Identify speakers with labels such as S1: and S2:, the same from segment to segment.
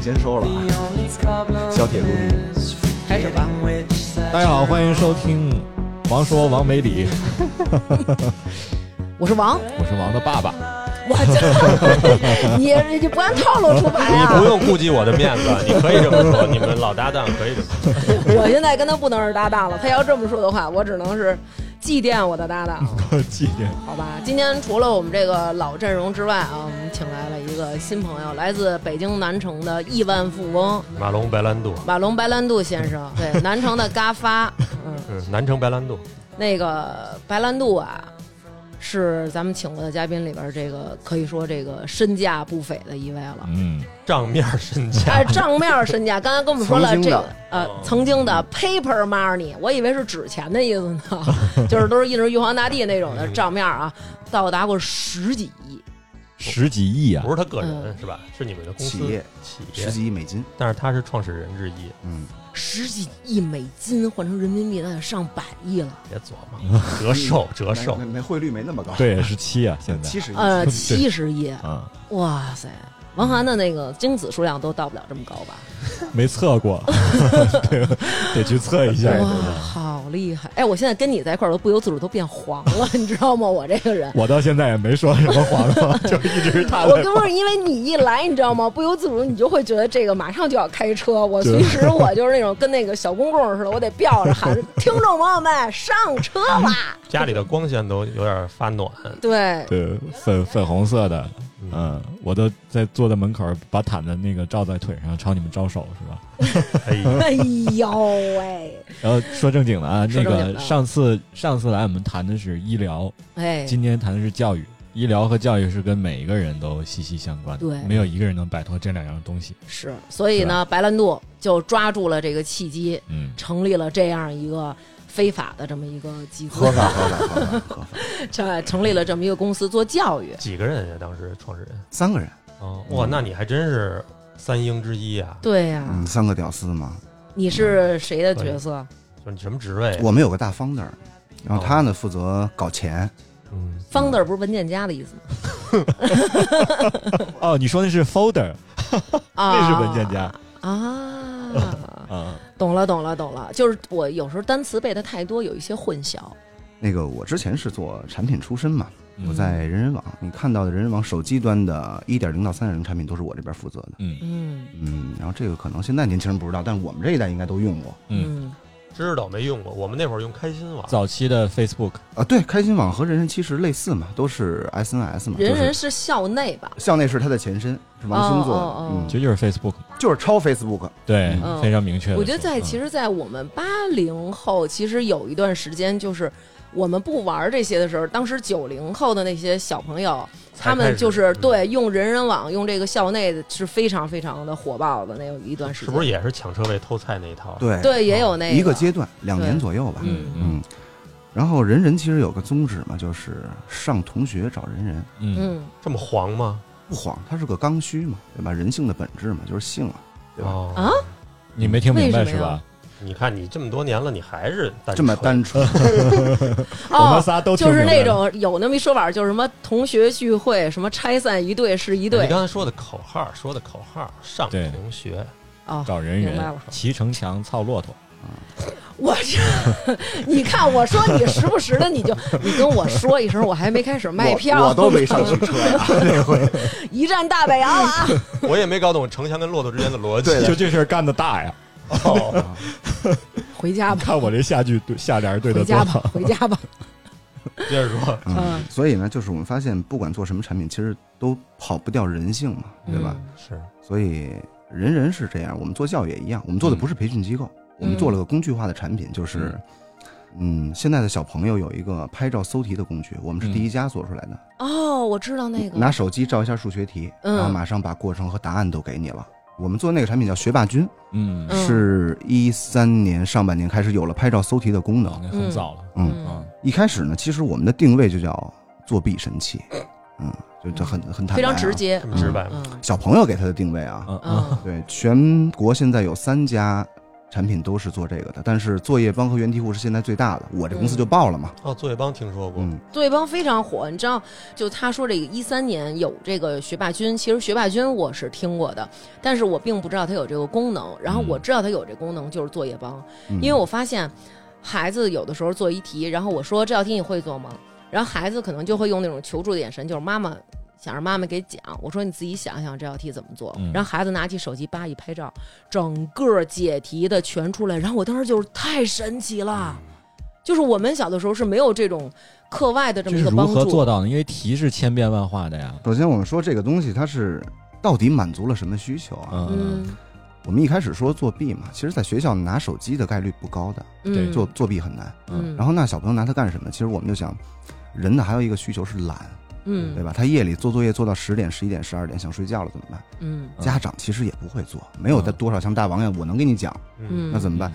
S1: 先收了啊，
S2: 啊
S1: 小铁路迷。
S3: 开始吧。
S4: 大家好，欢迎收听《王说王没理》，
S3: 我是王，
S4: 我是王的爸爸。
S3: 我 操，你你不按套路出牌
S5: 你不
S3: 啊！
S5: 用顾及我的面子， 你可以这么说，你们老搭档可以这么说。
S3: 我现在跟他不能是搭档了，他要这么说的话，我只能是祭奠我的搭档，
S4: 祭奠
S3: 好吧？今天除了我们这个老阵容之外啊，我们请来了一个新朋友，来自北京南城的亿万富翁
S5: 马龙白兰度，
S3: 马龙白兰度先生，对，南城的嘎发，嗯。
S5: 嗯，南城白兰度，
S3: 那个白兰度啊，是咱们请过的嘉宾里边儿这个可以说这个身价不菲的一位了。
S4: 嗯，
S5: 账面身
S3: 哎，
S5: 价，
S3: 账面身价，刚才跟我们说了
S2: 曾
S3: 这
S2: 经的
S3: 个呃，曾经的 paper money，我以为是纸钱的意思 呢，就是都是印着玉皇大帝那种的账面啊，到达过十几亿。
S4: 十几亿啊
S5: 不！是他个人
S3: 嗯
S5: 是吧？是你们的公司
S2: 企业
S5: 企
S2: 十
S5: 业，
S2: 几亿美金，
S5: 但是他是创始人之一，
S2: 嗯，
S3: 十几亿美金换成人民币，那得上百亿了。
S5: 别琢 磨，折寿折寿
S2: 没，没汇率没那么高，，
S4: 对，十七啊，现在
S2: 七十亿，
S3: 呃，
S4: 对
S3: 七十亿，
S4: 啊，
S3: 哇塞！王涵的那个精子数量都到不了这么高吧？
S4: 没测过， 对，得去测一下。
S3: 哇，好厉害！哎，我现在跟你在一块儿，我都不由自主都变黄了， 你知道吗？我这个人，
S4: 我到现在也没说什么谎 话，就一直是他
S3: 我
S4: 在
S3: 跟不是因为你一来，你知道吗？不由自主你就会觉得这个马上就要开车，我随
S4: 对
S3: 时我就是那种跟那个小公公似的，我得飙着喊听众朋友们上车吧！
S5: 家里的光线都有点 发暖。
S3: 对，
S4: 对粉粉红色的，嗯，我都在坐在门口，把毯子那个罩在腿上，朝你们招手是吧？
S5: 哎呀，
S3: 哎呦喂，
S4: 然后说正经的啊，
S3: 说
S4: 那
S3: 正经的
S4: 个上次上次来我们谈的是医疗，
S3: 哎，
S4: 今天谈的是教育。医疗和教育是跟每一个人都息息相关的，
S3: 对
S4: 没有一个人能摆脱这两样东西。
S3: 是，所以呢，白兰度就抓住了这个契机，
S4: 嗯，
S3: 成立了这样一个非法的这么一个集
S2: 合
S3: 资，
S2: 法合法合法合法，
S3: 成成立了这么一个公司做教育。
S5: 几个人呀？当时创始人
S2: 三个人，
S5: 哦，哇，那你还真是三英之一啊！
S3: 对呀、
S2: 嗯，三个屌丝嘛，
S3: 你是谁的角色？
S5: 就是你什么职位？啊
S2: 我们有个大 founder，然后他呢负责搞钱，
S5: 嗯，
S3: Founder 不是文件夹的意思吗？
S4: 哦，你说那是 folder 那
S3: 啊，
S4: 是文件夹
S3: 啊，
S4: 啊，
S3: 懂了，懂了，懂了。就是我有时候单词背的太多，有一些混淆。
S2: 那个我之前是做产品出身嘛，
S4: 嗯
S2: 我在人人网，你看到的人人网手机端的一点零到三点零产品都是我这边负责的，
S4: 嗯
S3: 嗯
S2: 嗯，然后这个可能现在年轻人不知道，但是我们这一代应该都用过
S4: 嗯，
S5: 知道没用过，我们那会儿用开心网，
S4: 早期的 Facebook
S2: 啊，对，开心网和人人其实类似嘛，都是 SNS 嘛，
S3: 人
S2: 就
S3: 人
S2: 是
S3: 是校内吧？
S2: 校内是它的前身，是王兴做的，
S3: 哦哦哦
S2: 嗯，
S4: 其实就是 Facebook，
S2: 就是抄 Facebook，
S4: 对，
S3: 嗯
S4: 非常明确的说。
S3: 我觉得在其
S4: 嗯
S3: 实，在我们八零后，其实有一段时间就是。我们不玩这些的时候，当时九零后的那些小朋友，他
S5: 才开
S3: 们
S5: 始
S3: 就是
S5: 嗯
S3: 对用人人网、用这个校内的是非常非常的火爆的那有一段时
S5: 是
S3: 间，
S5: 不是也是抢车位偷菜那一套啊？
S2: 对
S3: 对，也有那
S2: 一个阶段，两
S3: 对
S2: 年左右吧。
S3: 嗯
S4: 嗯
S2: 嗯，然后人人其实有个宗旨嘛，就是上同学找人人，
S4: 嗯
S3: 嗯
S5: 这么黄吗？
S2: 不谎，它是个刚需嘛，对吧？人性的本质嘛，就是性啊，对吧？
S5: 哦
S3: 啊，
S4: 你没听明白
S3: 为什
S4: 是
S3: 么呀
S4: 吧？
S5: 你看你这么多年了，你还是单
S2: 这么
S5: 纯
S2: 单纯，
S4: 我
S3: 哦
S4: 们，仨都听
S3: 就
S4: 明
S3: 是
S4: 白
S3: 那
S4: 了
S3: 种有那么一说法，就是什么同学聚会，什么拆散一对是一
S5: 哎你
S3: 对
S5: 刚才说的口号，说的口号，上
S4: 对
S5: 同学，
S3: 哦，
S4: 找人
S3: 明白
S4: 人
S3: 了
S4: 骑城墙操骆驼，
S3: 我这，你看我说你时不时的你就你跟我说一声，我还没开始卖票，
S2: 我我都没上汽车呀、那回
S3: 一战大北洋了啊！
S5: 我也没搞懂城墙跟骆驼之间的逻辑。
S2: 对的
S4: 就这事儿干的大呀！
S5: 哦，
S3: 回家吧，
S4: 看我这下句对下联对
S3: 回
S4: 的
S3: 家
S4: 多
S3: 吧
S4: 好，，
S3: 回家吧。
S5: 接着说，
S3: 嗯
S2: 嗯，所以呢，就是我们发现，不管做什么产品，其实都跑不掉人性嘛，
S3: 嗯
S2: 对吧？
S5: 嗯
S2: 嗯
S5: 是
S2: 所以人人是这样，我们做教育也一样，我们做的不是培训机构，
S3: 嗯
S2: 我们做了个工具化的产品，就是，嗯，现在的小朋友有一个拍照搜题的工具，我们是第一家做出来的，
S3: 哦，我知道嗯那个，
S2: 拿手机照一下数学题，
S3: 嗯
S2: 然后马上把过程和答案都给你了。我们做那个产品叫学霸君，
S4: 嗯，
S3: 嗯
S2: 是一三年上半年开始有了拍照搜题的功
S4: 哦
S2: 能。
S4: 那
S3: 嗯
S4: 很早了，啊
S2: 嗯，
S3: 嗯，
S2: 一开始呢，其实我们的定位就叫作弊神器，嗯，就就很很坦白、啊
S3: 非常直。接
S5: 这，么直白吗？
S3: 嗯
S2: 小朋友给他的定位啊，
S4: 嗯嗯
S3: 嗯
S2: 对，全国现在有三家产品都是做这个的。但是作业帮和原题库是现在最大的，我这
S3: 嗯
S2: 公司就爆了嘛。
S5: 哦，作业帮听说过，
S2: 嗯，
S3: 作业帮非常火，你知道，就他说这个一三年有这个学霸君，其实学霸君我是听过的，但是我并不知道它有这个功能。然后我知道它有这功能就是作业帮，
S2: 嗯
S3: 因为我发现孩子有的时候做一题，然后我说这道题你会做吗？然后孩子可能就会用那种求助的眼神，就是妈妈想让妈妈给讲。我说你自己想想这道题怎么做
S4: 嗯。
S3: 然后孩子拿起手机叭一拍照，整个解题的全出来。然后我当时就是太神奇了，就是我们小的时候是没有这种课外的这
S4: 这
S3: 么
S4: 是
S3: 一个
S4: 如
S3: 帮
S4: 何
S3: 助。
S4: 做到呢？因为题是千变万化的呀。
S2: 嗯首先我们说这个东西它是到底满足了什么需求啊？
S4: 嗯，
S3: 嗯
S2: 我们一开始说作弊嘛，其实在学校拿手机的概率不高的，
S4: 对
S3: 嗯，
S2: 作作弊很难。
S3: 嗯，
S2: 然后那小朋友拿它干什么？其实我们就想，人呢还有一个需求是懒，对
S3: 嗯
S2: 吧？他夜里做作业做到十点、十一点、十二点，想睡觉了怎么办？
S3: 嗯
S4: 嗯
S2: 家长其实也不会做，没有
S4: 嗯
S2: 的多少像大王一样，我能给你讲，
S3: 嗯
S2: 那怎么办？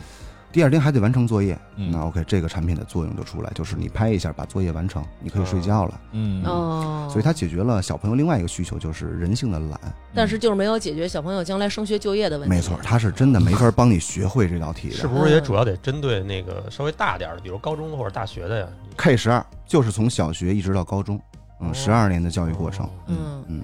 S2: 第二天还得完成作业，
S4: 嗯
S2: 那 OK，这个产品的作用就出来，就是你拍一下把作业完成，你可以睡觉了。
S4: 嗯，
S3: 哦，
S2: 所以它解决了小朋友另外一个需求，就是人性的懒。
S3: 但
S4: 嗯
S3: 是就是没有解决小朋友将来升学就业的问题。
S2: 没错，它是真的没法帮你学会这道题
S3: 嗯
S5: 是
S2: 的。
S5: 不是也主要得针对那个稍微大点儿的，比如高中或者大学的呀？
S2: K 十二就是从小学一直到高中，嗯，
S5: 哦
S2: 十二年的教育过程。
S3: 嗯
S2: 嗯，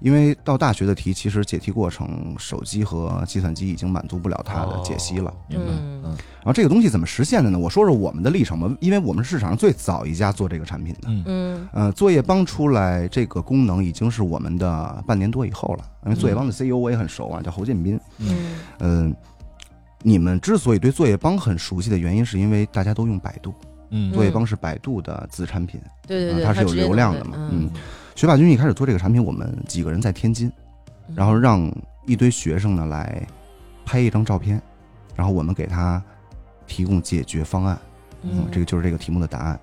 S2: 因为到大学的题，其实解题过程，手机和计算机已经满足不了它的解析了。
S4: 明白。
S3: 嗯
S4: 嗯
S2: 然后啊这个东西怎么实现的呢？我说说我们的历程吧，因为我们是市场上最早一家做这个产品的。
S4: 嗯
S3: 嗯
S2: 呃，作业帮出来这个功能已经是我们的半年多以后了，因为作业帮的 CEO 我也很熟啊，叫侯建斌。
S3: 嗯
S2: 嗯、你们之所以对作业帮很熟悉的原因，是因为大家都用百度，
S4: 嗯
S2: 作业帮是百度的子产品。
S3: 对对
S2: 啊
S3: 对，
S2: 它是有
S3: 直接
S2: 流
S3: 能
S2: 量
S3: 给
S2: 的嘛
S3: 嗯
S2: 嗯，学霸君一开始做这个产品，我们几个人在天津，嗯然后让一堆学生呢来拍一张照片，然后我们给他提供解决方案。嗯，这个就是这个题目的答案。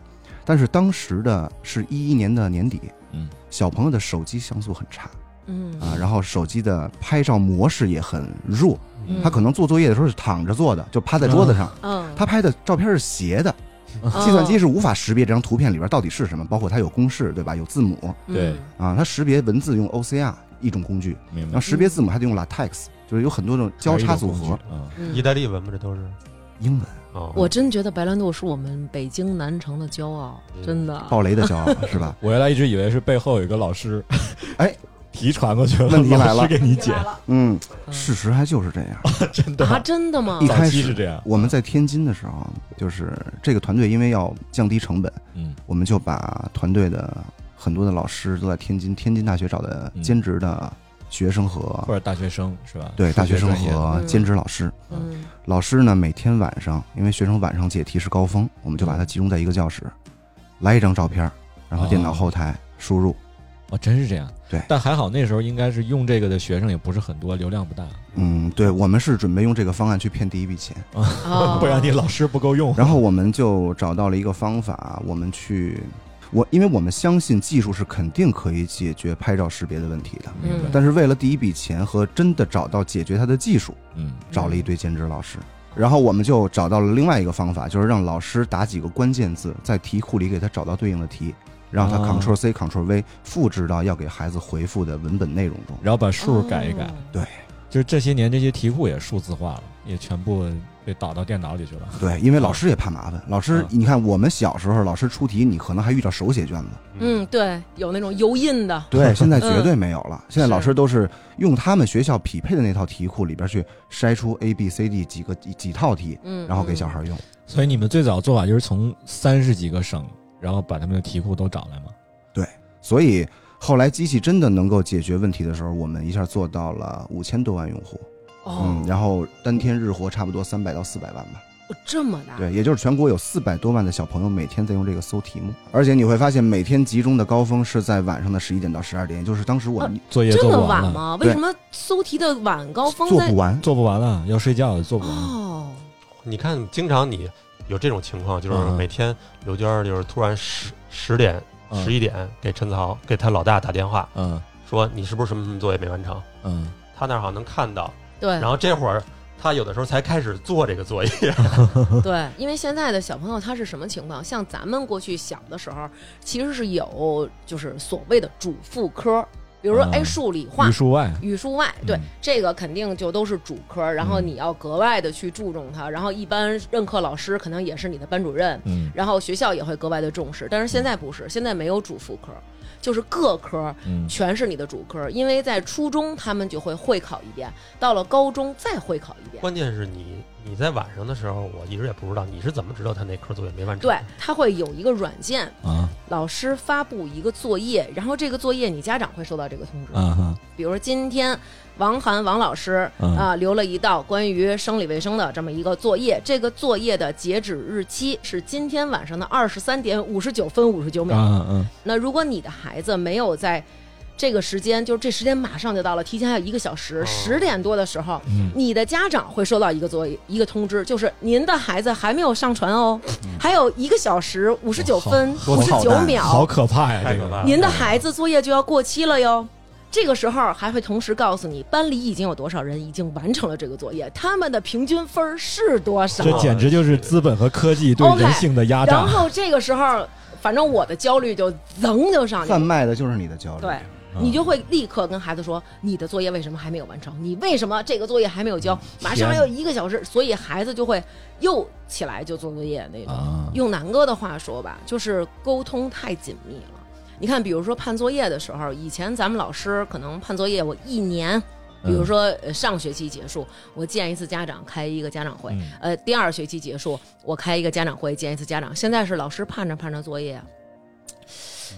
S2: 但是当时的是一一年的年底，
S4: 嗯，
S2: 小朋友的手机像素很差
S3: 嗯
S2: 啊，然后手机的拍照模式也很弱，他可能做作业的时候是躺着做的，就趴在桌子上，
S3: 嗯，
S2: 他拍的照片是斜的，
S3: 哦
S2: 计算机是无法识别这张图片里边到底是什么，包括它有公式对吧，有字母
S4: 对
S3: 嗯
S2: 啊，它识别文字用 OCR 一种工具，
S4: 明
S2: 然
S4: 白
S2: 后。识别字母还得用 LaTeX，就是有很多种交叉组合，
S4: 嗯，
S3: 嗯
S5: 意大利文嘛，这都是。
S2: 英文
S5: 哦，
S3: 我真觉得白兰度是我们北京南城的骄傲，真的。
S2: 暴雷的骄傲是吧？
S4: 我原来一直以为是背后有一个老师，
S2: 哎，
S4: 题传过去了，
S2: 问题来了
S4: 老师给你解，
S2: 嗯，
S3: 嗯
S2: 事实还就是这样。
S4: 真的
S3: 啊，真的吗
S2: 一？
S4: 早
S2: 开
S4: 期
S2: 始
S4: 是这样，
S2: 我们在天津的时候，就是这个团队因为要降低成本，
S4: 嗯
S2: 我们就把团队的很多的老师都在天津，天津大学找的
S4: 嗯
S2: 兼职的学生和、
S4: 或者大学生是吧？
S2: 对大学生
S4: 嗯专业的
S2: 和
S3: 嗯
S2: 兼职老师。
S3: 嗯
S2: 老师呢，每天晚上，因为学生晚上解题是高峰，我们就把它集中在一个教室，来一张照片，然后电脑后台输入。
S4: 哦，真是这样。
S2: 对
S4: 但还好那时候应该是用这个的学生也不是很多，流量不大，
S2: 嗯，对，我们是准备用这个方案去骗第一笔钱，
S3: 哦
S4: 不然你老师不够用。
S2: 然后我们就找到了一个方法，我们去。我因为我们相信技术是肯定可以解决拍照识别的问题的，
S4: 明白
S3: 嗯
S2: 但是为了第一笔钱和真的找到解决它的技术，
S4: 嗯
S2: 找了一堆兼职老师。然后我们就找到了另外一个方法，就是让老师打几个关键字，在题库里给他找到对应的题，让他
S4: 啊
S2: Ctrl C Ctrl V 复制到要给孩子回复的文本内容中。
S4: 然后把 数改一改，
S3: 哦
S4: 就是这些年这些题库也数字化了，也全部被导到电脑里去了。
S2: 对，因为老师也怕麻烦，老师
S4: 啊
S2: 你看我们小时候老师出题，你可能还遇到手写卷子，
S3: 嗯，对，有那种油印的，
S2: 对，现在
S3: 嗯
S2: 绝对没有了。现在老
S3: 是
S2: 师都是用他们学校匹配的那套题库里边去筛出 A B C D 几个几几套题，
S3: 嗯，
S2: 然后给小
S3: 嗯
S2: 孩用。
S4: 所以你们最早做法就是从三十几个省，然后把他们的题库都找来嘛。
S2: 所以后来机器真的能够解决问题的时候，我们一下做到了五千多万用户，
S3: 哦
S2: 嗯，，然后单天日活差不多三百到四百万吧，
S3: 这么大，
S2: 对，也就是全国有四百多万的小朋友每天在用这个搜题目，而且你会发现每天集中的高峰是在晚上的十一点到十二点，也就是当时
S3: 哦
S2: 我们
S4: 作业
S3: 这
S4: 做
S3: 么
S4: 不完
S3: 晚
S4: 了，
S3: 吗？
S2: 对
S3: 为什么搜题的晚高峰
S2: 做
S3: 在
S2: 不完，
S4: 做不完了，要睡觉也做不完了。
S3: 哦，
S5: 你看，经常你有这种情况，就是
S4: 嗯
S5: 每天刘娟儿就是突然十十点、
S4: 嗯
S5: 十一点给陈曹给他老大打电话，
S4: 嗯
S5: 说你是不是什么什么作业没完成？
S4: 嗯，
S5: 他那儿好像能看到，
S3: 对
S5: 然后这会儿他有的时候才开始做这个作业，
S3: 对，因为现在的小朋友他是什么情况？像咱们过去小的时候，其实是有就是所谓的主副科，比如说
S4: 啊
S3: 哎数理化
S4: 榆、树外，
S3: 语数外，对、
S4: 嗯
S3: 这个肯定就都是主科，然后
S4: 嗯
S3: 你要格外的去注重它，然后一般任课老师可能也是你的班主任，
S4: 嗯
S3: 然后学校也会格外的重视，但是现在不是，现在没有主副科，就是各科
S4: 嗯
S3: 全是你的主科，因为在初中他们就会会考一遍，到了高中再会考一遍。
S5: 关键是你你在晚上的时候，我一直也不知道你是怎么知道他那科作业没完成
S3: 对
S5: 的。，
S3: 他会有一个软件，
S4: 啊
S3: 老师发布一个作业，然后这个作业你家长会收到这个通知。
S4: 啊哈，
S3: 比如说今天王涵王老师
S4: 嗯
S3: 啊、留了一道关于生理卫生的这么一个作业，这个作业的截止日期是今天晚上的二十三点五十九分五十九秒。
S4: 啊嗯
S3: 那如果你的孩子没有在这个时间，就是这时间马上就到了，提前还有一个小时，
S5: 哦
S3: 十、点多的时候，
S4: 嗯
S3: 你的家长会收到一个作业一个通知，就是您的孩子还没有上传哦，还有一个小时五十九分
S4: 我
S3: 五十
S4: 操
S3: 九
S4: 嗯哦好
S3: 秒，
S4: 可怕呀，
S5: 太
S4: 这
S5: 可
S4: 个
S5: 怕了！
S3: 您的孩子作业就要过期了哟。这个时候还会同时告诉你，班里已经有多少人已经完成了这个作业，他们的平均分儿是多少？
S4: 这简直就是资本和科技对
S3: OK，
S4: 人性的压
S3: 然
S4: 榨。
S3: 后这个时候，反正我的焦虑就噌就上去了
S2: 贩。卖的就是你的焦虑。
S3: 对，你就会立刻跟孩子说，你的作业为什么还没有完成？你为什么这个作业还没有交？马上还有一个小时，所以孩子就会又起来就做作业那种。
S4: 啊，
S3: 用南哥的话说吧，就是沟通太紧密了。你看，比如说判作业的时候，以前咱们老师可能判作业，我一年，比
S4: 嗯
S3: 如说呃上学期结束，我见一次家长，开一个家长会；
S4: 嗯
S3: 呃，第二学期结束，我开一个家长会，见一次家长。现在是老师盼着盼着作业，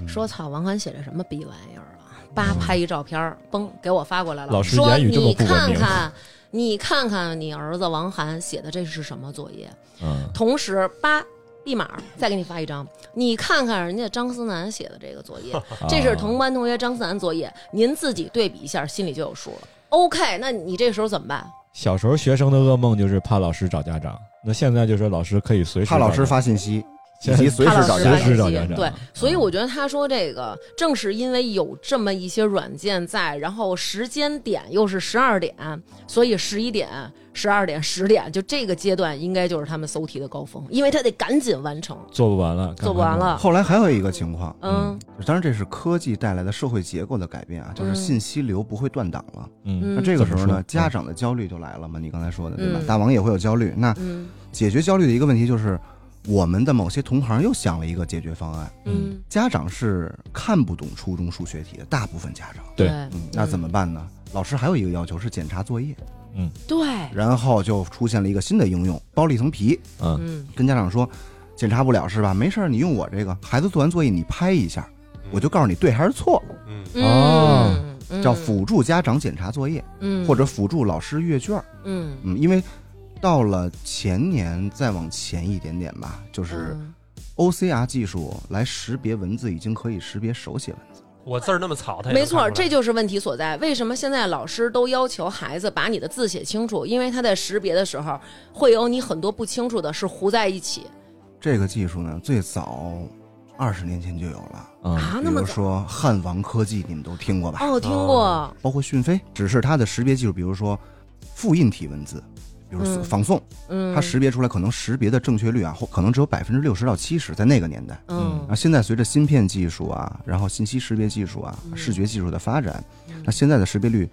S2: 嗯
S3: 说操，王涵写的什么逼玩意儿啊！叭拍一照片儿，嘣给我发过来了。
S4: 老师
S3: 说
S4: 言语这么不文
S3: 你
S4: 明
S3: 看看，你看看你儿子王涵写的这是什么作业？
S4: 嗯
S3: 同时，叭立马再给你发一张，你看看人家张思南写的这个作 业，
S4: 啊
S3: 这是同班同学张思南作业，您自己对比一下，心里就有数了。OK，那你这时候怎么办？
S4: 小时候学生的噩梦就是怕老师找家长，那现在就是老师可以随时
S2: 怕老
S4: 找
S2: 师
S4: 家长
S2: 发信息，以
S4: 现在
S2: 及随时找啊
S3: 怕
S2: 家
S3: 老
S4: 随
S2: 长。
S3: 师
S4: 时
S3: 发
S4: 找
S3: 信息
S4: 家长。
S3: 对，所以我觉得他说这个，正是因为有这么一些软件在，然后时间点又是十二点，所以十一点、十二点、十点，就这个阶段应该就是他们搜题的高峰，因为他得赶紧完成。
S4: 做不完了，
S3: 做不完了
S2: 后来还有一个情况，
S3: 嗯
S2: 当然这是科技带来的社会结构的改变啊，就是
S3: 嗯
S2: 信息流不会断档了。
S4: 看看吧。嗯
S2: 那这个时候
S4: 怎么
S2: 呢
S4: 说，
S2: 家长的焦虑就来了嘛？你刚才说的对吧
S3: 嗯？
S2: 大王也会有焦虑。那
S3: 嗯
S2: 解决焦虑的一个问题就是，我们的某些同行又想了一个解决方案。
S3: 嗯，
S2: 家长是看不懂初中数学题的，大部分家长。
S4: 对
S2: 嗯，那怎么办呢？老师还有一个要求是检查作业，
S3: 对？
S2: 然后就出现了一个新的应用，包了一层皮，
S4: 嗯
S3: 嗯，
S2: 跟家长说检查不了是吧？没事儿，你用我这个，孩子做完作业你拍一下，我就告诉你对还是错，
S5: 嗯，
S3: 嗯
S4: 哦，
S3: 嗯
S2: 叫，辅助家长检查作业，
S3: 嗯，
S2: 或者辅助老师阅卷儿。
S3: 嗯，
S2: 嗯，因为到了前年再往前一点点吧，就是
S3: 嗯
S2: OCR 技术来识别文字，已经可以识别手写文字。
S5: 我字儿那么草，他也
S3: 没
S5: 能看出
S3: 错，
S5: 来
S3: 这就是问题所在。为什么现在老师都要求孩子把你的字写清楚？因为他在识别的时候，会有你很多不清楚的是糊在一起
S2: 这个技术呢，最早二十年前就有了。
S4: 啊
S3: 啊。
S2: 比
S3: 那么
S2: 如
S3: 早
S2: 说啊汉王科技，你们都听过吧？
S3: 哦，听过
S5: 哦，
S2: 包括讯飞，只是它的识别技术，比如说复印体文字，比如说
S3: 嗯
S2: 仿宋，
S3: 嗯，
S2: 它识别出来可能识别的正确率啊，或可能只有百分之六十到七十，在那个年代。
S3: 嗯
S2: 然后现在随着芯片技术啊，然后信息识别技术啊
S3: 嗯，
S2: 视觉技术的发展，
S3: 嗯
S2: 那现在的识别率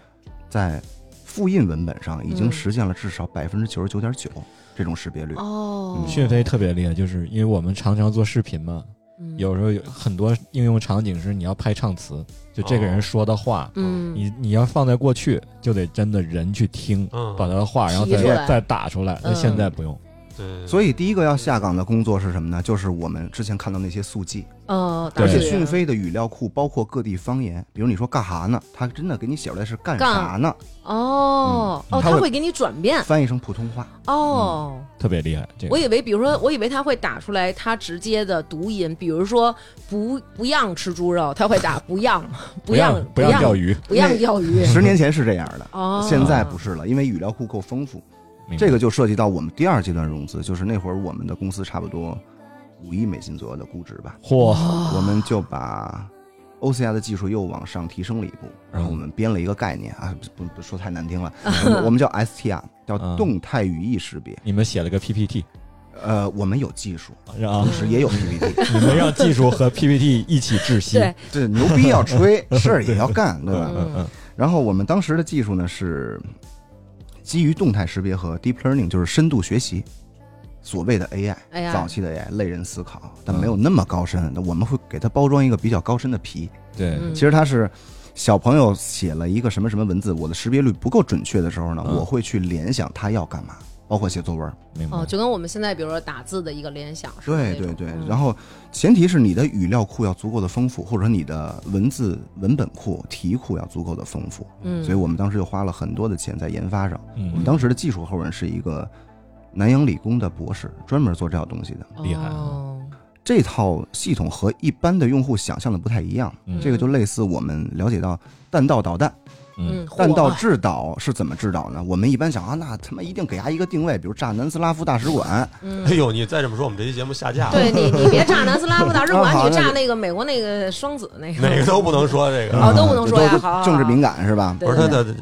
S2: 在复印文本上已
S3: 嗯
S2: 经实现了至少百分之九十九点九这种识别率。
S3: 哦，
S4: 讯飞特别厉害，就是因为我们常常做视频嘛，
S3: 嗯
S4: 有时候有很多应用场景是你要拍唱词，就这个人说的话，
S3: 嗯
S4: 你你要放在过去，就得真的人去听，
S5: 嗯
S4: 把他的话，然后
S3: 提出
S4: 再
S3: 来
S4: 再打出来。那
S3: 嗯
S4: 现在不用，
S5: 对，
S2: 所
S5: 以
S2: 以第一个要下岗的工作是什么呢？就是我们之前看到那些速记，
S3: 哦，
S4: 对
S2: 而
S3: 打
S2: 且
S3: 字员
S2: 讯飞的语料库包括各地方言，比如你说干哈呢，它真的给你写出来是干
S3: 干
S2: 啥呢，
S3: 哦
S4: 嗯
S2: 他
S3: 哦，他
S2: 会嗯
S3: 会给你转变
S2: 翻译成普通话。
S3: 哦。
S4: 特别厉害。这
S3: 我
S4: 个
S3: 以为，比如说，我以为他会打出来他直接的读音，比如说不不让吃猪肉，他会打不 让不让
S4: 让不让钓鱼，
S3: 不让钓鱼
S2: 十年前是这样的，
S3: 哦，
S2: 现在不是了，因为语料库够丰富。
S4: 明白
S2: 这个就涉及到我们第二阶段融资，就是那会儿我们的公司差不多五亿美金左右的估值吧，
S3: 哦
S4: 嚯，
S2: 我们就把 OCR 的技术又往上提升了一步，然后我们编了一个概念啊，不不说太难听了，我们我们叫 STR，叫
S4: 嗯
S2: 动态语义识别。
S4: 你们写了个 PPT，
S2: 呃，我们有技术，
S4: 让
S2: 同时也有 PPT，
S4: 你们让技术和 PPT 一起窒息。
S3: 对，
S2: 这牛逼要吹，事儿也要干，对吧？
S4: 嗯嗯
S2: 然后我们当时的技术呢是基于动态识别和 deep learning，就是深度学习，所谓的 AI，,
S3: AI
S2: 早期的 AI 类人思考，但没有那么高深。那我们会给它包装一个比较高深的皮，
S4: 对，
S3: 嗯
S2: 其实它是。小朋友写了一个什么什么文字，我的识别率不够准确的时候呢，
S4: 嗯
S2: 我会去联想他要干嘛，包括写作文。
S4: 明白
S3: 哦，。就跟我们现在比如说打字的一个联想是吧
S2: 对
S3: 那
S2: 对
S3: 种
S2: 对，
S3: 嗯
S2: 然后前提是你的语料库要足够的丰富，或者说你的文字文本库、题库要足够的丰富。
S3: 嗯，
S2: 所以我们当时又花了很多的钱在研发上。我
S4: 嗯
S2: 们当时的技术后人是一个南洋理工的博士，专门做这套东西的。
S4: 厉害啊
S3: 哦
S2: 这套系统和一般的用户想象的不太一样，
S4: 嗯
S2: 这个就类似我们了解到弹道导弹，
S4: 嗯
S3: 嗯，火
S2: 弹道
S3: 啊
S2: 制导是怎么制导呢？我们一般想啊，那他妈一定给它一个定位，比如炸南斯拉夫大使馆，
S3: 嗯
S5: 哎呦，你再这么说，我们这期节目下架了，
S3: 对你，你别炸南斯拉夫大 使
S2: 啊好
S3: 馆，你
S2: 那
S3: 炸
S2: 就
S3: 那个美国那个双子那个，
S5: 哪个都不能说这
S3: 哦
S5: 个，啊
S3: 都不能说呀
S2: 这
S3: 好好好
S2: 啊政治敏感是吧？
S3: 对
S5: 不是他的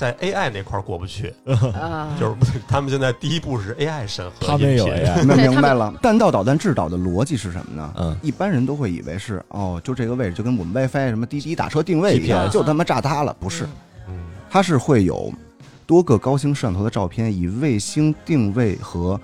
S5: 在 AI 那块儿过不去，
S3: 啊，
S5: 就是 他们现在第一步是 AI 审核
S4: 他们
S5: 音
S4: 有
S5: 频，
S4: AI，
S2: 那
S3: 对
S2: 明白 了，弹道导弹制导的逻辑是什么呢？
S4: 嗯，
S2: 一般人都会以为是哦，就这个位置，就跟我们 WiFi 什么滴滴打车定位一样，
S3: GPS
S2: 就他妈炸它了。不是，
S5: 嗯
S2: 它是会有多个高清摄像头的照片，以卫星定位和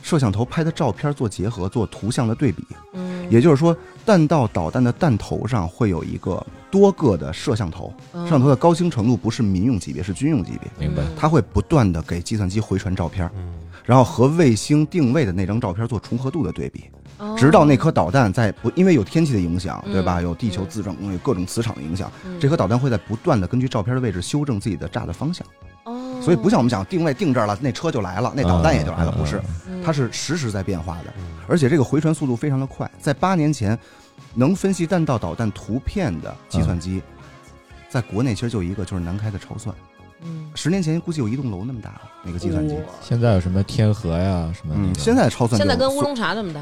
S2: 摄像头拍的照片做结合，做图像的对比。
S3: 嗯，
S2: 也就是说，弹道导弹的弹头上会有一个多个的摄像头，
S3: 嗯
S2: 摄像头的高清程度不是民用级别，是军用级别。
S4: 明
S3: 嗯
S4: 白。
S2: 它会不断的给计算机回传照片，
S5: 嗯，
S2: 然后和卫星定位的那张照片做重合度的对比。
S3: 哦
S2: 直到那颗导弹在不因为有天气的影响，
S3: 嗯
S2: 对吧？有地球
S3: 嗯
S2: 自转有各种磁场的影响，
S3: 嗯
S2: 这颗导弹会在不断的根据照片的位置修正自己的炸的方向。
S3: 哦，
S2: 所以不像我们讲定位定这儿了，那车就来了，那导弹也就来了，
S4: 嗯
S2: 不是，
S3: 嗯
S2: 它是实时在变化的，
S5: 嗯
S2: 而且这个回传速度非常的快。在八年前，能分析弹道导弹图片的计算机，在国内其实就一个，就是南开的潮算。
S3: 嗯
S2: 十年前估计有一栋楼那么大了，那个计算机。
S4: 现在有什么天河呀，什么那
S2: 嗯，
S4: 个？
S2: 现在超算
S3: 哦现在
S2: 就
S3: 跟
S2: 缩
S3: 乌龙茶那么大，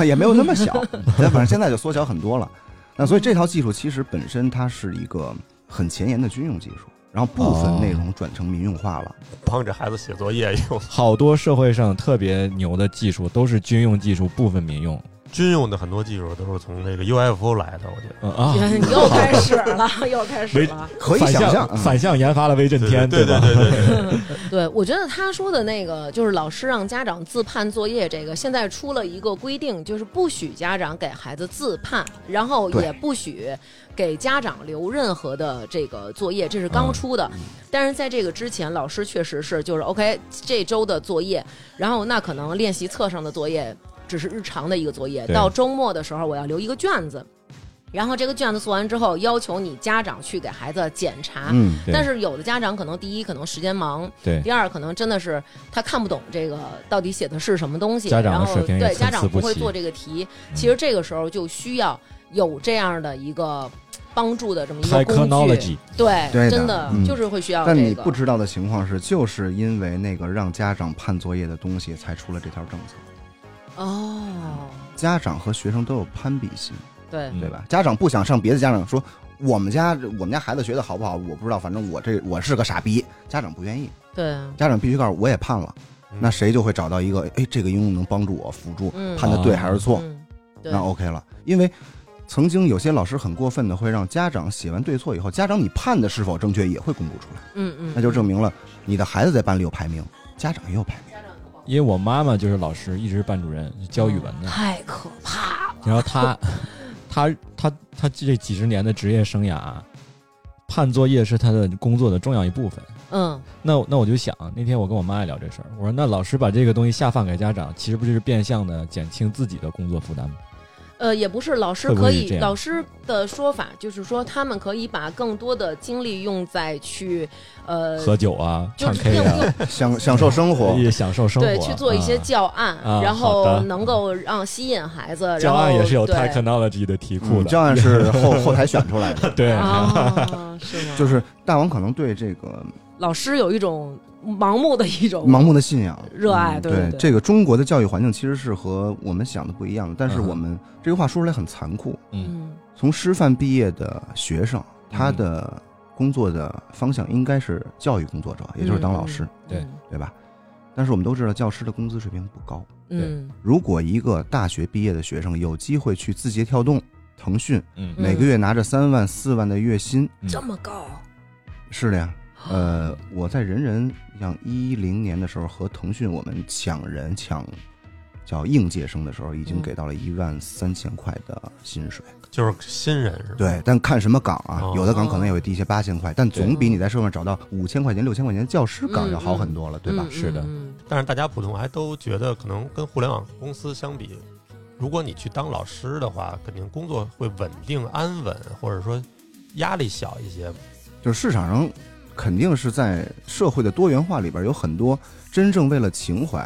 S2: 啊， 也没有那么小，但反正现在就缩小很多了。那所以这套技术其实本身它是一个很前沿的军用技术，然后部分内容转成民用化了。
S5: 帮着孩子写作业用
S4: 好多社会上特别牛的技术都是军用技术，部分民用。
S5: 军用的很多技术都是从这个 UFO 来的，我觉得。
S4: 嗯啊，
S3: 你 又开始了，又开始了。
S2: 可以
S4: 反
S2: 想象
S4: 向，
S2: 嗯
S4: 反向研发了威震天，
S5: 对
S4: 吧？
S5: 对对对对，
S3: 对，我觉得他说的那个就是老师让家长自判作业，这个现在出了一个规定，就是不许家长给孩子自判，然后
S2: 对
S3: 也不许给家长留任何的这个作业，这是刚出的。但是在这个之前，老师确实是就是 OK 这周的作业，然后那可能练习册上的作业只是日常的一个作业，
S4: 对
S3: 到周末的时候我要留一个卷子。然后这个卷子做完之后，要求你家长去给孩子检查。
S2: 嗯，
S4: 对
S3: 但是有的家长可能第一可能时间忙，
S4: 对
S3: 第二可能真的是他看不懂这个到底写的是什么东西，
S4: 家长的
S3: 然后
S4: 水平也
S3: 对家
S4: 参差
S3: 长
S4: 不
S3: 不会
S4: 齐嗯
S3: 做这个题。其实这个时候就需要有这样的一个帮助的这
S4: 嗯
S3: 么一个工具，
S4: ，technology，
S3: 对，
S2: 对的
S3: 真的、
S2: 嗯
S3: 就是会需要
S2: 但
S3: 这
S2: 你
S3: 个。
S2: 不知道的情况是，就是因为那个让家长判作业的东西，才出了这条政策。
S3: 哦，
S2: 家长和学生都有攀比心，
S3: 对，
S4: 嗯
S2: 对吧？家长不想上别的家长说。我们家我们家孩子学的好不好，我不知道，反正我这我是个傻逼，家长不愿意，
S3: 对，
S2: 家长必须告诉我也判了，
S5: 嗯
S2: 那谁就会找到一个，哎，这个应用能帮助我辅助
S3: 嗯
S2: 判的对还是错，
S3: 嗯，对
S2: 那 OK 了。因为曾经有些老师很过分的会让家长写完对错以后，家长你判的是否正确也会公布出来，
S3: 嗯嗯，
S2: 那就证明了你的孩子在班里有排名，家长也有排 名。
S4: 因为我妈妈就是老师，一直是班主任，教语文的。
S3: 太可怕了。
S4: 然后她， 她，她，她这几十年的职业生涯啊，判作业是她的工作的重要一部分。
S3: 嗯，
S4: 那那我就想，那天我跟我妈也聊这事儿，我说那老师把这个东西下放给家长，其实不就是变相的减轻自己的工作负担吗？
S3: 呃，也不是，老师
S4: 会不
S3: 可
S4: 会是
S3: 以
S4: 这，样
S3: 老师的说法就是说，他们可以把更多的精力用在去，呃，
S4: 喝酒啊，
S3: 就
S4: 唱
S3: 是
S4: K
S3: 用
S4: 啊
S3: 用，
S2: 享享受生活，嗯
S4: 也享受生活，
S3: 对，去做一些
S4: 啊
S3: 教案，
S4: 啊
S3: 然
S4: 好
S3: 后
S4: 的
S3: 能够让吸引孩子。
S4: 教案
S3: 然后
S4: 也是有
S3: 对
S4: technology 的题库
S2: 嗯
S4: 的，
S2: 教案是后后台选出来的。
S4: 对，
S3: 啊，是 吗？
S2: 就是大王可能对这个
S3: 老师有一种盲目的一种
S2: 盲目的信仰、
S3: 热爱，
S2: 嗯
S3: 对对，
S2: 这个中国的教育环境其实是和我们想的不一样的，但是
S4: 嗯哼
S2: 我们这句话说出来很残酷，
S3: 嗯
S2: 从师范毕业的学生，他
S3: 嗯
S2: 的工作的方向应该是教育工作者，也就是当老师，
S3: 嗯
S4: 对
S2: 对吧？但是我们都知道，教师的工资水平不高。
S3: 嗯
S2: 如果一个大学毕业的学生有机会去字节跳动、腾讯，
S4: 嗯
S3: 嗯
S2: 每个月拿着三万、四万的月薪，
S4: 嗯
S3: 这么高，
S2: 是的呀。
S3: 哦
S2: 呃，我在人人像一零年的时候和腾讯我们抢人抢叫应届生的时候，已经
S3: 嗯
S2: 给到了一万三千块的薪水。
S5: 就是新人是吧？
S2: 对，但看什么岗啊，
S5: 哦
S2: 有的岗可能也会低一些八千块，但总比
S3: 对
S2: 你在社会上找到五千块钱、六千块钱教师岗要好很多了，对吧
S3: 嗯？
S4: 是的
S3: 嗯
S5: 但是大家普通还都觉得，可能跟互联网公司相比，如果你去当老师的话，肯定工作会稳定安稳，或者说压力小一些。
S2: 就是市场上肯定是在社会的多元化里边有很多真正为了情怀、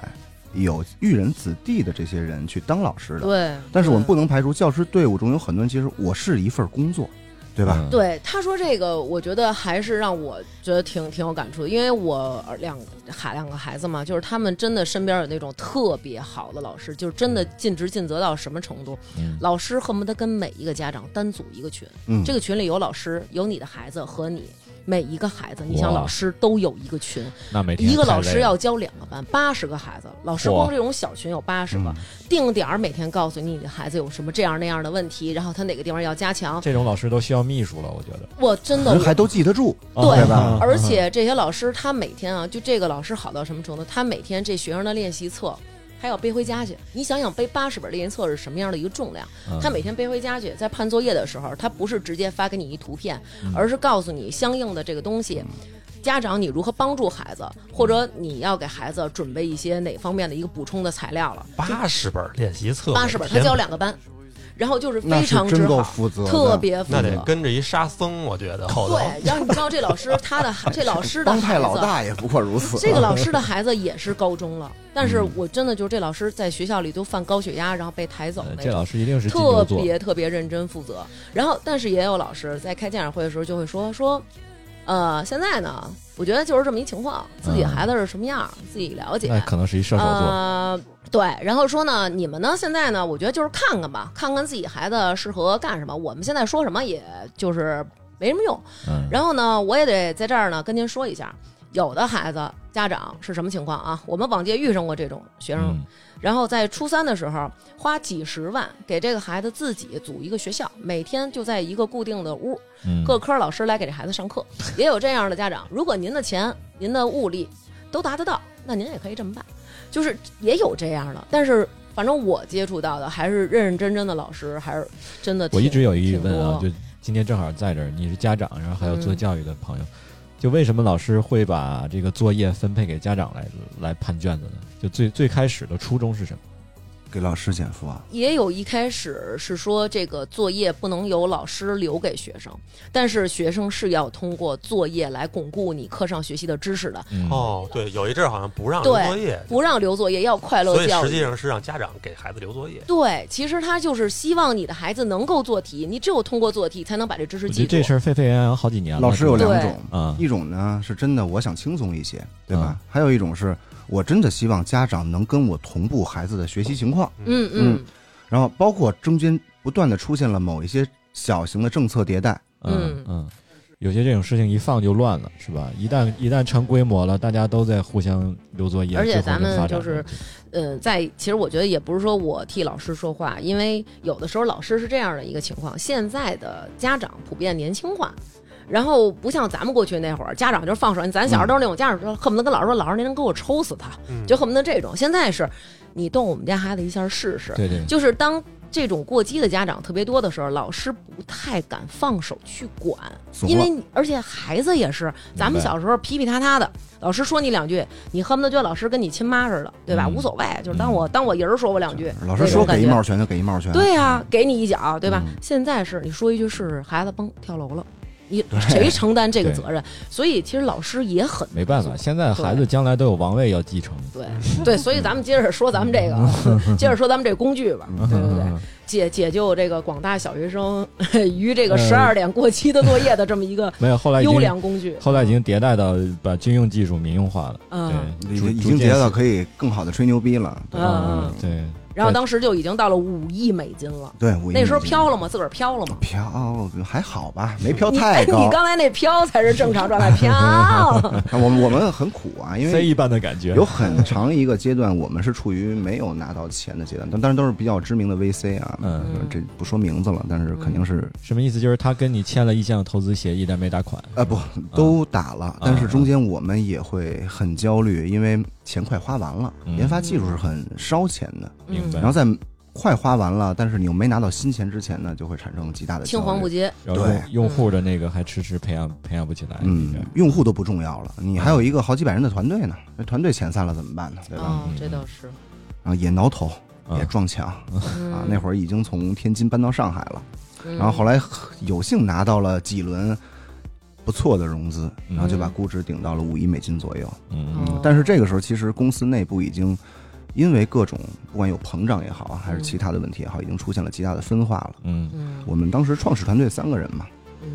S2: 有育人子弟的这些人去当老师
S3: 嗯
S2: 的。
S3: 对，
S2: 但是我们
S3: 对
S2: 不能排除教师队伍中有很多人，其实我是一份工作，
S4: 嗯
S2: 对吧？？
S3: 对他说这个，我觉得还是让我觉得挺挺有感触的，因为我儿两孩两个孩子嘛，就是他们真的身边有那种特别好的老师，就是真的尽职尽责到什么程度，
S4: 嗯
S3: 老师恨不得跟每一个家长单组一个群，
S2: 嗯，
S3: 这个群里有老师，有你的孩子和你。每一个孩子，你想
S4: 哇
S3: 老师都有一个群，
S4: 那每天
S3: 一个
S4: 太
S3: 老
S4: 累
S3: 师
S4: 了
S3: 要教两个班，八十个孩子，老师
S4: 嚯
S3: 光这种小群有八十个
S2: 嗯，
S3: 定点儿每天告诉你你的孩子有什么这样那样的问题，然后他哪个地方要加强，
S4: 这种老师都需要秘书了，我觉得。嗯
S3: 我真的
S2: 人嗯还都记得住，
S3: 对
S2: 对吧？
S3: 而且这些老师他每天啊，就这个老师好到什么程度？他每天这学生的练习册。还要背回家去，你想想背八十本练习册是什么样的一个重量？
S2: 嗯
S4: 嗯
S3: 他每天背回家去，在判作业的时候，他不是直接发给你一图片，
S2: 嗯
S3: 而是告诉你相应的这个东西，家长你如何帮助孩子，或者你要给孩子准备一些哪方面的一个补充的材料了。
S5: 八十本练习册，
S3: 八十本，他
S5: 每天
S3: 教两个班，然后就是
S2: 那
S3: 非
S2: 是
S3: 常之
S2: 真够
S3: 好，
S2: 负责的，
S3: 特别负
S5: 那
S3: 责。
S5: 得跟着一沙僧，我觉得后头
S3: 对，然后你知道这老师他的 这老师的
S2: 帮派
S3: 孩
S2: 老
S3: 子。
S2: 大也不过如此。啊
S3: 这个老师的孩子也是高中了，但
S2: 嗯
S3: 是我真的就是这老师在学校里都犯高血压，然后被抬走
S4: 呃
S2: 嗯
S3: 那
S4: 这
S3: 种。
S4: 老师一定是金
S3: 特
S4: 牛座，
S3: 别特别认真负责，然后但是也有老师在开家长会的时候就会说说，呃，现在呢，我觉得就是这么一情况，自己
S4: 嗯
S3: 孩子是什么样儿自己了解，
S4: 那可能是一射手座。
S3: 呃，对，然后说呢，你们呢现在呢，我觉得就是看看吧，看看自己孩子适合干什么，我们现在说什么也就是没什么用，
S4: 嗯，
S3: 然后呢，我也得在这儿呢跟您说一下，有的孩子家长是什么情况啊？我们往届遇上过这种学生，
S4: 嗯
S3: 然后在初三的时候花几十万给这个孩子自己组一个学校，每天就在一个固定的屋，
S4: 嗯
S3: 各科老师来给这孩子上课。也有这样的家长，如果您的钱、您的物力都达得到，那您也可以这么办，就是也有这样的，但是。反正我接触到的还是认认真真的老师，还是真的挺。
S4: 我一直有一疑问啊，
S3: 挺多
S4: 就今天正好在这儿，你是家长，然后还有做
S3: 嗯
S4: 教育的朋友，就为什么老师会把这个作业分配给家长来来判卷子呢？就最最开始的初衷是什么？
S2: 给老师减负啊，
S3: 也有一开始是说这个作业不能由老师留给学生，但是学生是要通过作业来巩固你课上学习的知识的，
S4: 嗯，
S5: 哦，对，有一阵儿好像不让留
S3: 对
S5: 作业，
S3: 不让留作业，要快
S5: 所
S3: 乐
S5: 以
S3: 教
S5: 实际
S3: 育。
S5: 上是让家长给孩子留作业。
S3: 对，其实他就是希望你的孩子能够做题，你只有通过做题才能把这知识
S4: 我觉
S3: 记
S4: 得这
S3: 住。
S4: 事儿沸沸扬扬好几年了。
S2: 老师有
S4: 是吧
S2: 两
S3: 对
S2: 种，
S4: 啊，
S2: 一种呢是真的我想轻松一些，对吧？还有一种是我真的希望家长能跟我同步孩子的学习情况，
S3: 嗯嗯
S2: 然后包括中间不断的出现了某一些小型的政策迭代，
S4: 嗯
S3: 嗯
S4: 嗯，有些这种事情一放就乱了，是吧？一旦一旦成规模了，大家都在互相留作业，
S3: 而且
S4: 最后
S3: 咱们
S4: 发展
S3: 就是
S4: 问题
S3: 嗯，在其实我觉得也不是说我替老师说话，因为有的时候老师是这样的一个情况，现在的家长普遍年轻化。然后不像咱们过去那会儿，家长就是放手，咱小时候都是那种家长说，恨不得跟老师说，老师您能给我抽死他，
S5: 嗯
S3: 就恨不得这种。现在是，你动我们家孩子一下试试。
S4: 对对，
S3: 就是当这种过激的家长特别多的时候，老师不太敢放手去管，
S2: 怂了
S3: 因为你而且孩子也是，咱们小时候皮皮塌塌的，老师说你两句，你恨不得觉得老师跟你亲妈似的，对吧？
S4: 嗯
S3: 无所谓，就是当我、当我爷儿说我两句，
S2: 老师
S3: 那
S2: 说
S3: 种感
S2: 给一
S3: 觉
S2: 帽拳就给一帽拳，
S3: 对啊，给你一脚，对吧？
S2: 嗯
S3: 现在是你说一句试试，孩子嘣跳楼了，你谁承担这个责任？所以其实老师也很
S4: 没办法，现在孩子将来都有王位要继承。
S3: 对
S2: 嗯
S3: 对，所以咱们接着说咱们 这个，啊接着说咱们这工具吧，
S2: 嗯
S3: 对对对。解解救这个广大小学生 于
S2: 嗯
S3: 这个十二点过期的作业的这么一 个
S4: 没有，后来已
S3: 优
S4: 经
S3: 良工具。
S4: 后来已经迭代到把军用技术民用化了。
S3: 嗯
S4: 对，
S2: 已
S4: 逐
S2: 经已经迭代到可以更好的吹牛逼了。
S3: 嗯
S4: 对，
S3: 然后当时就已经到了五亿美金了。
S2: 对，五一
S3: 那时候
S2: 美金
S3: 飘了吗？自个儿飘了吗？
S2: 飘还好吧，没飘
S3: 你
S2: 太
S3: 你
S2: 高。
S3: 刚才那飘才是正常状态， 飘。
S2: 啊 我们我们很苦啊，因
S4: 飞
S2: 为
S4: 一般的感觉，
S2: 有很长一个阶段，我们是处于没有拿到钱的阶段，但当然都是比较知名的 VC 啊，
S4: 嗯，
S2: 这不说名字了，但是肯定是
S4: 什么意思？就是他跟你签了意向投资协议，但没打款。
S2: 啊不
S4: 嗯
S2: 都打了，但是中间我们也会很焦虑，因为钱快花完了，
S4: 嗯
S2: 研发技术是很烧钱的，
S4: 明白
S3: 嗯
S2: 然后在快花完了，但是你又没拿到新钱之前呢，就会产生极大的
S3: 青
S2: 焦
S3: 黄
S2: 虑
S3: 不。接，
S4: 然后
S2: 对
S4: 用用户的那个还迟迟培养培养不起来，
S2: 嗯
S4: 这个，
S2: 用户都不重要了，你还有一个好几百人的团队呢，那团队遣散了怎么办呢？对吧？
S3: 哦，这倒是。
S2: 然后也挠头，
S4: 嗯
S2: 也撞墙啊
S3: 啊。
S2: 那会儿已经从天津搬到上海了，
S3: 嗯
S2: 然后后来有幸拿到了几轮不错的融资，
S4: 嗯
S2: 然后就把估值顶到了五亿美金左右。
S4: 嗯
S3: 哦
S2: 嗯，但是这个时候其实公司内部已经因为各种不管有膨胀也好啊，还是
S3: 嗯
S2: 其他的问题也好，已经出现了极大的分化了。
S4: 嗯
S3: 嗯
S2: 我们当时创始团队三个人嘛，
S3: 嗯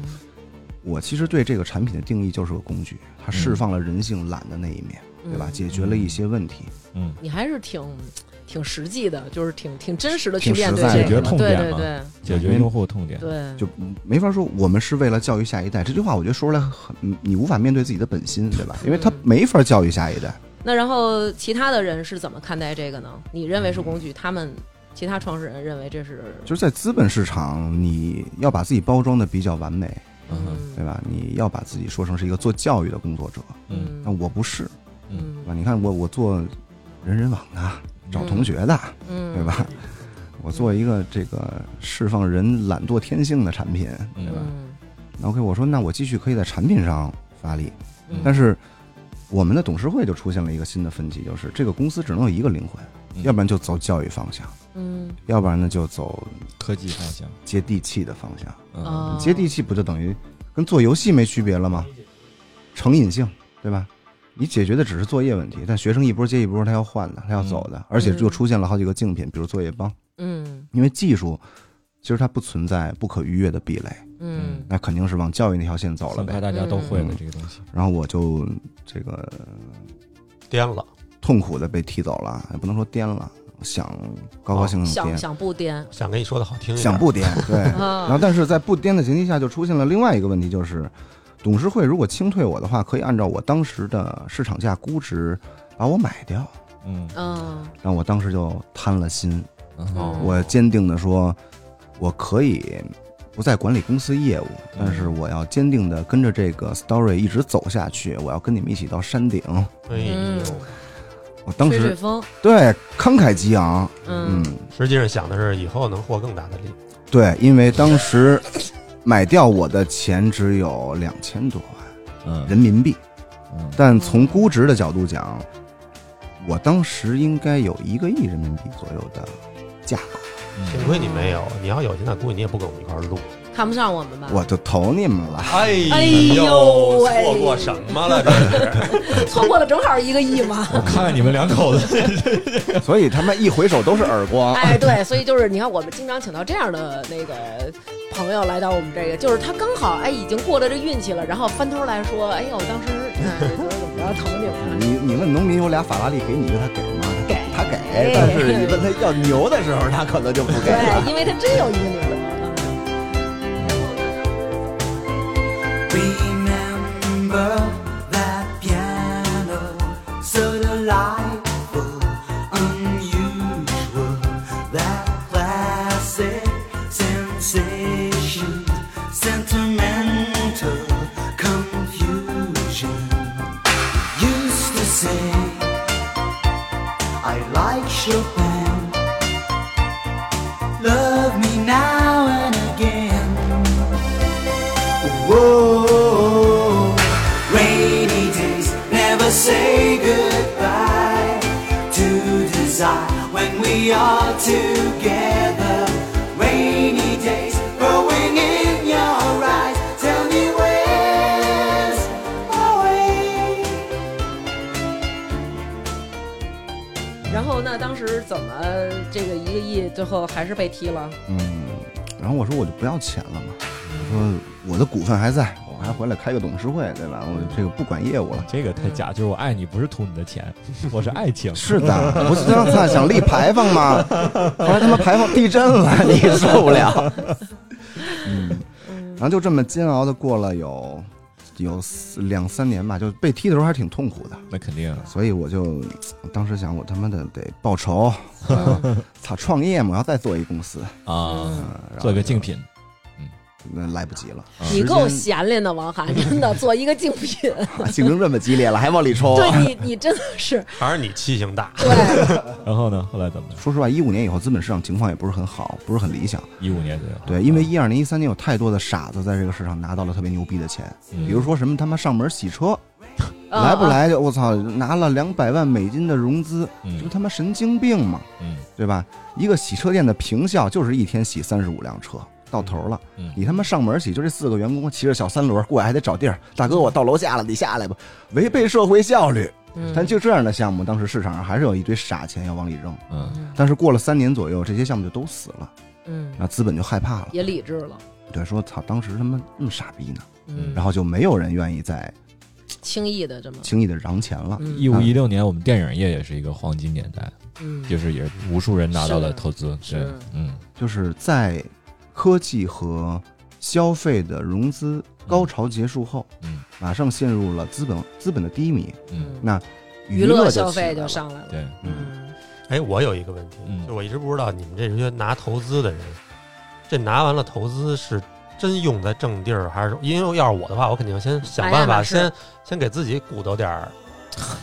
S2: 我其实对这个产品的定义就是个工具，它释放了人性懒的那一面，
S3: 嗯
S2: 对吧？解决了一些问题，
S4: 嗯，
S3: 你还是挺挺实际的，就是挺挺真实的去
S2: 挺实
S3: 面对
S2: 在的
S3: 这个
S2: 解决
S3: 的，
S4: 痛
S3: 对
S4: 点
S3: 对
S4: 嘛
S3: 对
S4: 解决用户痛点。
S3: 对，
S2: 就没法说我们是为了教育下一代这句话，我觉得说出来很，你无法面对自己的本心，对吧？因为他没法教育下一代。
S3: 那然后其他的人是怎么看待这个呢？你认为是工具，他们其他创始人认为这是
S2: 嗯就是在资本市场，你要把自己包装的比较完美，
S4: 嗯
S2: 对吧？你要把自己说成是一个做教育的工作者，
S4: 嗯
S2: 那我不是，
S3: 嗯
S2: 对吧？你看我，我做人人网的，找同学的，
S3: 嗯，
S2: 对吧？我做一个这个释放人懒惰天性的产品，
S4: 嗯
S2: 对吧？
S3: 嗯？
S2: 那 OK，我说那我继续可以在产品上发力，
S3: 嗯，
S2: 但是我们的董事会就出现了一个新的分歧，就是这个公司只能有一个灵魂，
S4: 嗯
S2: 要不然就走教育方向，
S3: 嗯
S2: 要不然呢就走
S4: 科技方向，
S2: 接地气的方向。
S4: 嗯
S3: 哦
S2: 接地气不就等于跟做游戏没区别了吗？成瘾性，对吧？你解决的只是作业问题，但学生一波接一波，他要换的，他要走的，而且又出现了好几个竞品，比如作业帮，
S3: 嗯
S2: 因为技术。其实它不存在不可逾越的壁垒，
S3: 嗯
S2: 那肯定是往教育那条线走了
S4: 很快
S2: 呗。
S4: 大家都会了
S2: 嗯
S4: 这个东西。
S2: 然后我就这个
S5: 颠了，
S2: 痛苦的被踢走了，也不能说颠了，想高高兴兴
S3: 想
S2: 颠，
S3: 想 不颠
S5: 想跟你说的好听一点，
S2: 想不 颠，对。然后
S3: 啊，
S2: 但是在不颠的前提下，就出现了另外一个问题，就是董事会如果清退我的话，可以按照我当时的市场价估值把我买掉。
S4: 嗯，
S3: 嗯
S2: 但我当时就贪了心，
S4: 嗯
S3: 哦
S2: 我坚定的说，我可以不再管理公司业务，但是我要坚定的跟着这个 story 一直走下去，我要跟你们一起到山顶。
S5: 哎呦
S3: 嗯，
S2: 我当
S3: 吹吹
S2: 时
S3: 风，
S2: 对慷慨激昂，
S3: 嗯
S2: 嗯，
S5: 实际上想的是以后能获更大的利。
S2: 对，因为当时买掉我的钱只有两千多万
S4: 嗯
S2: 人民币。
S4: 嗯
S2: 但从估值的角度讲，我当时应该有一个亿人民币左右的价格，
S4: 嗯
S5: 幸亏你没有，你要有，现在估计你也不跟我们一块儿录。
S3: 看不上我们吧？
S2: 我就投你们了。
S5: 哎
S3: 哎呦喂
S5: 错过什么了？这 是
S3: 错过了正好一个亿嘛。
S4: 我看你们两口子，
S2: 所以他们一回首都是耳光。
S3: 哎，对，所以就是你看，我们经常请到这样的那个朋友来到我们这个，就是他刚好哎已经过了这运气了，然后翻头来说，哎呦，当时哎怎么怎么着疼你们
S2: 你你问农民有俩法拉利给你一个，他给吗？
S3: 给
S2: 他给，但是你问他要牛的时候，他可能就不 给了
S3: 对，。因为他真有一个女嗯儿。
S1: Remember that piano, so delightful, unusual, that classic sensation, sentimental confusion. Used to say, I like Chopin, love me now and again. Whoa, rainy days never say goodbye to desire when we are together. Rainy days growing in your eyes. Tell me where's my way?
S3: 然后那当时怎么这个一个亿最后还是被踢了？
S2: 嗯，然后我说我就不要钱了嘛，我说我的股份还在，我还回来开个董事会，对吧？我这个不管业务了。
S4: 这个太假，就是我爱你不是图你的钱，我是 爱情。
S2: 是的，不是让他想立牌坊吗？ 后来他妈牌坊地震了， 你受不 了。嗯，然后就这么煎熬的过了有有四两三年吧，就被踢的时候还挺痛苦的，
S4: 那肯定啊，
S2: 所以我就当时想，我他妈的得报 仇，啊操、创业嘛，我要再做一公司，
S4: 啊
S2: 嗯，然后
S4: 做一个
S2: 就
S4: 竞，品，
S2: 那来不及了，
S3: 你
S2: 啊时
S3: 够
S2: 间
S3: 闲练的，王涵，真的做一个竞品，
S2: 啊竞争这么激烈了，还往里冲。
S3: 对你，你真的是
S5: 还是你气性大，
S3: 对，
S4: 然后呢？后来怎么的？
S2: 说实话，一五年以后资本市场情况也不是很好，不是很理想。
S4: 一五年左右。
S2: 对，因为一二年、一三年有太多的傻子在这个市场拿到了特别牛逼的钱，
S4: 嗯
S2: 比如说什么他妈上门洗车，
S3: 啊
S2: 来不？来就我操，拿了两百万美金的融资，这不
S4: 嗯
S2: 他妈神经病吗？
S4: 嗯
S2: 对吧？一个洗车店的平效就是一天洗三十五辆车，到头了，
S4: 嗯
S2: 你他妈上门洗，就这四个员工骑着小三轮过来还得找地儿，大哥我到楼下了，你下来吧，违背社会效率。
S3: 嗯
S2: 但就这样的项目，当时市场上还是有一堆傻钱要往里扔，
S4: 嗯
S2: 但是过了三年左右，这些项目就都死了，
S3: 嗯，
S2: 那资本就害怕了，
S3: 也理智了，
S2: 对，说操，当时他妈那么傻逼呢，
S3: 嗯，
S2: 然后就没有人愿意再
S3: 轻易的这么，
S2: 轻易的嚷钱了。
S3: 嗯
S4: 一五一六年，我们电影业也是一个黄金年代，
S3: 嗯，
S4: 就是也是无数人拿到了
S3: 是
S4: 投资。对
S3: 是，
S4: 嗯
S2: 就是在科技和消费的融资高潮结束后，
S4: 嗯，
S2: 马上陷入了资本资本的低迷，
S4: 嗯，
S2: 那
S3: 娱
S2: 乐
S3: 乐
S2: 就
S3: 消
S2: 起来
S3: 费就
S2: 了，
S3: 上来了，
S4: 对，
S2: 嗯，
S3: 嗯，
S5: 哎，我有一个问题，
S4: 嗯
S5: 就是我一直不知道你们这些拿投资的人，这拿完了投资是真用在正地儿，还是因为要是我的话，我肯定先想办
S3: 买哎呀
S5: 法，
S3: 买是
S5: 先先给自己鼓捣点儿，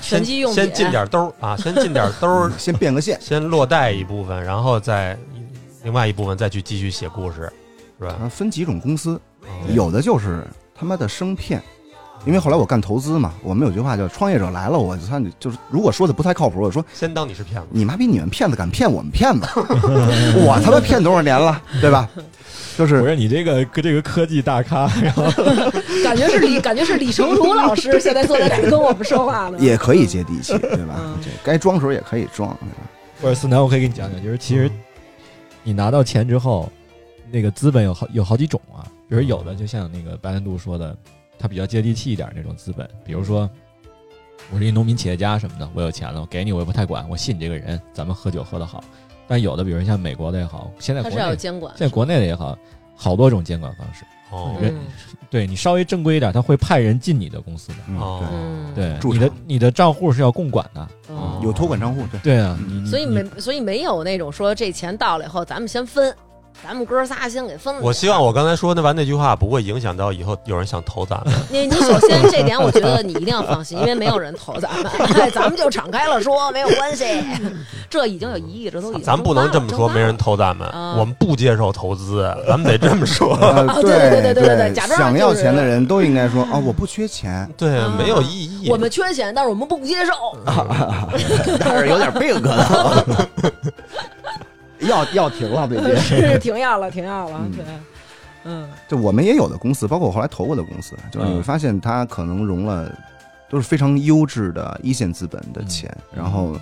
S3: 拳击用
S5: 先
S3: 品，
S5: 进点儿兜儿啊，先进点儿兜儿，
S2: 先变个现，
S5: 先落袋一部分，然后再另外一部分再去继续写故事，是吧？
S2: 啊，分几种公司，
S3: 哦
S5: 嗯
S2: 有的就是他妈的生骗。因为后来我干投资嘛，我们有句话叫“创业者来了”，我就他就是如果说的不太靠谱，我说
S5: 先当你是骗子，
S3: 嗯
S2: 你妈逼你们骗子敢骗我们骗子， 我他妈骗多少年了，对吧？就
S4: 不
S2: 是
S4: 是你这个这个科技大 咖，
S3: 感觉是李，感觉是李成儒老师现在坐在这儿跟我们说 话呢，
S2: 也可以接地气，对吧
S3: 嗯？
S2: 这该装时候也可以装，对吧？
S4: 或者思南，我可以给你讲讲，就是其实
S2: 嗯
S4: 你拿到钱之后，那个资本有好有好几种啊，比如
S2: 嗯
S4: 有的就像那个白兰度说的，它比较接地气一点那种资本，比如说我是一农民企业家什么的，我有钱了，我给你我也不太管，我信你这个人，咱们喝酒喝得好。但有的，比如像美国的也好，现在
S3: 他
S4: 国
S3: 是
S4: 内
S3: 要有
S4: 现
S3: 监管，
S4: 在国内的也好，好多种监管方式。
S5: 哦
S4: 人
S3: 嗯
S4: 对你稍微正规一点，他会派人进你的公司的。
S2: 嗯
S5: 哦，
S2: 对
S3: 嗯，
S4: 对，哦
S2: 驻
S4: 你的
S2: 场
S4: 你的账户是要共管的。
S3: 嗯
S2: 有托管账户，对。
S4: 对啊，你你
S3: 所以
S4: 你
S3: 没，所以没有那种说这钱到了以后咱们先分，咱们哥仨先给分了。
S5: 我希望我刚才说那完那句话不会影响到以后有人想投咱们。
S3: 你你首先这点，我觉得你一定要放心，因为没有人投咱 们，哎咱们就敞开了说，没有关系。这已经哦有一亿，这都已经
S5: 咱不能这么说，没人投咱们
S3: 啊，
S5: 我们不接受投资，咱们得这么说。
S2: 呃，
S3: 哦对对
S2: 对
S3: 对对对假装
S2: 想要
S3: 就是
S2: 钱的人都应该说啊、我不缺 钱，
S5: 对，
S3: 啊
S5: 没有意义。
S3: 我们缺钱，但是我们不接受。
S5: 啊
S2: 但是有点病可能。 要要停了，最近。
S3: 是停药了，停药了
S2: 嗯。
S3: 对，嗯
S2: 就我们也有的公司，包括我后来投过的公司，就是你会
S4: 嗯
S2: 发现它可能融了都是非常优质的一线资本的钱，
S4: 嗯
S2: 然后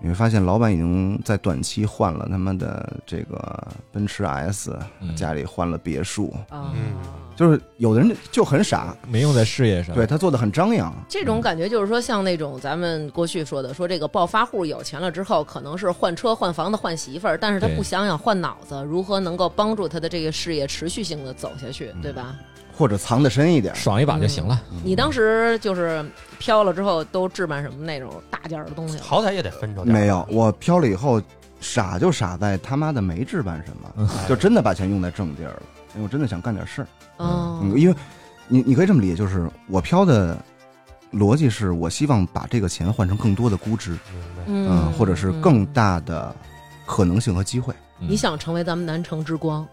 S2: 你会发现老板已经在短期换了他们的这个奔驰 S，、
S4: 嗯
S2: 家里换了别墅，
S3: 啊，
S5: 嗯
S2: 就是有的人就很傻，
S4: 没用在事业上。
S2: 对他做的很张扬，
S3: 这种感觉就是说，像那种咱们过去说的，说这个暴发户有钱了之后，可能是换车、换房子、换媳妇儿，但是他
S4: 对
S3: 不想想换脑子，如何能够帮助他的这个事业持续性的走下
S2: 嗯
S3: 去，对吧？
S2: 或者藏得深一点，
S4: 爽一把就行了。
S2: 嗯
S3: 你当时就是飘了之后，都置办什么那种大件儿的东西了？
S5: 好歹也得分着点儿。
S2: 没有，我飘了以后，傻就傻在他妈的没置办什
S4: 嗯
S2: 么，就真的把钱用在正地儿了。因为我真的想干点事儿，
S3: 嗯
S2: 嗯因为你你可以这么理解，就是我飘的逻辑是我希望把这个钱换成更多的估值，
S5: 明白，
S2: 嗯，或者是更。大的可能性和机会，
S4: 嗯
S3: 你想成为咱们南城之光，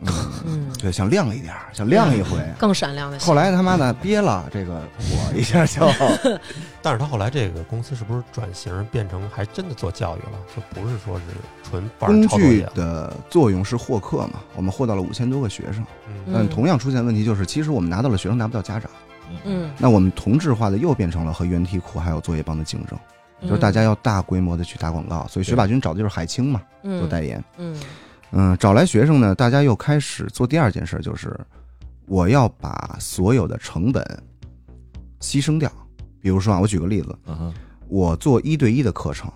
S2: 嗯，
S3: 嗯，
S2: 对，想亮一点儿，想亮一回。
S3: 更闪亮的星。
S2: 后来他妈的憋了，这个我一下就
S5: 但是他后来这个公司是不是转型变成还真的做教育了，就不是说是纯玩
S2: 工
S5: 抄作
S2: 具
S5: 业。
S2: 的作用是获客嘛，我们获到了五千多个学生，
S5: 嗯，
S2: 但同样出现的问题就是，其实我们拿到了学生，拿不到家长。
S3: 嗯，
S2: 那我们同质化的又变成了和原题库还有作业帮的竞争，
S3: 嗯，
S2: 就是大家要大规模的去打广告，所以学霸君找的就是海清嘛，
S3: 嗯
S2: 做代言。
S3: 嗯
S2: 嗯，找来学生呢，大家又开始做第二件事，就是我要把所有的成本牺牲掉。比如说啊，我举个例子，
S4: 嗯哼，
S2: 我做一对一的课程，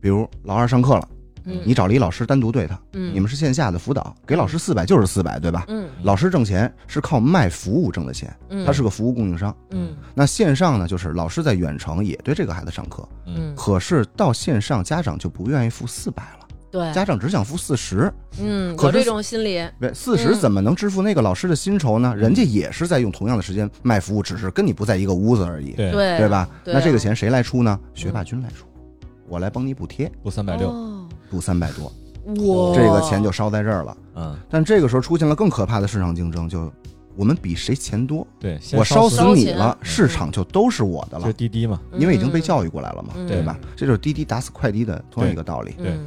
S2: 比如老二上课了，
S3: 嗯，
S2: 你找了一老师单独对他，
S3: 嗯
S2: 你们是线下的辅导，给老师四百就是四百，对吧？
S3: 嗯
S2: 老师挣钱是靠卖服务挣的钱，
S3: 嗯，
S2: 他是个服务供应商。
S3: 嗯
S2: 那线上呢，就是老师在远程也对这个孩子上课，
S3: 嗯
S2: 可是到线上家长就不愿意付四百了，
S3: 对，
S2: 家长只想付四十，
S3: 嗯
S2: 可
S3: 有
S2: 是
S3: 这种心理，
S2: 对，四十
S3: 嗯
S2: 怎么能支付那个老师的薪酬呢？人家也是在用同样的时间卖服务，只是跟你不在一个屋子而已，
S4: 对，
S3: 对
S2: 对吧？
S3: 对
S2: 那
S3: 啊
S2: 这个钱谁来出呢？学霸君来出，我来帮你补贴，
S4: 不三百六，
S3: 哦，
S2: 补三百多，
S3: 哇，
S2: 这个钱就烧在这儿了。
S4: 嗯，
S2: 但这个时候出现了更可怕的市场竞争，就我们比谁钱多，
S4: 对，先
S2: 我烧
S4: 死
S2: 死
S3: 烧
S2: 你
S3: 钱
S2: 了，市场就都是我的
S4: 就
S2: 了
S4: 是，滴滴嘛，
S2: 因为已经被
S3: 育，
S2: 教育过来了嘛，
S3: 嗯
S2: 对吧？这就是滴滴打死快滴的同样一个道理。
S4: 对
S3: 嗯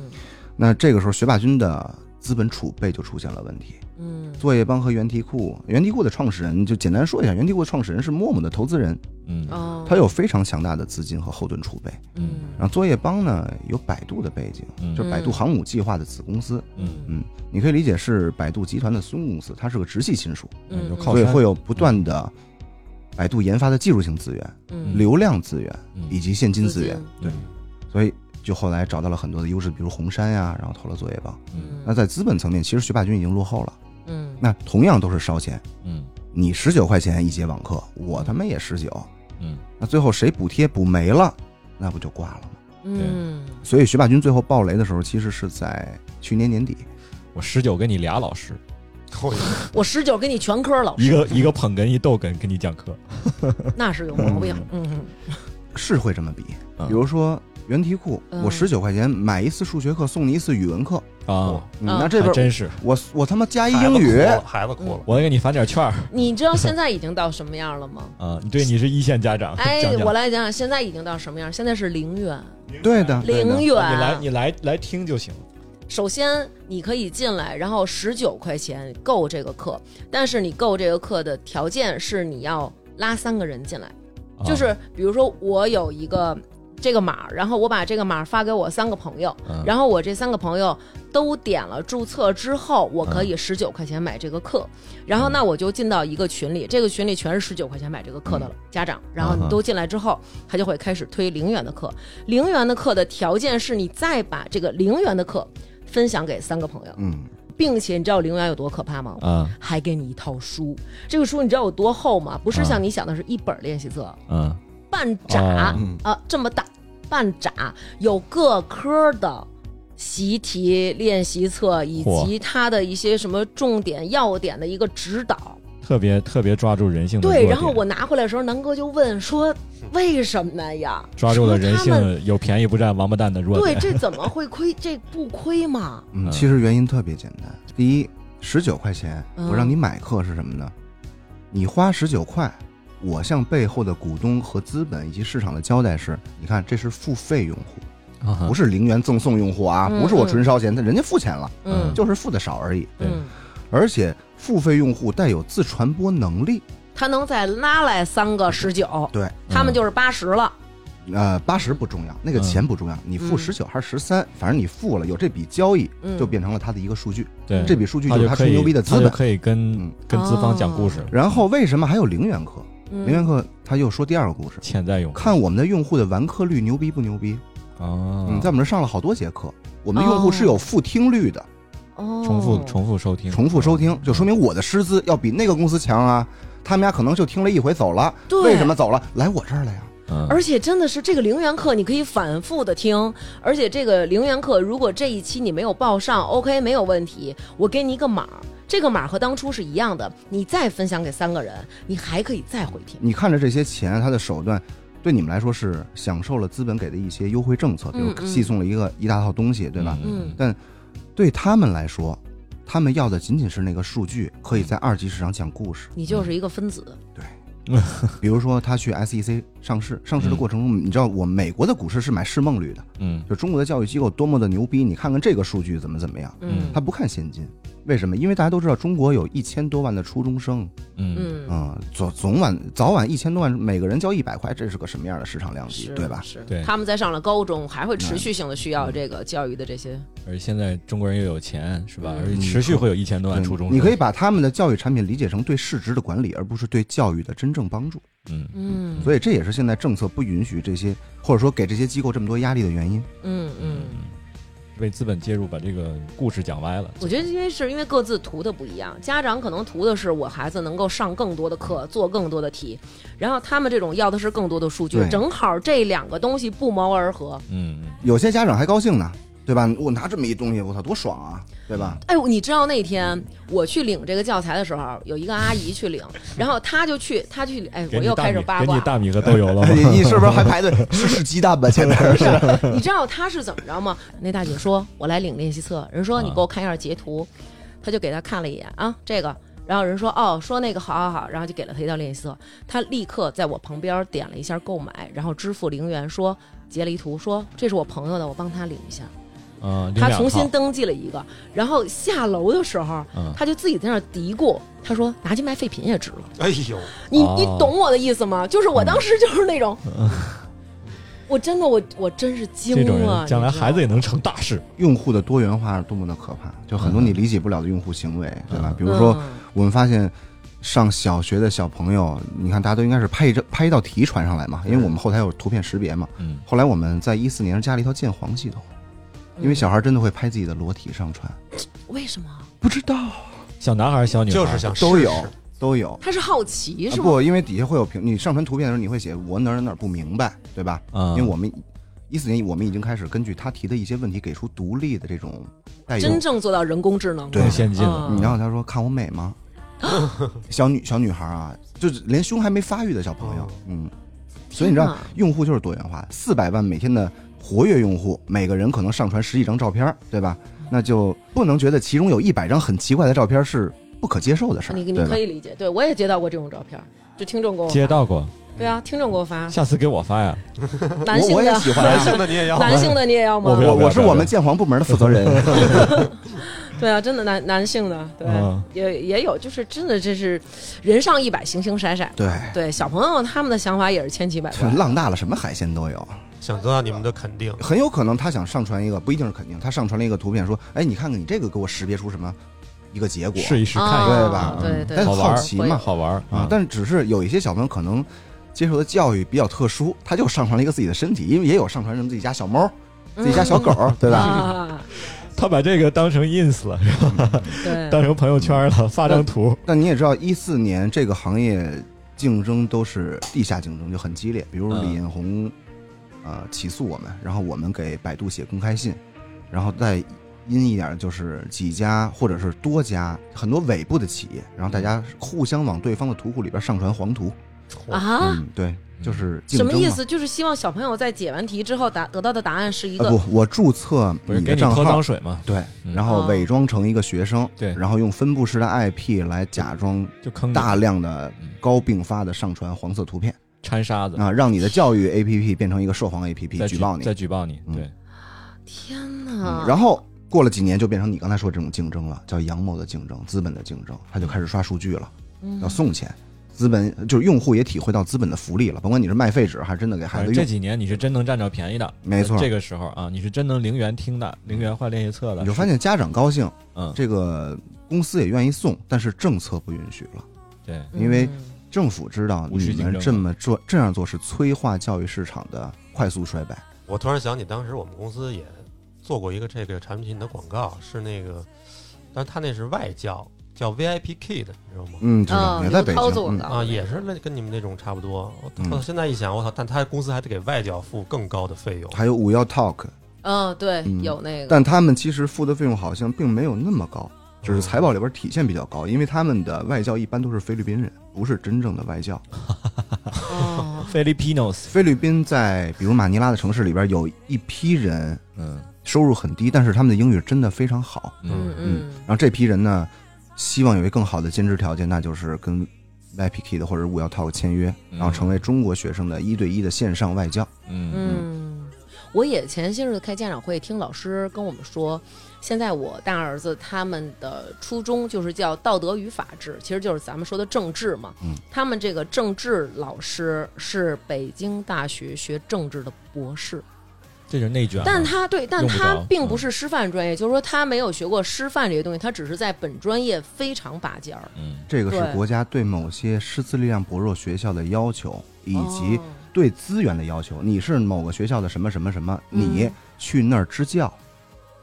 S2: 那这个时候，学霸君的资本储备就出现了问题。
S3: 嗯
S2: 作业帮和原题库，原题库的创始人就简单说一下，原题库的创始人是陌陌的投资人，
S4: 嗯，
S3: 哦，
S2: 他有非常强大的资金和后盾储备。
S3: 嗯
S2: 然后作业帮呢有百度的背景，
S4: 嗯
S2: 就是百度航母计划的子公司，
S4: 嗯
S2: 嗯，你可以理解是百度集团的孙公司，它是个直系亲属，
S3: 嗯
S4: 就
S3: 嗯
S4: 靠
S2: 所以
S4: 山
S2: 会有不断的百度研发的技术性资源、
S3: 嗯
S2: 流量资源
S4: 嗯
S2: 以及现金资源，，
S4: 对，
S2: 所以就后来找到了很多的优势，比如红杉呀、然后投了作业帮。
S3: 嗯
S2: 那在资本层面，其实学霸君已经落后了，
S3: 嗯
S2: 那同样都是烧钱。
S4: 嗯
S2: 你十九块钱一节网课，我他妈也十九，
S4: 嗯
S2: 那最后谁补贴补没了，那不就挂了吗？
S3: 嗯
S2: 所以学霸君最后爆雷的时候，其实是在去年年底，
S4: 我十九跟你俩老师，
S5: 我
S3: 我十九给你全科老师，
S4: 一个一个捧哏，一逗哏，给你讲课，
S3: 那是有毛病，嗯
S2: 是会这么比。
S4: 嗯
S2: 比如说原题库，
S3: 嗯
S2: 我十九块钱买一次数学课，送你一次语文课，
S4: 啊，
S2: 嗯
S3: 嗯
S2: 那这
S4: 还
S2: 边
S4: 真是，
S2: 我我他妈加一
S5: 孩
S2: 英
S5: 子哭
S2: 语，
S5: 了孩子哭了，
S4: 我给你返点券儿
S3: 你知道现在已经到什么样了吗？
S4: 啊，你对你是一线家长，
S3: 哎
S4: 讲，讲
S3: 我来讲讲现在已经到什么样，现在是零元，
S2: 对的，对
S3: 零
S2: 的。
S3: 元，
S4: 哦你来你来来听就行了，
S3: 首先，你可以进来，然后十九块钱购这个课，但是你购这个课的条件是你要拉三个人进来，
S4: 啊
S3: 就是比如说我有一个这个码，然后我把这个码发给我三个朋友，
S4: 嗯
S3: 然后我这三个朋友都点了注册之后，我可以十九块钱买这个课，然后那我就进到一个群里，这个群里全是十九块钱买这个课的家长，然后你都进来之后，他就会开始推零元的课，零元的课的条件是你再把这个零元的课分享给三个朋友，
S2: 嗯，
S3: 并且你知道零元有多可怕吗？
S4: 啊
S3: 还给你一套书，这个书你知道有多厚吗？不是像你想的是一本练习册，
S4: 嗯
S3: 半扎
S4: 哦
S3: 啊、这么大，半扎有各科的习题练习册以及
S4: 嚯
S3: 它的一些什么重点要点的一个指导。
S4: 特别特别抓住人性的弱
S3: 对，
S4: 点，
S3: 然后我拿回来的时候，南哥就问说：“为什么呀？”
S4: 抓住了人
S3: 说他们。
S4: 性有便宜不占王八蛋的弱
S3: 对，
S4: 点，
S3: 这怎么会亏？ 这不亏吗？
S2: 嗯
S4: 嗯
S2: 其实原因特别简单。第一，十九块钱
S3: 嗯
S2: 我让你买课是什么呢？你花十九块，我向背后的股东和资本以及市场的交代是：你看，这是付费用户，
S4: 啊
S2: 不是零元赠送用户啊，
S3: 嗯
S2: 不是我纯烧钱，但人家付钱了，
S3: 嗯，
S2: 就是付的少而已。
S4: 对
S3: 嗯，
S2: 而且付费用户带有自传播能力，
S3: 他能再拉来三个十九，
S4: 嗯
S2: 对，
S3: 他们就是八十了。
S2: 呃，八十不重要，那个钱不重要，你付
S3: 嗯
S2: 十九还是十三，反正你付了，有这笔交易
S3: 嗯
S2: 就变成了他的一个数据，
S4: 对
S2: 这笔数据
S4: 他
S2: 就是
S4: 就
S2: 他
S4: 可
S2: 吹
S4: 以
S2: 牛逼的资
S4: 他
S2: 本
S4: 就。可以跟
S2: 嗯
S4: 跟资方讲故
S3: 哦
S4: 事，
S2: 然后为什么还有零元课？
S3: 嗯
S2: 零元课他又说第二个故事，
S4: 潜在用户
S2: 看我们的用户的完课率牛逼不牛逼？
S4: 啊，
S2: 嗯，在我们这上了好多节课，我们的用户是有复听率的，
S3: 哦，嗯
S4: 重复重复收听，
S2: 重复收听，就说明我的师资要比那个公司强啊。他们家可能就听了一回走了，
S3: 对
S2: 为什么走了？来我这儿了呀。
S4: 嗯，
S3: 而且真的是这个零元课，你可以反复的听。而且这个零元课，如果这一期你没有报上，OK 没有问题，我给你一个码儿，这个码儿和当初是一样的，你再分享给三个人，你还可以再回听。
S2: 你看着这些钱，它的手段，对你们来说是享受了资本给的一些优惠政策，比
S3: 嗯
S2: 如
S3: 嗯
S2: 寄送了一个一大套东西，对吧？
S3: 嗯
S2: 对他们来说，他们要的仅仅是那个数据，可以在二级市场讲故事。
S3: 你就是一个分子，
S2: 比如说，他去 SEC 上市，上市的过程中，你知道我美国的股市是买市梦率的，
S4: 嗯
S2: 就中国的教育机构多么的牛逼，你看看这个数据怎么怎么样，
S3: 嗯
S2: 他不看现金，为什么？因为大家都知道，中国有一千多万的初中生，
S4: 嗯
S3: 嗯，
S2: 嗯，总总晚早晚一千多万，每个人交一百块，这是个什么样的市场量级，
S3: 是
S2: 对吧？
S3: 是，
S4: 对
S3: 他们在上了高中，还会持
S2: 嗯
S3: 续性的需要这个教育的这些，
S4: 而且现在中国人又有钱，是吧？
S3: 嗯
S4: 而且持续会有一千多万
S2: 对
S4: 初中
S2: 嗯
S4: 生，
S2: 你可以把他们的教育产品理解成对市值的管理，而不是对教育的真正帮助。
S4: 嗯
S3: 嗯
S2: 所以这也是现在政策不允许这些，或者说给这些机构这么多压力的原因。
S3: 嗯嗯。
S4: 为资本介入把这个故事讲歪了。
S3: 我觉得因为是因为各自图的不一样，家长可能图的是我孩子能够上更多的课，做更多的题，然后他们这种要的是更多的数据，
S2: 对
S3: 正好这两个东西不谋而合。
S4: 嗯，
S2: 有些家长还高兴呢，对吧？我拿这么一东西，我操，多爽啊，对吧？
S3: 哎，你知道那天我去领这个教材的时候，有一个阿姨去领，然后她就去，她去，哎，
S4: 给
S3: 我
S4: 你
S3: 又
S4: 大
S3: 开
S4: 米
S3: 始八
S4: 给
S3: 卦
S4: 你大 米和豆油了
S2: 你
S4: 吗？
S2: 你 是不是还 排队是是鸡蛋吧？现在是，
S3: 你知道他是怎么着吗？那大姐说：“我来领练习册。”人
S4: 啊
S3: 说：“你给我看一下截图。他就给他看了一眼啊，这个。然后人说：“哦，说那个好好好。”然后就给了他一道练习册。他立刻在我旁边点了一下购买，然后支付零元，说截了一图，说这是我朋友的，我帮他领一下。
S4: 嗯，领
S3: 他
S4: 两
S3: 重
S4: 套
S3: 新登记了一个，然后下楼的时候，
S4: 嗯
S3: 他就自己在那儿嘀咕，他说：“拿去卖废品也值了。”
S2: 嗯
S5: 哎呦，
S3: 你
S4: 哦嗯
S3: 你懂我的意思吗？就是我当时就是那种，我真的我我真是惊
S4: 这种
S3: 了
S4: 人，将来
S3: 你知道吗
S4: 孩子也能成大事。
S2: 用户的多元化是多么的可怕，就很多你理解不了的用户行为，对吧？比如说，
S3: 嗯
S2: 我们发现上小学的小朋友，你看大家都应该是拍一张拍一道题传上来嘛，因为我们后台有图片识别嘛。
S4: 嗯
S2: 后来我们在一四年加了一套鉴黄系统，因为小孩真的会拍自己的裸体上传，
S3: 为什么
S2: 不知道
S4: 小男孩儿、小女孩
S5: 就
S4: 儿
S5: 是想
S2: 都
S5: 试试
S2: 有都有。
S3: 他是好奇
S2: 啊
S3: 是吗？
S2: 不，因为底下会有评，你上传图片的时候你会写我哪儿哪儿哪儿不明白，对吧？
S4: 嗯
S2: 因为我们一四年我们已经开始根据他提的一些问题给出独立的这种带有
S3: 真正做到人工智能了，
S2: 哎对
S4: 更先进了。
S3: 嗯
S2: 然后他说：“看我美 吗？”小女小女孩啊，就是连胸还没发育的小朋友
S5: 哦，
S2: 嗯，所以你知
S3: 天
S2: 道
S3: 哪，
S2: 用户就是多元化，四百万每天的活跃用户，每个人可能上传十几张照片儿，对吧？那就不能觉得其中有一百张很奇怪的照片是不可接受的事儿，
S3: 你
S2: 对
S3: 你
S2: 吧
S3: 可？以理解，对我也接到过这种照片，就听众给我发
S4: 接，到过，
S3: 对啊，听众给我发，
S4: 下次给我发呀！
S3: 男性
S2: 我也
S3: 的
S2: 喜欢啊
S5: 男性的你也要
S3: 男性的你也要吗
S4: 我不？要
S2: 我我是我们鉴黄部门的负责人，
S3: 对啊，真的男男性的，对
S4: 嗯，
S3: 也也有，就是真的这是人上一百，形形色色。
S2: 对，
S3: 对小朋友他们的想法也是千奇百
S2: 这
S3: 怪，
S2: 浪大了，什么海鲜都有。
S5: 想得到你们的肯定，
S2: 很有可能他想上传一个，不一定是肯定，他上传了一个图片，说：“哎，你看看你这个给我识别出什么一个结果。”
S4: 试一试
S3: 啊
S4: 看一看，
S2: 对吧
S3: 对
S2: 但
S3: 对，
S2: 是
S4: 好玩
S2: 好
S4: 儿
S2: 奇
S3: 会
S2: 嘛，
S4: 好玩儿
S2: 啊，但只是有一些小朋友可能接受的教育比较特殊，他就上传了一个自己的身体，因为也有上传什么自己家小猫、自己家小狗，对
S3: 嗯
S2: 吧？
S3: 啊，
S4: 他把这个当成 ins 了，
S2: 嗯
S3: 对，
S4: 当成朋友圈了，发张图。
S2: 但你也知道，一四年这个行业竞争都是地下竞争，就很激烈。比如
S4: 嗯
S2: 李彦宏，呃，起诉我们，然后我们给百度写公开信，然后再阴一点就是几家或者是多家很多尾部的企业，然后大家互相往对方的图库里边上传黄图。
S3: 啊，
S2: 嗯，对，就是竞
S3: 什
S2: 争
S3: 么
S2: 嘛。
S3: 意思？就是希望小朋友在解完题之后答得到的答案是一
S2: 啊
S3: 个，
S2: 不，我注册
S4: 不是
S2: 的
S4: 给你
S2: 账
S4: 泼
S2: 号
S4: 脏，水吗？
S2: 对，
S4: 嗯
S2: 然后
S3: 哦
S2: 伪装成一个学生，
S4: 对
S2: 然后用分布式的 IP 来假装
S4: 就坑你
S2: 大量的
S4: 嗯
S2: 高并发的上传黄色图片
S4: 掺沙子，
S2: 啊，让你的教育 APP 变成一个涉黄
S4: 再
S2: APP 举报你
S4: 再。举报你。
S2: 嗯
S4: 对，
S3: 天
S2: 嗯
S3: 哪！
S2: 然后过了几年就变成你刚才说这种竞争了，叫阳谋的竞争，资本的竞争，他就开始刷数据了，要送钱。资本就是用户也体会到资本的福利了，甭管你是卖废纸还是真的给孩子
S4: 反哎正这
S2: 用，
S4: 几年你是真能占着便宜的，
S2: 没错
S4: 这个时候啊，你是真能零元听的，零元换练习册的。
S2: 你就发现家长高兴，
S4: 嗯，
S2: 这个公司也愿意送，但是政策不允许了。
S4: 对，
S2: 因为
S3: 嗯
S2: 政府知道
S4: 无需
S2: 你
S4: 竞争
S2: 们
S4: 了
S2: 这么做这样做是催化教育市场的快速衰败。
S5: 我突然想起，当时我们公司也做过一个这个产品的广告，是那个，但是他那是外教，叫 VIP Kid，你知道吗？
S2: 嗯，知道
S3: 嗯
S2: 也在北
S3: 刘涛做
S2: 京
S3: 广，
S2: 嗯
S3: 告
S5: 啊，也是那跟你们那种差不多。我
S2: 嗯
S5: 操！现在一想，我操！但他公司还得给外教付更高的费用。
S2: 还有五幺 Talk，
S3: 嗯，对，
S2: 嗯
S3: 有那个，
S2: 但他们其实付的费用好像并没有那么高，只是财报里边体现比较高，因为他们的外教一般都是菲律宾人，不是真正的外教。
S4: 嗯
S3: 哦
S4: Filipinos，
S2: 菲律宾在比如马尼拉的城市里边有一批人
S4: 嗯
S2: 收入很低，但是他们的英语真的非常好，
S3: 嗯嗯
S2: 然后这批人呢，希望有一个更好的兼职条件，那就是跟 VIP Kid 或者五幺 Talk 签约，
S4: 嗯
S2: 然后成为中国学生的一对一的线上外教。
S4: 嗯
S3: 嗯。我也前些日子开家长会，听老师跟我们说，现在我大儿子他们的初衷就是叫道德与法治，其实就是咱们说的政治嘛。
S2: 嗯
S3: 他们这个政治老师是北京大学学政治的博士，
S4: 这就是内卷嘛。
S3: 但他对，但
S4: 啊用不
S3: 他
S4: 着
S3: 并
S4: 嗯
S3: 不是师范专业，就是说他没有学过师范这些东西，他只是在本专业非常拔尖儿，
S4: 嗯，
S2: 这个
S3: 对
S2: 是国家对某些师资力量薄弱学校的要求，以及
S3: 哦
S2: 对资源的要求。你是某个学校的什么什么什么，你
S3: 嗯
S2: 去那儿支教。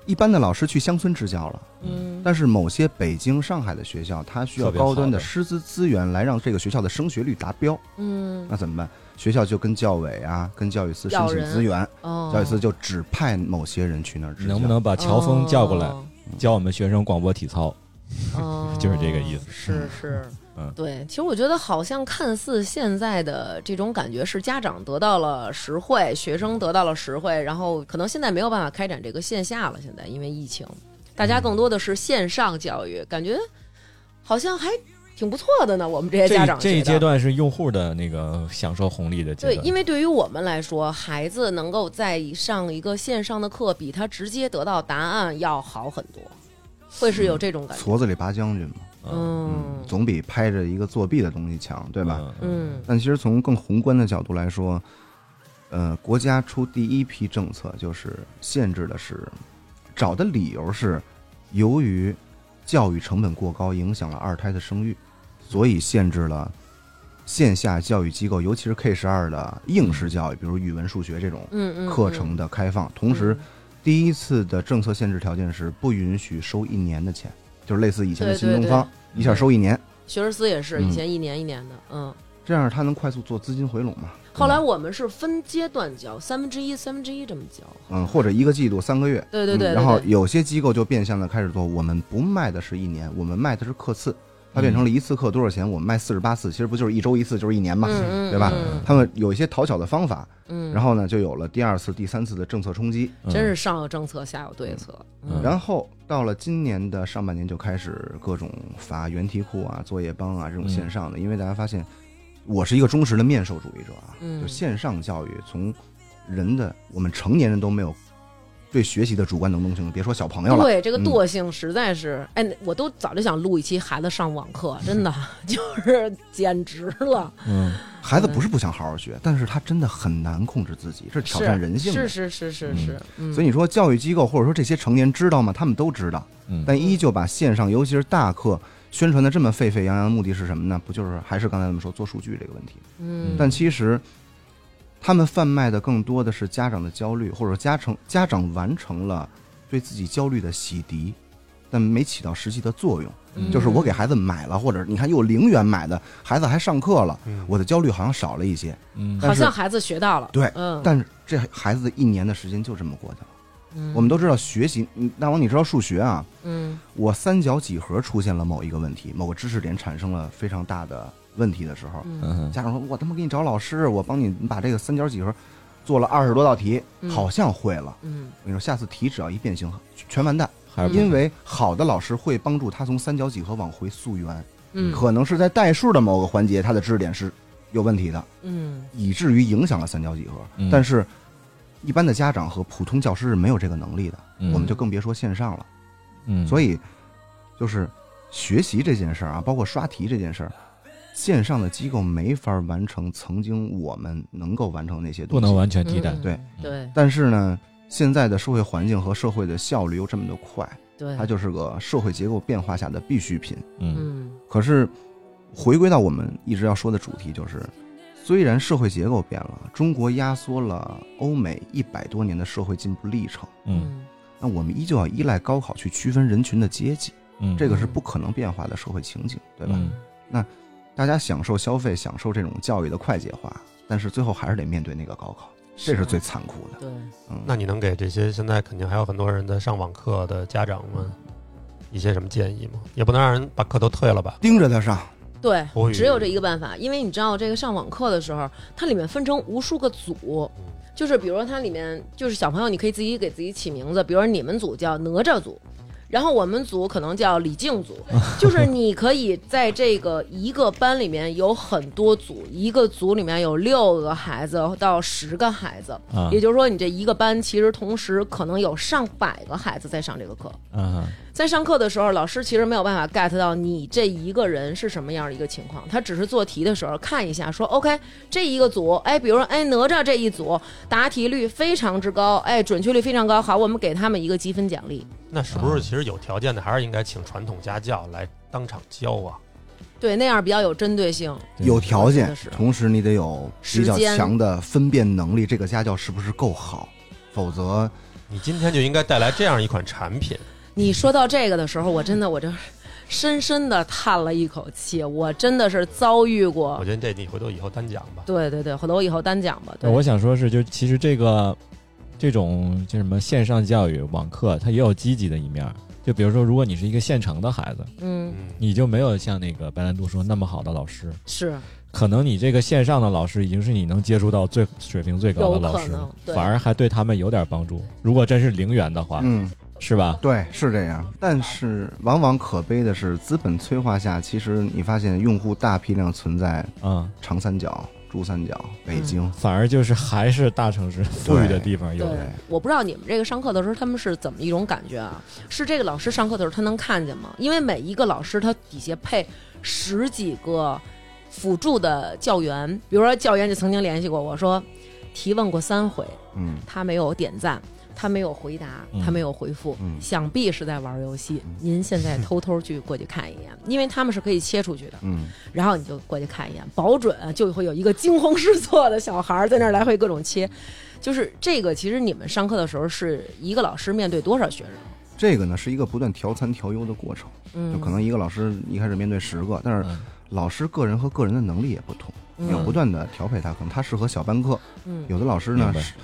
S2: 一般的老师去乡村支教了，
S3: 嗯，
S2: 但是某些北京、上海的学校，它需要
S4: 特别好
S2: 高端的
S4: 的
S2: 师资资源来让这个学校的升学率达标。
S3: 嗯
S2: 那怎么办？学校就跟教委啊，跟教育司申
S3: 要
S2: 请
S3: 人
S2: 资源，
S3: 哦，
S2: 教育司就只派某些人去那儿支
S4: 你
S2: 教。
S4: 能不能把乔峰叫过来，
S3: 哦，
S4: 教我们学生广播体操？
S3: 哦
S4: 就是这个意思
S3: 是是，
S4: 嗯
S3: 对。其实我觉得好像看似现在的这种感觉是家长得到了实惠，学生得到了实惠，然后可能现在没有办法开展这个线下了，现在因为疫情，大
S4: 嗯
S3: 家更多的是线上教育，感觉好像还挺不错的呢。我们这些
S4: 这
S3: 家长
S4: 这一
S3: 觉得
S4: 阶段是用户的那个享受红利的阶
S3: 对，
S4: 段。
S3: 因
S4: 为
S3: 为对于我们来说，孩子能够在上一个线上的课，比他直接得到答案要好很多，会是有这种感觉。
S2: 矬子里拔将军嘛？
S3: 嗯
S2: 总比拍着一个作弊的东西强，对吧？？
S3: 嗯
S2: 但其实从更宏观的角度来说，呃，国家出第一批政策就是限制的是，找的理由是，由于教育成本过高，影响了二胎的生育，所以限制了线下教育机构，尤其是 K 十二的应试教育，比如语文、数学这种
S3: 嗯嗯，
S2: 课程的开放。同时，第一次的政策限制条件是不允许收一年的钱，就是类似以前的
S3: 对
S2: 新
S3: 对
S2: 东
S3: 对嗯
S2: 方，一下收一年，
S3: 学而思也是
S2: 嗯
S3: 以前一年一年的，嗯。
S2: 这样它能快速做资金回笼嘛？
S3: 后来我们是分阶段教，三分之一、三分之一这么教。
S2: 嗯，或者一个季度三个月。
S3: 对对对
S2: 嗯
S3: 对
S2: 然后
S3: 对
S2: 有些机构就变相的开始做，我们不卖的是一年，我们卖的是课次，它变成了一次课多少钱？我们卖四十八次，其实不就是一周一次，就是一年嘛，
S3: 嗯嗯
S2: 对吧？
S3: 嗯
S2: 他们有一些讨巧的方法，
S3: 嗯，
S2: 然后呢，就有了第二次、第三次的政策冲击。
S4: 嗯
S3: 真是上有政策，下有对策。
S4: 嗯
S2: 然后到了今年的上半年就开始各种发原题库啊、作业帮啊这种线上的，因为大家发现我是一个忠实的面授主义者啊，
S3: 嗯
S2: 就线上教育从人的我们成年人都没有对学习的主观能动性，别说小朋友了，
S3: 对这个
S2: 嗯
S3: 惰性实在是，哎，我都早就想录一期孩子上网课，真的就是简直了，
S4: 嗯，
S2: 孩子不是不想好好学，但是他真的很难控制自己，这是挑战
S3: 是
S2: 人性的。
S3: 嗯是是是是是，嗯
S2: 所以你说教育机构或者说这些成年知道吗？他们都知道，
S4: 嗯
S2: 但依旧把线上，尤其是大课宣传的这么沸沸扬扬，目的是什么呢？不就是还是刚才我们说做数据这个问题？
S3: 嗯
S2: 但其实他们贩卖的更多的是家长的焦虑，或者家成家长完成了对自己焦虑的洗涤，但没起到实际的作用。
S3: 嗯
S2: 就是我给孩子买了，或者你看又零元买的，孩子还上课了，
S5: 嗯
S2: 我的焦虑好像少了一些。
S4: 嗯
S3: 好
S2: 但是
S3: 像孩子学到了，
S2: 对
S3: 嗯，
S2: 但是这孩子的一年的时间就这么过去了。
S3: 嗯
S2: 我们都知道学习，嗯大王，你知道数学啊？
S3: 嗯
S2: 我三角几何出现了某一个问题，某个知识点产生了非常大的问题的时候，
S3: 嗯
S4: 嗯
S2: 家长说：“我他妈给你找老师，我帮你把这个三角几何做了二十多道题，
S3: 嗯
S2: 好像会了。
S3: 嗯
S2: 我跟你说，下次题只要一变形，全完蛋。
S4: 还是不
S2: 因为好的老师会帮助他从三角几何往回溯源，
S3: 嗯
S2: 可能是在代数的某个环节，他的知识点是有问题的，
S3: 嗯
S2: 以至于影响了三角几何。
S4: 嗯
S2: 但是，一般的家长和普通教师是没有这个能力的，
S4: 嗯
S2: 我们就更别说线上了。
S4: 嗯，
S2: 所
S4: 以
S2: 以，就是学习这件事儿啊，包括刷题这件事儿，线上的机构没法完成曾经我们能够完成的那些东
S4: 不
S2: 西，
S4: 能完全替代
S3: 嗯。
S2: 对
S3: 对
S2: 但是呢，现在的社会环境和社会的效率又这么的快，
S3: 对，
S2: 它就是个社会结构变化下的必需品。
S4: 嗯
S3: 嗯
S2: 可是，回归到我们一直要说的主题，就是虽然社会结构变了，中国压缩了欧美一百多年的社会进步历程，
S4: 嗯
S2: 那我们依旧要依赖高考去区分人群的阶级，
S4: 嗯，
S2: 这个是不可能变化的社会情景，对吧？
S4: 嗯
S2: 大家享受消费，享受这种教育的快节化，但是最后还是得面对那个高考，这
S4: 啊
S2: 是最残酷的。
S3: 对
S2: 嗯，
S5: 那你能给这些现在肯定还有很多人在上网课的家长们一些什么建议吗？也不能让人把课都退了吧？
S2: 盯着他上，
S3: 对
S5: 口语
S3: 只有这一个办法，因为你知道这个上网课的时候，它里面分成无数个组，就是比如说它里面就是小朋友，你可以自己给自己起名字，比如说你们组叫哪吒组，然后我们组可能叫李静组，就是你可以在这个一个班里面有很多组，一个组里面有六个孩子到十个孩子，
S4: 啊
S3: 也就是说你这一个班其实同时可能有上百个孩子在上这个课。
S4: 啊
S3: 在上课的时候，老师其实没有办法 get 到你这一个人是什么样的一个情况，他只是做题的时候看一下，说 OK 这一个组，哎，比如说哎哪吒这一组答题率非常之高，哎准确率非常高，好，我们给他们一个积分奖励。
S5: 那是
S2: 嗯
S5: 不是其实有条件的还是应该请传统家教来当场教啊？
S3: 对，那样比较有针对性。
S4: 对
S2: 有条
S3: 真
S2: 件
S3: 的是，
S2: 同时你得有比较
S3: 时间
S2: 强的分辨能力，这个家教是不是够好？否则
S5: 你今天就应该带来这样一款产品，
S3: 你说到这个的时候，我真的我这深深的叹了一口气，我真的是遭遇
S5: 我
S3: 过。
S5: 觉得这你回头以后单讲吧。
S3: 啊对对对，回头我以后单讲吧。对，
S4: 我想说是，就是其实这个这种叫什么线上教育、网课，它也有积极的一面儿。就比如说，如果你是一个县城的孩子，
S3: 嗯，
S5: 嗯，
S4: 你就没有像那个白兰度说那么好的老师，
S3: 是
S4: 可能你这个线上的老师已经是你能接触到最水平最高的
S3: 有
S4: 老
S3: 可
S4: 师
S3: 能，对
S4: 反而还对他们有点帮助。如果真是零元的话，
S2: 嗯，
S4: 是吧？
S2: 对，是这样。但是往往可悲的是，资本催化下，其实你发现用户大批量存在
S4: 嗯，
S2: 长三角、珠三角、北京。
S4: 反而就是还是大城市 富裕的地方有
S3: 对
S4: 的。，
S3: 我不知道你们这个上课的时候他们是怎么一种感觉啊？是这个老师上课的时候他能看见吗？因为每一个老师他底下配十几个辅助的教员，比如说教员就曾经联系过我说，提问过三回，
S2: 嗯，
S3: 他没有点赞，他没有回答，
S4: 嗯
S3: 他没有回复，
S2: 嗯
S3: 想必是在玩游戏。您现在偷偷去过去看一眼，因为他们是可以切出去的，
S2: 嗯，
S3: 然后你就过去看一眼，保准就会有一个惊慌失措的小孩儿在那儿来回各种切。就是这个，其实你们上课的时候是一个老师面对多少学生？
S2: 这个呢是一个不断调参调优的过程。就
S3: 嗯，
S2: 可能一个老师一开始面对十个，但是
S4: 嗯
S2: 老师个人和个人的能力也不同，你要
S3: 嗯
S2: 不断的调配他，可能他适合小班课，
S3: 嗯
S2: 有的老师呢
S4: 明白
S2: 是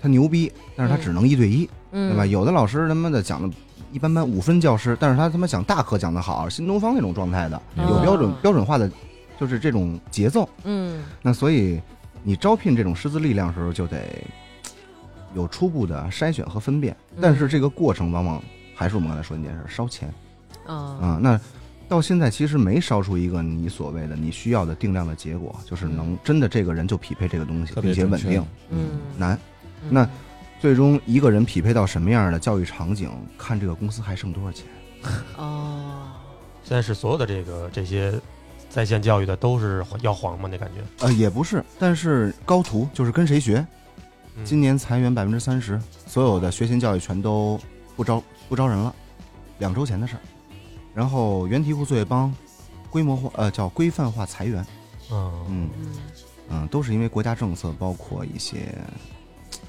S2: 他牛逼，但是他
S3: 嗯
S2: 只能一对一，
S3: 嗯，
S2: 对吧？有的老师他妈的讲的一般般，五分教师，但是他他妈讲大课讲的好，新东方那种状态的，
S4: 嗯
S2: 有标准
S3: 啊
S2: 标准化的，就是这种节奏。
S3: 嗯
S2: 那所以你招聘这种师资力量的时候，就得嘖有初步的筛选和分辨，
S3: 嗯
S2: 但是这个过程往往还是我们刚才说的那件事，烧钱。
S3: 啊
S4: 嗯
S2: 啊、那到现在其实没烧出一个你所谓的你需要的定量的结果，就是能真的这个人就匹配这个东西，
S4: 嗯特别
S2: 并且稳
S4: 准确
S2: 定
S3: 嗯
S2: 难。
S3: 嗯
S2: 那最终一个人匹配到什么样的教育场景，看这个公司还剩多少钱。
S3: 哦，
S5: 现在是所有的这个这些在线教育的都是要黄吗？那感觉，
S2: 呃，也不是，但是高途就是跟谁学，
S5: 嗯
S2: 今年裁员百分之三十，所有的学前教育全都不招不招人了，两周前的事儿。然后原题库作业帮规模化呃叫规范化裁员，
S5: 嗯，
S2: 嗯，
S3: 嗯
S2: 嗯，都是因为国家政策，包括一些嘖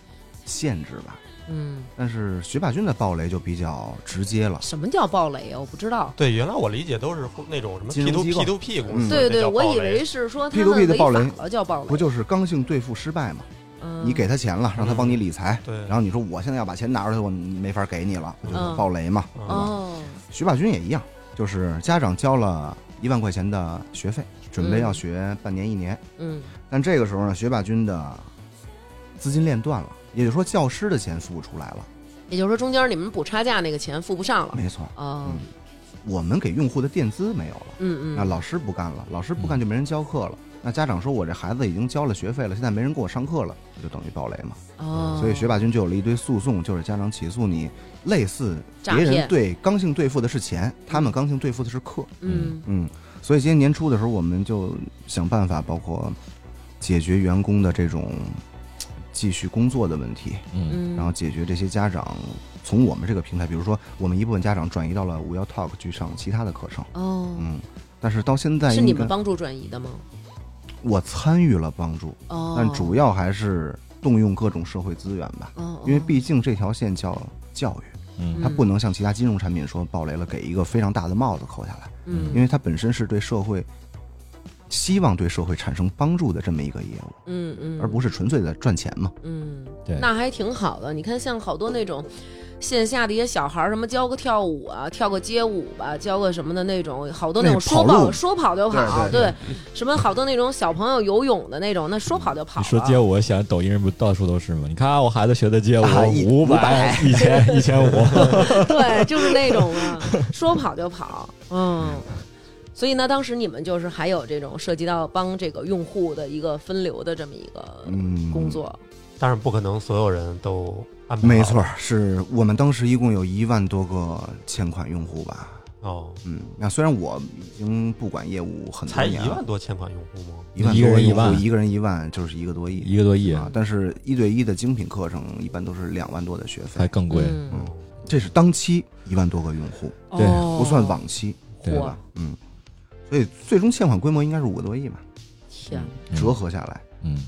S2: 限制吧。
S3: 嗯，
S2: 但是学霸君的暴雷就比较直接了，
S3: 什么叫暴雷啊？我不知道。
S5: 对，原来我理解都是那种什么
S2: 金
S5: P
S2: 融
S5: to
S2: 机
S5: P
S2: 构
S5: to P 公司，
S2: 嗯
S3: 对
S5: 那
S3: 对，
S5: 叫
S3: 我
S5: 暴
S3: 以
S5: 雷
S3: 为是说他
S2: P2P
S3: 们
S2: 的
S3: 违
S2: 暴雷
S3: 法了叫暴雷，
S2: 不就是刚性兑付失败嘛？
S3: 嗯
S2: 你给他钱了，让他帮你理财，
S5: 对，
S2: 然后你说我现在要把钱拿出来，我没法给你了，不就是
S3: 嗯
S2: 暴雷嘛？
S5: 嗯
S3: 哦，
S2: 学霸君也一样，就是家长交了一万块钱的学费，准备要学半年一年，
S3: 嗯
S2: 但这个时候呢，学霸君的资金链断了，也就是说教师的钱付不出来了。，
S3: 也就是说中间你们补差价那个钱付不上了。
S2: 没错，
S3: 哦，
S2: 我们给用户的垫资没有了。
S3: 嗯
S2: 那
S3: 嗯，
S2: 老师不干了，老师不干就没人教课了。那家长说我这孩子已经交了学费了，现在没人给我上课了，
S3: 嗯
S2: 不就等于暴雷嘛？
S3: 哦，
S2: 所以学霸君就有了一堆诉讼，就是家长起诉你类似
S3: 诈
S2: 别人
S3: 骗
S2: 对刚性兑付的是钱，他们刚性兑付的是课。
S3: 嗯
S2: 嗯，所以今年年初的时候，我们就想办法，包括解决员工的这种嘖继续工作的问题，
S4: 嗯
S3: 嗯，
S2: 然后解决这些家长从我们这个平台，比如说我们一部分家长转移到了五幺 Talk 去上其他的课程。
S3: 哦，
S2: 嗯，但是到现在
S3: 是你
S2: 应该
S3: 们帮助转移的吗？
S2: 我参与了帮助，
S3: 哦，
S2: 但主要还是动用各种社会资源吧，
S3: 哦，
S2: 因为毕竟这条线叫教育，
S4: 嗯
S2: 它不能像其他金融产品说暴雷了给一个非常大的帽子扣下来，
S3: 嗯，
S2: 因为它本身是对社会希望对社会产生帮助的这么一个业务，
S3: 嗯嗯，
S2: 而不是纯粹的赚钱嘛。
S3: 嗯，
S4: 对
S3: 那还挺好的。你看，像好多那种线下的一些小孩儿，什么教个跳舞啊，跳个街舞吧，教个什么的那种，好多那种
S2: 那跑
S3: 说
S2: 路
S3: 跑说跑就跑，
S2: 对
S3: 什么好多那种小朋友游泳的那种，那说跑就跑
S4: 你
S3: 了。
S4: 说街舞，我想抖音上不到处都是吗？你看啊我孩子学的街舞
S2: 啊，一
S4: 五百、一 千、一千五，
S3: 对，就是那种啊，说跑就跑，嗯。所以呢，当时你们就是还有这种涉及到帮这个用户的一个分流的这么一个
S2: 嗯，
S3: 工作，
S5: 当然不可能所有人都安
S4: 嗯
S5: 排好
S2: 没错，是我们当时一共有一万多个欠款用户吧。
S5: 哦，
S2: 嗯，那虽然我已经不管业务很多
S5: 才一
S2: 年了
S5: 万，多欠款用户吗？
S2: 一万
S4: 一个
S2: 多
S4: 人
S2: 用户
S4: 一万
S2: 一个人一万就是一个多亿
S4: 一个多亿
S2: 啊。但是一对一的精品课程一般都是两万多的学
S4: 还
S2: 费，
S4: 更贵。
S3: 嗯
S5: 哦
S2: 嗯这是当期一万多个用户，
S4: 对
S3: 哦
S2: 不算往期，
S4: 对
S2: 对吧？嗯，所以最终欠款规模应该是五个多亿嘛，
S3: 天，
S4: 嗯
S2: 折合下来。
S4: 嗯，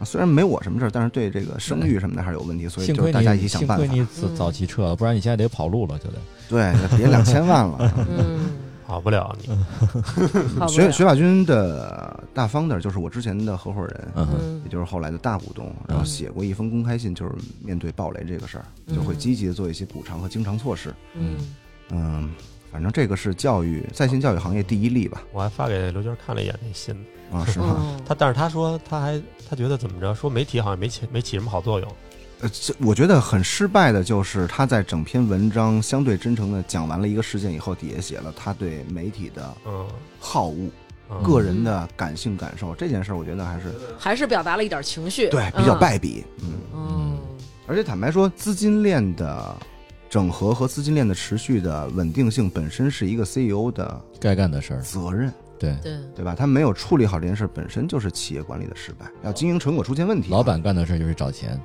S2: 啊，虽然没我什么事儿，但是对这个声誉什么的还是有问题，所以
S4: 幸
S2: 就
S4: 亏
S2: 是
S4: 你
S2: 大家一起想
S4: 幸
S2: 办
S4: 亏
S2: 法。嗯
S4: 你早早期撤了，不然你现在得跑路了，就得。
S2: 对，别两千万了。
S3: 嗯，
S5: 跑不了你，
S3: 好不
S2: 学
S3: 了，
S2: 学法军的大方的，就是我之前的合伙人，
S4: 嗯哼，
S3: 嗯
S2: 也就是后来的大股东，然后写过一封公开信，就是面对暴雷这个事儿，就会积极的做一些补偿和经常措施。
S3: 嗯
S2: 嗯，反正这个是教育在线教育行业第一例吧？
S5: 我还发给刘娟看了一眼那信呢，
S2: 啊，是吗？
S3: 嗯，
S5: 他但是他说他还他觉得怎么着，说媒体好像没起没起什么好作用，
S2: 呃，这我觉得很失败的就是他在整篇文章相对真诚的讲完了一个事件以后，底下写了他对媒体的
S5: 嗯，
S2: 好恶、
S5: 嗯
S2: 个人的感性感受这件事，儿，我觉得还是
S3: 嗯还是表达了一点情绪，
S2: 对比较
S3: 嗯
S2: 败笔。嗯，
S3: 哦，
S2: 而且坦白说，资金链的整合和资金链的持续的稳定性本身是一个 CEO 的
S4: 该干的事儿，
S2: 责任，
S4: 对，
S3: 对，
S2: 对吧？他没有处理好这件事，本身就是企业管理的失败。要经营成果出现问题，
S4: 老板干的事儿就是找钱。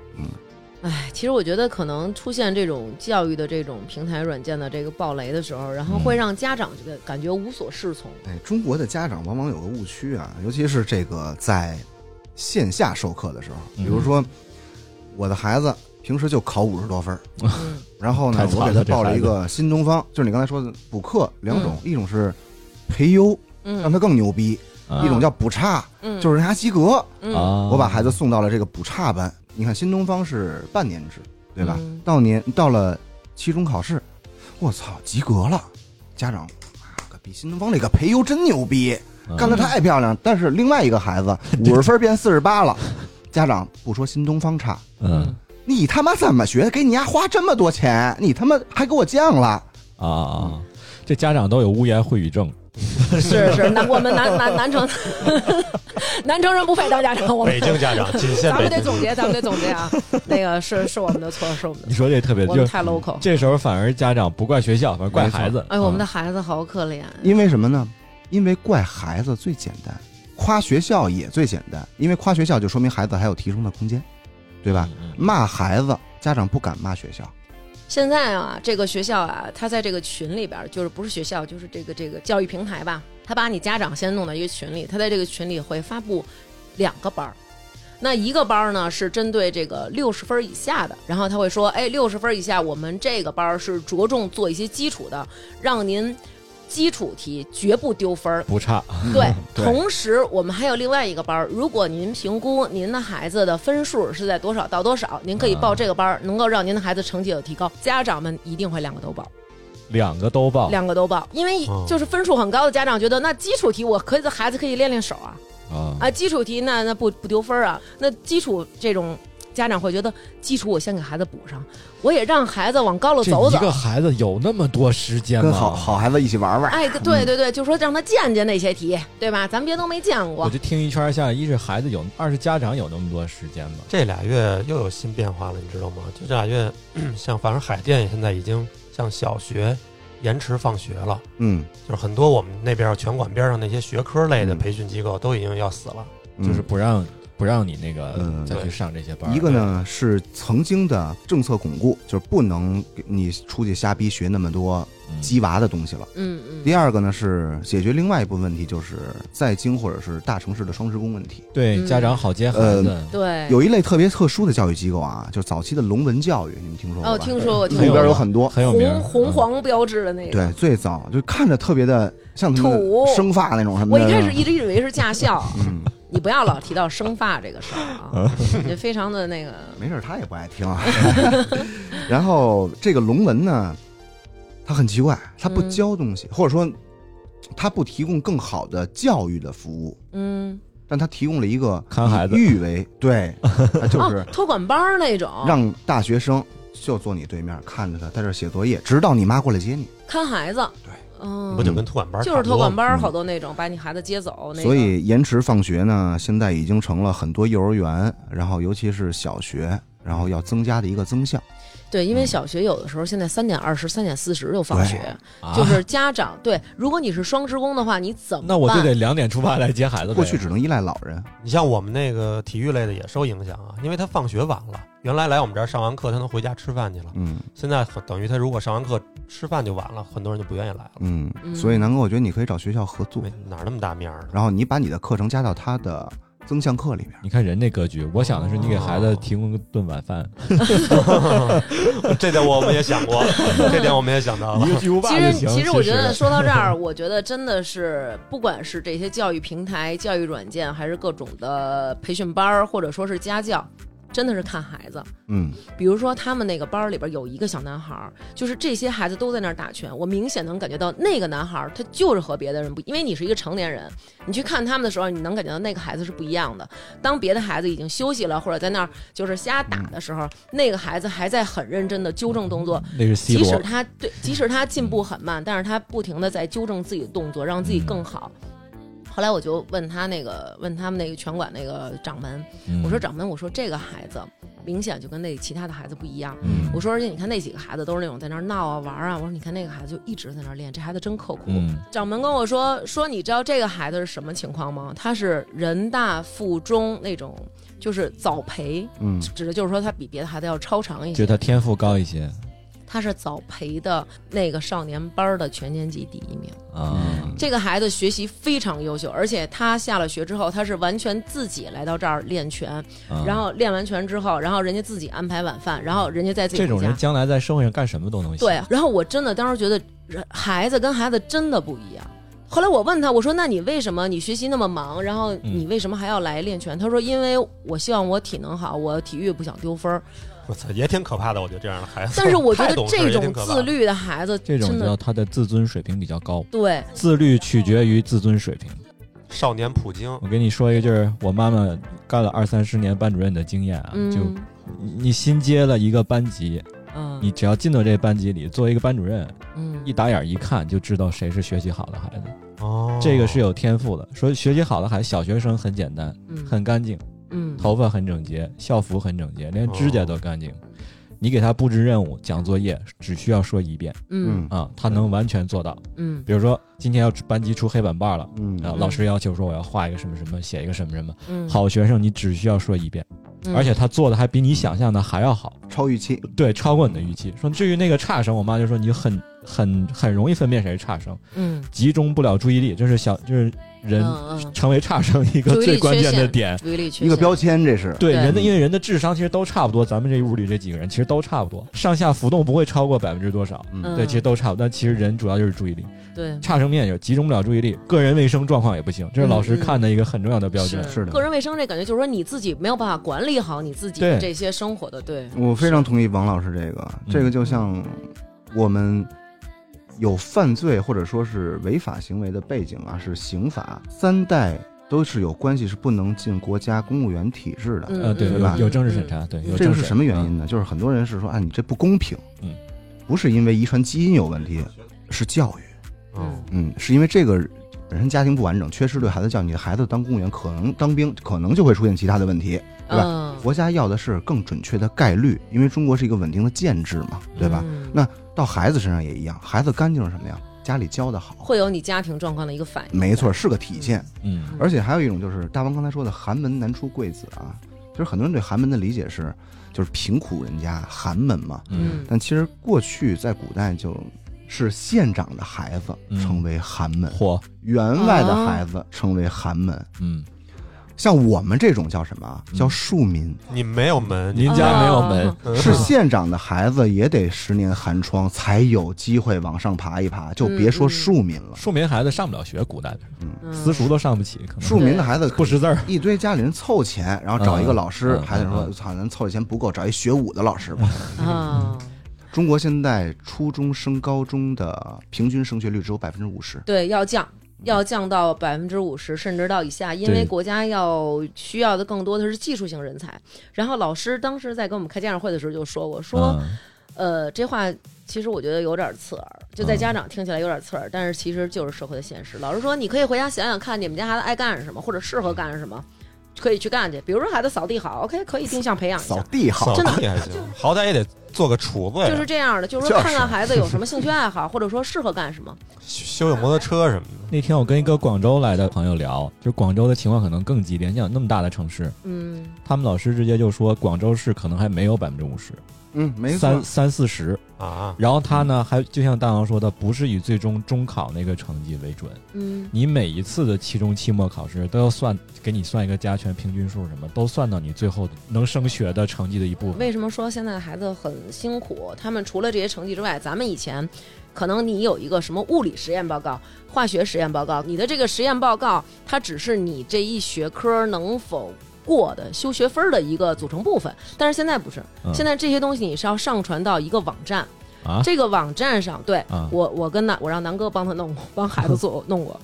S3: 哎，其实我觉得可能出现这种教育的这种平台软件的这个暴雷的时候，然后
S2: 嗯
S3: 会让家长觉得感觉无所 适从。
S2: 哎，中国的家长往往有个误区啊，尤其是这个在线下授课的时候，比
S4: 嗯
S2: 如说我的孩子平时就考五十多分儿，
S3: 嗯
S2: 然后
S4: 太
S2: 呢，
S4: 惨
S2: 我
S4: 了
S2: 给他报
S4: 这
S2: 了
S4: 孩
S2: 一
S4: 子
S2: 个新东方，就是你刚才说的补课两种，一种是培优，让
S3: 嗯
S2: 他更牛逼；
S4: 啊
S2: 一种叫补差，
S3: 嗯，
S2: 就是让他及格。
S3: 嗯
S4: 啊，
S2: 我把孩子送到了这个补差班，你看新东方是半年制，对吧？
S3: 嗯
S2: 到年到了期中考试，我操，及格了，家长。妈个比新东方这个培优真牛逼，
S4: 嗯
S2: 干得太漂亮。但是另外一个孩 子五十分变四十八了，家长不说新东方差，
S4: 嗯
S2: 你他妈怎么学？给你丫花这么多钱，你他妈还给我降了？
S4: 啊啊啊！这家长都有污言秽语症，
S3: 是是，那我们南南南城 南城人不配当家长，我们
S2: 哎
S5: 北京家长仅限
S3: 哦咱
S5: 北
S3: 们得
S5: 京，
S3: 总结，咱们得总结 啊，那个是是我们的错，是我们的
S4: 你说这特别
S3: 错，我们
S4: 就
S3: 太 local。
S4: 这时候反而家长不怪学校，反而怪孩子。
S3: 哎呦，我们的
S4: 啊
S3: 孩子好可怜。
S2: 因为什么呢？因为怪孩子最简单，夸学校也最简单，因为夸学校就说明孩子还有提升的空间，对吧？
S4: 嗯嗯
S2: 骂孩子，家长不敢骂学校，
S3: 现在啊，这个学校啊，他在这个群里边儿，就是不是学校，就是这个这个教育平台吧，他把你家长先弄到一个群里，他在这个群里会发布两个班儿。那一个班儿呢是针对这个六十分以下的，然后他会说，哎，六十分以下，我们这个班儿是着重做一些基础的，让您基础题绝不丢分儿。
S4: 不差，
S3: 对，
S2: 对
S3: 同时我们还有另外一个班儿，如果您评估您的孩子的分数是在多少到多少，您可以报这个班儿，能够让您的孩子成绩有提高。家长们一定会两个都报，
S4: 两个都报
S3: 两个都报，因为
S5: 哦
S3: 就是分数很高的家长觉得，那基础题我可以孩子可以练练手啊，
S4: 啊
S3: 啊，基础题那那不不丢分儿啊，那基础这种。家长会觉得基础我先给孩子补上，我也让孩子往高了
S4: 这
S3: 走
S4: 一个
S3: 走。
S4: 孩子有那么多时间
S2: 跟
S4: 吗？
S2: 好好孩子一起玩玩。
S3: 哎，对对对，就说让他见见那些题，对吧？咱别都没见过
S4: 我。就听一圈儿下来，一是孩子有，二是家长有那么多时间吧。
S5: 这俩月又有新变化了，你知道吗？就这俩月， 像反正海淀现在已经像小学延迟放学了，
S2: 嗯，
S5: 就是很多我们那边儿拳馆边上那些学科类的
S2: 嗯
S5: 培训机构都已经要死了，
S2: 嗯
S4: 就是不让不让你那个
S2: 嗯
S4: 再去上这些班儿。
S2: 一个呢是曾经的政策巩固，就是不能给你出去瞎逼学那么多
S4: 嗯，
S2: 鸡娃的东西了。
S3: 嗯嗯
S2: 第二个呢是解决另外一部分问题，就是在京或者是大城市的双职工问题。
S4: 对
S3: 嗯
S4: 家长好接孩子，
S2: 嗯
S3: 对，
S2: 有一类特别特殊的教育机构啊，就早期的龙文教育，你们听说过
S3: 哦，
S2: 吧？
S3: 听说过，
S2: 里
S3: 听
S4: 很
S3: 说
S2: 边
S3: 过
S2: 有很多
S4: 很有名儿，
S3: 红红
S4: 嗯
S3: 黄标志的那个，
S2: 对，最早就看着特别的像他们
S3: 土
S2: 生发那种
S4: 嗯
S2: 什么
S3: 我
S2: 的。
S3: 一开始一直以为是驾校，
S2: 嗯，
S3: 你不要老提到生发这个事儿啊，也非常的那个，
S2: 没事儿，他也不爱听啊。 然后这个龙文呢，他很奇怪，他不
S3: 嗯
S2: 教东西，或者说他不提供更好的教育的服务，
S3: 嗯，
S2: 但他提供了一个
S4: 看孩子
S2: 誉为对，他 就是
S3: 哦，托管班儿那种，
S2: 让大学生就坐你对面看着他在这儿写作业，直到你妈过来接你。
S3: 看孩子，
S2: 对，
S3: 嗯
S5: 不，就跟托管班儿
S3: 就是
S5: 差不多
S3: 托管班儿，
S2: 嗯
S3: 好多那种把你孩子接走，哦那个
S2: 所以延迟放学呢，现在已经成了很多幼儿园，然后尤其是小学，然后要增加的一个增项。
S3: 对，
S2: 嗯
S3: 因为小学有的时候现在三点二十、三点四十就放学，
S4: 啊
S3: 就是家长对，如果你是双职工的话，你怎么
S4: 那我就
S3: 办
S4: 得两点出发来接孩子呗。
S2: 过去只能依赖老人，
S5: 你像我们那个体育类的也受影响啊，因为他放学晚了，原来来我们这儿上完课，他能回家吃饭去了。
S2: 嗯
S5: 现在很等于他如果上完课吃饭就晚了，很多人就不愿意来了。
S2: 嗯，
S3: 嗯
S2: 所以南哥，我觉得你可以找学校合作
S5: 没，哪儿那么大面儿呢？
S2: 然后你把你的课程加到他的增项课里面。
S4: 你看人那格局，我想的是你给孩子提供顿晚饭，
S5: 这点我们也想过，这点我们也想到了
S4: 一。个巨无霸
S3: 其
S4: 就
S3: 实，
S4: 行。
S3: 其
S4: 其
S3: 实我觉 得说到这儿，我觉得真的是，不管是这些教育平台、教育软件，还是各种的培训班儿，或者说是家教，真的是看孩子。
S2: 嗯，
S3: 比如说他们那个班儿里边有一个小男孩儿，就是这些孩子都在那儿打拳，我明显能感觉到那个男孩儿他就是和别的人不，因为你是一个成年人，你去看他们的时候，你能感觉到那个孩子是不一样的。当别的孩子已经休息了，或者在那儿就是瞎打的时候，那个孩子还在很认真的纠正动作，
S4: 那是 C
S3: 即使
S4: 罗，
S3: 他对，即使他进步很慢，但是他不停的在纠正自己的动作，让自己
S4: 嗯
S3: 更好。后来我就问他那个，问他们那个拳馆那个掌门，
S4: 嗯
S3: 我说掌门，我说这个孩子明显就跟那其他的孩子不一样。
S4: 嗯
S3: 我说，而且你看那几个孩子都是那种在那儿闹啊玩啊，我说你看那个孩子就一直在那儿练，这孩子真刻苦。
S4: 嗯
S3: 掌门跟我说说，你知道这个孩子是什么情况吗？他是人大附中那种，就是早培，
S2: 嗯
S3: 指的就是说他比别的孩子要超常一些
S4: 就。他天赋高一些
S3: 他是早培的那个少年班的全年级第一名。
S4: 啊，
S3: 这个孩子学习非常优秀，而且他下了学之后，他是完全自己来到这儿练拳，
S4: 啊
S3: 然后练完拳之后，然后人家自己安排晚饭，然后人家再自己
S4: 这种
S3: 回家
S4: 人。将来在社会上干什么都能行。
S3: 对，然后我真的当时觉得人孩子跟孩子真的不一样。后来我问他，我说：“那你为什么你学习那么忙，然
S4: 嗯
S3: 后你为什么还要来练拳？”他说：“因为我希望我体能好，我体育不想丢 分儿。
S5: 我操，也挺可怕的，我觉得这样的孩子。
S3: 但是我觉得
S5: 太懂事儿
S3: 这
S5: 也
S3: 种
S5: 挺可怕
S3: 自
S5: 的，
S3: 律的孩子，
S4: 这种
S3: 真的
S4: 叫他的自尊水平比较高，
S3: 对，
S4: 自律取决于自尊水平。
S5: 少年普京，
S4: 我跟你说一个，就是我妈妈干了二三十年班主任的经验啊，
S3: 嗯
S4: 就你你新接了一个班级，
S3: 嗯，
S4: 你只要进到这班级里，作为一个班主任，
S3: 嗯
S4: 一打眼一看就知道谁是学习好的孩子，
S5: 哦
S4: 这个是有天赋的。说学习好的孩子，小学生很简单，
S3: 嗯
S4: 很干净，
S3: 嗯
S4: 头发很整洁，校服很整洁，连指甲都干净。你给他布置任务、讲作业，只需要说一遍
S3: 嗯
S4: 啊，他能完全做到。
S3: 嗯
S4: 比如说，今天要班级出黑板报了，
S2: 嗯
S4: 啊，老师要求说我要画一个什么什么，写一个什么什么。
S3: 嗯，
S4: 好学生，你只需要说一遍，
S3: 嗯，
S4: 而且他做的还比你想象的还要好，
S2: 超预期，
S4: 对，超过你的预期。说至于那个差生，我妈就说你很很很容易分辨谁是差生，
S3: 嗯，
S4: 集中不了注意力，这是小就是人
S3: 嗯嗯
S4: 成为差生一个
S3: 注意力
S4: 最关键
S3: 缺
S4: 的
S3: 陷
S4: 点。
S3: 注意力缺
S2: 一个
S3: 陷
S2: 标签，这是
S4: 对
S3: 对
S4: 人的，因为人的智商其实都差不多，咱们这屋里这几个人其实都差不多，上下浮动不会超过百分之多少。
S2: 嗯
S4: 对，其实都差不多，但其实人主要就是注意力，
S3: 对
S4: 差生面就是集中不了注意力，个人卫生状况也不行，这是老师
S3: 嗯嗯
S4: 看的一个很重要的标准。
S2: 是的
S3: 个人卫生这感觉就是说你自己没有办法管理好你自己的
S4: 对
S3: 这些生活的，对，
S2: 我非常同意王老师这个，
S4: 嗯
S2: 这个就像我们有犯罪或者说是违法行为的背景啊，是刑法三代都是有关系，是不能进国家公务员体制的。
S3: 嗯
S4: 呃，对，
S3: 嗯
S2: 对吧
S4: 有有政治审查，对，有
S2: 这个
S4: 政
S2: 是
S4: 审
S2: 什么原？因呢？就是很多人是说啊，你这不公平，
S4: 嗯，
S2: 不是因为遗传基因有问题，是教育，
S5: 嗯，
S2: 嗯，是因为这个。本身家庭不完整，缺失对孩子教育，你的孩子当公务员可能当兵，可能就会出现其他的问题。对吧
S3: 嗯，
S2: 国家要的是更准确的概率，因为中国是一个稳定的建制嘛，对吧？
S3: 嗯
S2: 那到孩子身上也一样，孩子干净是什么呀？家里教的好，
S3: 会有你家庭状况的一个反应。
S2: 没错，是个体现。
S4: 嗯
S2: 而且还有一种就是大王刚才说的“寒门难出贵子”啊，就是很多人对寒门的理解是，就是贫苦人家寒门嘛。
S4: 嗯
S3: 嗯，
S2: 但其实过去在古代就是县长的孩子
S4: 嗯
S2: 称为寒门，
S4: 嚯，
S2: 员外的孩子称为寒门。
S4: 嗯，
S2: 哦像我们这种叫什么啊？
S4: 嗯
S2: 叫庶民，
S5: 你没有门，
S4: 您家没有门
S3: 哦，
S5: 嗯
S2: 是县长的孩子也得十年寒窗才有机会往上爬一爬，就别说庶民了。
S4: 庶民孩子上不了学，古代的
S3: 嗯
S4: 私塾都上不起，可能
S2: 庶民的孩子
S4: 不识字儿，
S2: 一堆家里人凑钱，然后找一个老师，
S4: 嗯嗯
S2: 孩子说
S4: 嗯：“
S2: 操，咱凑的钱不够，找一学武的老师吧。
S3: 啊，
S2: 中国现在初中升高中的平均升学率只有百分之五十，
S3: 对，要降。要降到百分之五十，甚至到以下，因为
S4: 对
S3: 国家要需要的更多的是技术性人才。然后老师当时在跟我们开家长会的时候就说过，说、
S4: 嗯
S3: 呃，这话其实我觉得有点刺耳，就在
S4: 嗯
S3: 家长听起来有点刺耳，但是其实就是社会的现实。老师说，你可以回家想想看，你们家孩子爱干什么，或者适合干什么，可以去干去。比如说孩子扫地好，OK，可以定向培养一
S2: 扫
S3: 下。
S2: 地好
S5: 扫
S3: 真的
S5: 地还行，好歹也得做个厨子呀，
S3: 就是这样的，就是说
S2: 就是
S3: 看看孩子有什么兴趣爱好，或者说适合干什么。
S5: 修修摩托车什么的。
S4: 那天我跟一个广州来的朋友聊，就广州的情况可能更激烈。你想那么大的城市，
S3: 嗯，
S4: 他们老师直接就说广州市可能还没有百分之五十，
S2: 嗯，没错
S4: 三，三四十。
S5: 啊，
S4: 然后他呢，还就像大王说的，不是以最终中考那个成绩为准，
S3: 嗯，
S4: 你每一次的期中、期末考试都要算，给你算一个加权平均数，什么都算到你最后能升学的成绩的一部分。
S3: 为什么说现在孩子很辛苦？他们除了这些成绩之外，咱们以前可能你有一个什么物理实验报告、化学实验报告，你的这个实验报告它只是你这一学科能否。过的修学分儿的一个组成部分，但是现在不是，
S4: 嗯
S3: 现在这些东西你是要上传到一个网站，
S4: 啊
S3: 这个网站上，对、
S4: 啊
S3: 我，我跟南，我让南哥帮他弄过，帮孩子 做弄过，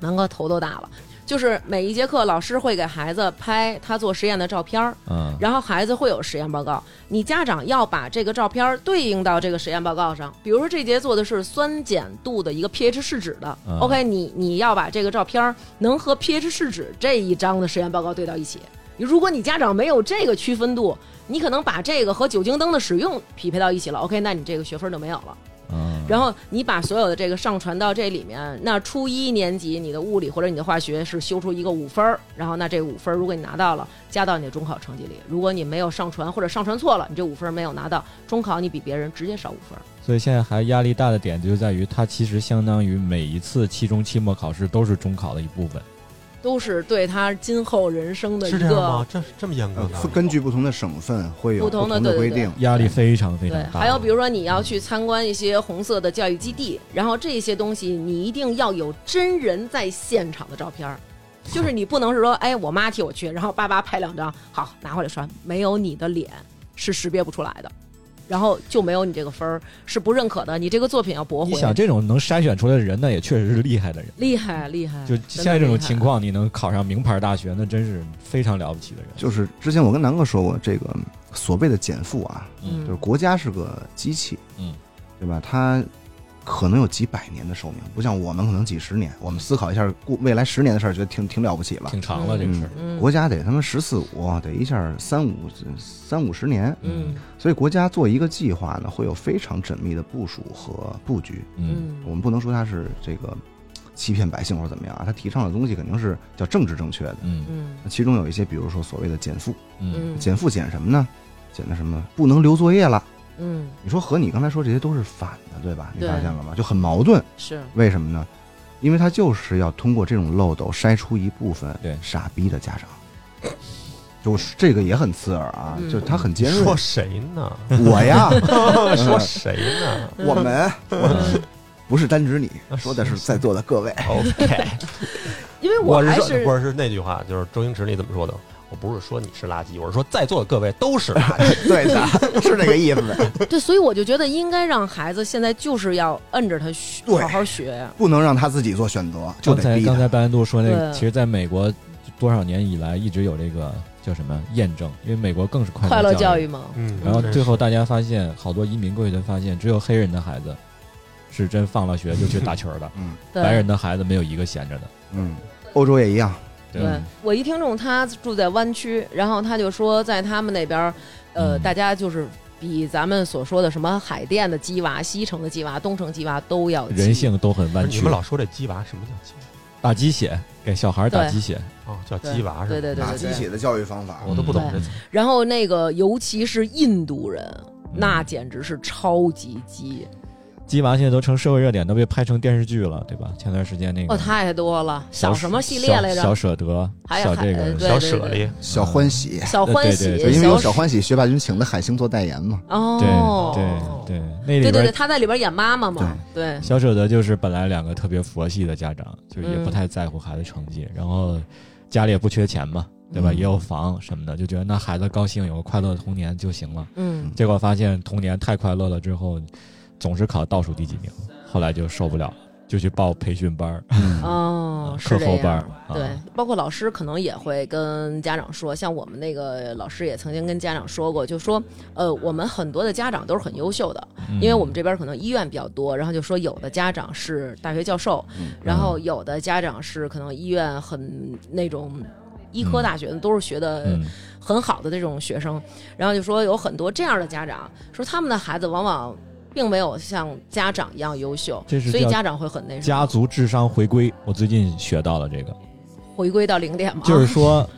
S3: 南哥头都大了。就是每一节课，老师会给孩子拍他做实验的照片儿，
S4: 嗯，
S3: 然后孩子会有实验报告，你家长要把这个照片儿对应到这个实验报告上。比如说这节做的是酸碱度的一个 pH 试纸的、
S4: 嗯
S3: o k 你你要把这个照片儿能和 pH 试纸这一章的实验报告对到一起。如果你家长没有这个区分度，你可能把这个和酒精灯的使用匹配到一起了，OK，那你这个学分就没有了。
S4: 嗯
S3: 然后你把所有的这个上传到这里面，那初一年级你的物理或者你的化学是修出一个五分儿，然后那这五分儿如果你拿到了，加到你的中考成绩里；如果你没有上传或者上传错了，你这五分儿没有拿到，中考你比别人直接少五分儿。
S4: 所以现在还压力大的点就在于，它其实相当于每一次期中、期末考试都是中考的一部分。
S3: 都是对他今后人生的一
S5: 是这样
S3: 个
S5: 吗？这这么严格
S2: 呃
S5: 呢？
S2: 根据不同的省份会有
S3: 不同的
S2: 的
S3: 对对
S2: 规
S3: 对
S2: 定，
S4: 压力非常非常
S3: 对，
S4: 大。
S3: 还有比如说你要去参观一些红色的教育基地，然后这些东西你一定要有真人在现场的照片儿，就是你不能是说，哎，我妈替我去，然后爸爸拍两张，好拿回来刷，没有你的脸是识别不出来的，然后就没有你这个分儿是不认可的，你这个作品要驳
S4: 你想
S3: 回。
S4: 这种能筛选出来的人呢，也确实是厉害的人。
S3: 厉害厉害！
S4: 就
S3: 嗯真的
S4: 现在这种
S3: 厉害
S4: 情，况，你能考上名牌大学，那真是非常了不起的人。
S2: 就是之前我跟南哥说过，这个所谓的减负啊，
S3: 嗯
S2: 就是国家是个机器，
S4: 嗯，
S2: 对吧？它可能有几百年的寿命，不像我们可能几十年。我们思考一下过未来十年的事儿，觉得挺挺了不起了。
S4: 挺长了这个事儿。
S3: 嗯
S2: 国家得他妈十四五，得一下三五三五十年，
S3: 嗯
S2: 所以国家做一个计划呢，会有非常缜密的部署和布局。
S4: 嗯
S2: 我
S3: 嗯
S2: 们不能说它是这个欺骗百姓或者怎么样啊，它提倡的东西肯定是叫政治正确的。
S4: 嗯
S3: 嗯
S2: 其中有一些，比如说所谓的减负，
S4: 嗯
S3: 嗯
S2: 减负减什么呢？减的什么？不能留作业了。
S3: 嗯
S2: 你说和你刚才说这些都是反的，对吧？你
S3: 对
S2: 发现了吗？就很矛盾。
S3: 是
S2: 为什么呢？因为他就是要通过这种漏斗筛出一部分
S4: 对
S2: 傻逼的家长，就是这个也很刺耳啊，
S3: 嗯
S2: 就是他很
S5: 你
S2: 尖锐
S5: 说。谁呢？
S2: 我呀，
S5: 说谁 呢
S2: 我们
S4: 嗯，
S2: 不是单指你，
S5: 啊
S2: 说的
S5: 是
S2: 是在座的各位。
S5: ？OK，
S3: 因为
S5: 我
S3: 还
S5: 是
S3: 是
S5: 说，我是那句话，就是周星驰你怎么说的？我不是说你是垃圾，我是说在座的各位都是垃圾。
S2: 对的，是这个意思，
S3: 对，所以我就觉得应该让孩子现在就是要摁着他学，
S2: 对
S3: 好好学。
S2: 不能让他自己做选择，就
S4: 刚
S2: 得
S4: 才
S2: 逼
S4: 刚
S2: 他。
S4: 才白安度说那个，
S3: 对
S4: 其实在美国多少年以来一直有这个叫什么验证，因为美国更是快
S3: 快乐
S4: 教
S3: 教育。嘛，
S5: 嗯
S4: 然后最后
S5: 大
S4: 大家发现，好多移民过去才发现，只有黑人的孩子是真放了学就去打球的，
S2: 嗯
S3: 对
S4: 白人的孩子没有一个闲着的。
S2: 嗯，欧洲也一样。
S3: 对
S4: 嗯
S3: 我一听众他住在湾区，然后他就说在他们那边儿，呃，
S4: 嗯
S3: 大家就是比咱们所说的什么海淀的鸡娃、西城的鸡娃、东城鸡娃都要
S4: 人
S3: 鸡
S4: 性都很
S5: 不
S4: 弯
S5: 是你
S4: 曲
S5: 们。老说这鸡娃，什么叫鸡
S4: 打鸡血，给小孩打
S3: 对
S4: 鸡血，
S5: 娃？哦，叫鸡娃是吧？
S3: 对对对
S2: 打鸡血的教育方法，
S5: 我都不懂
S4: 嗯
S5: 这词。
S3: 然后那个，尤其是印度人，
S4: 嗯
S3: 那简直是超级鸡，
S4: 鸡娃现在都成社会热点，都被拍成电视剧了，对吧？前段时间那
S3: 哦，
S4: 个
S3: 太多了。小什么系列来
S4: 小小
S3: 着？
S4: 舍得，
S3: 还有
S4: 小
S3: 还
S4: 这
S3: 呃
S4: 个
S3: 对
S5: 小舍利，
S6: 小欢喜，
S3: 小欢喜
S4: 对，对
S6: 就因为有小
S3: 小
S6: 欢喜，学霸君请的海星做代言嘛。
S3: 哦，
S4: 对对对，那
S3: 对
S4: 里
S3: 对对，
S4: 边
S3: 他在里边演妈妈嘛，对，
S4: 小舍得就是本来两个特别佛系的家长，就是也
S3: 嗯
S4: 不太在乎孩子成绩，然后家里也不缺钱嘛，对吧？
S2: 嗯
S4: 也有房什么的，就觉得那孩子高兴，有个快乐的童年就行了。
S3: 嗯，
S4: 结果发现童年太快乐了之后，总是考倒数第几名，后来就受不了，就去报培训班儿、
S3: 哦，是
S4: 课
S3: 这
S4: 嗯后班
S3: 样
S4: 儿。。啊
S3: 对，，包括老师可能也会跟家长说，像我们那个老师也曾经跟家长说过，就说，呃，我们很多的家长都是很优秀的，
S4: 嗯
S3: 因为我们这边可能医院比较多，然后就说有的家长是大学教授，
S4: 嗯
S3: 然后有的家长是可能医院很那种医科大学的，都是学的
S4: 嗯
S3: 很好的这种学生，然后就说有很多这样的家长，说他们的孩子往往并没有像家长一样优秀，
S4: 这是
S3: 所以
S4: 叫
S3: 家长会很那什么，
S4: 家族智商回归，我最近学到了这个，
S3: 回归到零点 嘛，
S4: 就是说，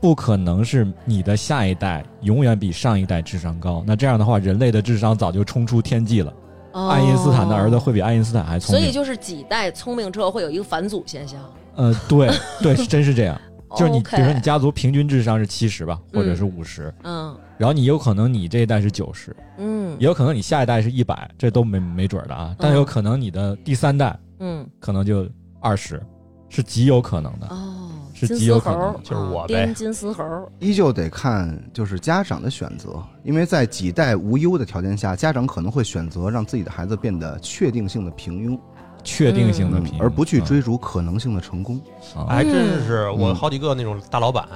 S4: 不可能是你的下一代永远比上一代智商高。那这样的话，人类的智商早就冲出天际了。
S3: 哦
S4: 爱因斯坦的儿子。会比爱因斯坦还聪
S3: 所
S4: 明。
S3: 以就是几代聪明之后会有一个返祖现象，
S4: 呃， 对对，是真是这样。就是你，比
S3: OK
S4: 如说你家族平均智商是七十吧，或者
S3: 嗯
S4: 是五十，
S3: 嗯
S4: 然后你有可能你这一代是九十，
S3: 嗯
S4: 也有可能你下一代是一百，这都没没准儿的啊。但有可能你的第三代
S3: 嗯
S4: 可能就二十，是极有可能的。
S3: 哦，
S4: 是
S3: 金
S4: 极
S3: 丝
S4: 有
S3: 猴
S4: 可能
S3: 儿
S5: 就是
S3: 啊
S5: 我呗
S3: 颠金丝猴儿，
S2: 依旧得看就是家长的选择，因为在几代无忧的条件下，家长可能会选择让自己的孩子变得确定性的平庸，
S4: 确定性的
S2: 嗯
S4: 平均，
S2: 而不去
S4: 嗯
S2: 追逐可能性的成功。
S4: 啊
S5: 还真是，我
S2: 嗯
S5: 好几个那种大老板，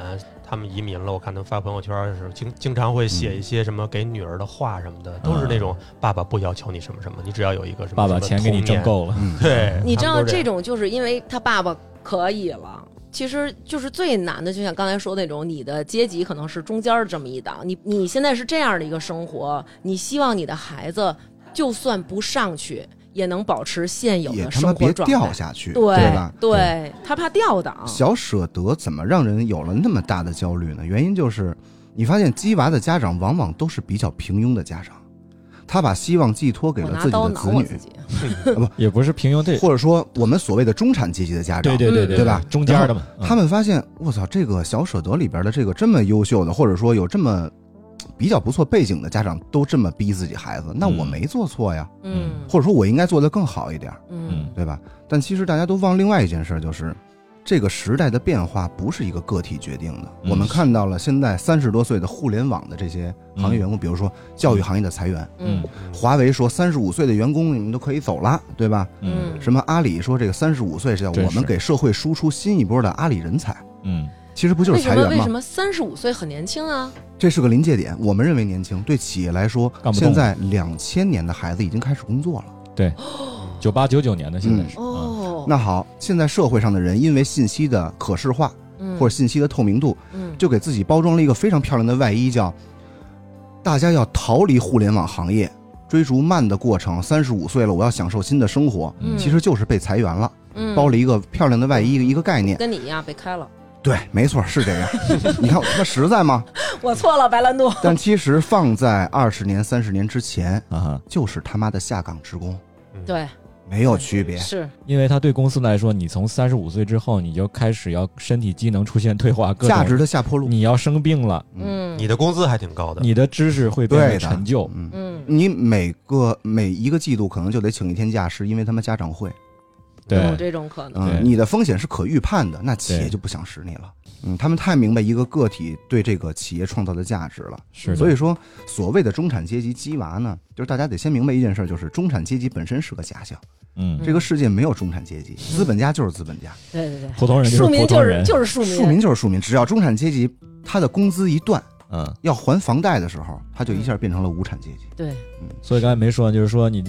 S5: 他们移民了，我看他们发朋友圈是经经常会
S4: 嗯
S5: 写一些什么给女儿的话什么的，都是那种爸爸不要求你什么什么，你只要有一个什么
S4: 爸爸
S5: 什么
S4: 钱给你
S5: 童年
S4: 挣，够了，
S2: 嗯，
S5: 对，
S3: 你知
S5: 他
S3: 道
S5: 们都
S3: 这
S5: 这样
S3: 种就是因为他爸爸可以了，其实就是最难的，就像刚才说那种，你的阶级可能是中间儿这么一档，你你现在是这样的一个生活，你希望你的孩子就算不上去，也能保持现有
S2: 也
S3: 的
S2: 他
S3: 生
S2: 妈
S3: 活
S2: 别
S3: 状
S2: 掉
S3: 态，
S2: 下去，
S3: 对
S2: 吧？
S3: 对他怕掉档，
S2: 小舍得怎么让人有了那么大的焦虑呢？原因就是，你发现鸡娃的家长往往都是比较平庸的家长，他把希望寄托给
S3: 我
S2: 了
S3: 拿
S2: 自己
S3: 刀
S2: 的
S3: 挠
S2: 子
S3: 我
S2: 女，
S3: 自己，
S4: 也不是平庸这
S2: 或者说我们所谓的中产阶级的家长，
S4: 对对对
S3: 对
S2: 对吧？
S4: 中间的嘛，
S2: 然后他们发现，我操，这个小舍得里边的这个这么优秀的，或者说有这么比较不错背景的家长，都这么逼自己孩子，那我
S4: 嗯
S2: 没做错呀，
S3: 嗯
S2: 或者说我应该做得更好一点。
S3: 嗯
S2: 对吧？但其实大家都忘另外一件事儿，就是这个时代的变化不是一个个体决定的。
S4: 嗯
S2: 我们看到了现在三十多岁的互联网的这些行业
S4: 嗯
S2: 员工，比如说教育行业的裁员，
S3: 嗯
S2: 华为说三十五岁的员工你们都可以走了，对吧？
S4: 嗯
S3: 嗯，
S2: 什么阿里说这个三十五岁是要
S4: 真是
S2: 我们给社会输出新一波的阿里人才，
S4: 嗯
S2: 其实不就
S3: 为
S2: 是裁
S3: 什么
S2: 员
S3: 为什
S2: 吗？
S3: 么三十五岁很年轻啊？
S2: 这是个临界点，我们认为年轻，对企业来说，
S4: 干不动
S2: 现在两千年的孩子已经开始工作了。
S4: 嗯，九八九九年的现在是，嗯
S3: 哦，
S2: 啊那好，现在社会上的人因为信息的可视化
S3: 嗯
S2: 或者信息的透明度，
S3: 嗯
S2: 就给自己包装了一个非常漂亮的外衣，叫“大家要逃离互联网行业，追逐慢的过程。三十五岁了，我要享受新的生活。
S3: 嗯
S2: 其实就是被裁员了，
S3: 嗯
S2: 包了一个漂亮的外衣，一个概念。
S3: 跟你一样被开了，
S2: 对，没错，是这样。你看我他妈实在吗？
S3: 我错了，白兰度，
S2: 但其实放在二十年、三十年之前，
S4: 啊哈，
S2: 就是他妈的下岗职工，
S5: 嗯
S3: 对，
S2: 没有区别。
S3: 是
S4: 因为他对公司来说，你从三十五岁之后，你就开始要身体机能出现退化，各种
S2: 价值的下坡路，
S4: 你要生病了，
S3: 嗯
S5: 你的工资还挺高的，
S4: 你的知识会变
S2: 对
S4: 得
S2: 的
S4: 陈旧，
S2: 嗯，
S3: 嗯
S2: 你每个每一个季度可能就得请一天假，是因为他们家长会。
S3: 有
S4: 对，
S3: 这种可能。
S4: 对
S2: 嗯，你的风险是可预判的，那企业
S4: 对
S2: 就不想使你了。嗯，他们太明白一个个体对这个企业创造的价值了。
S4: 是的，
S2: 所以说，所谓的中产阶级鸡娃呢，就是大家得先明白一件事儿，就是中产阶级本身是个假象，
S4: 嗯，
S2: 这个世界没有中产阶级，资本家就是资本家，
S3: 对对对，
S4: 普通人就
S3: 庶
S4: 是
S3: 民
S4: 普
S3: 就
S4: 通
S3: 是
S4: 人，
S3: 就是庶民，
S2: 庶民就是庶民。只要中产阶级他的工资一断，
S4: 嗯，
S2: 要还房贷的时候，他就一下变成了无产阶级。
S3: 对，
S4: 所以刚才没说，就是说你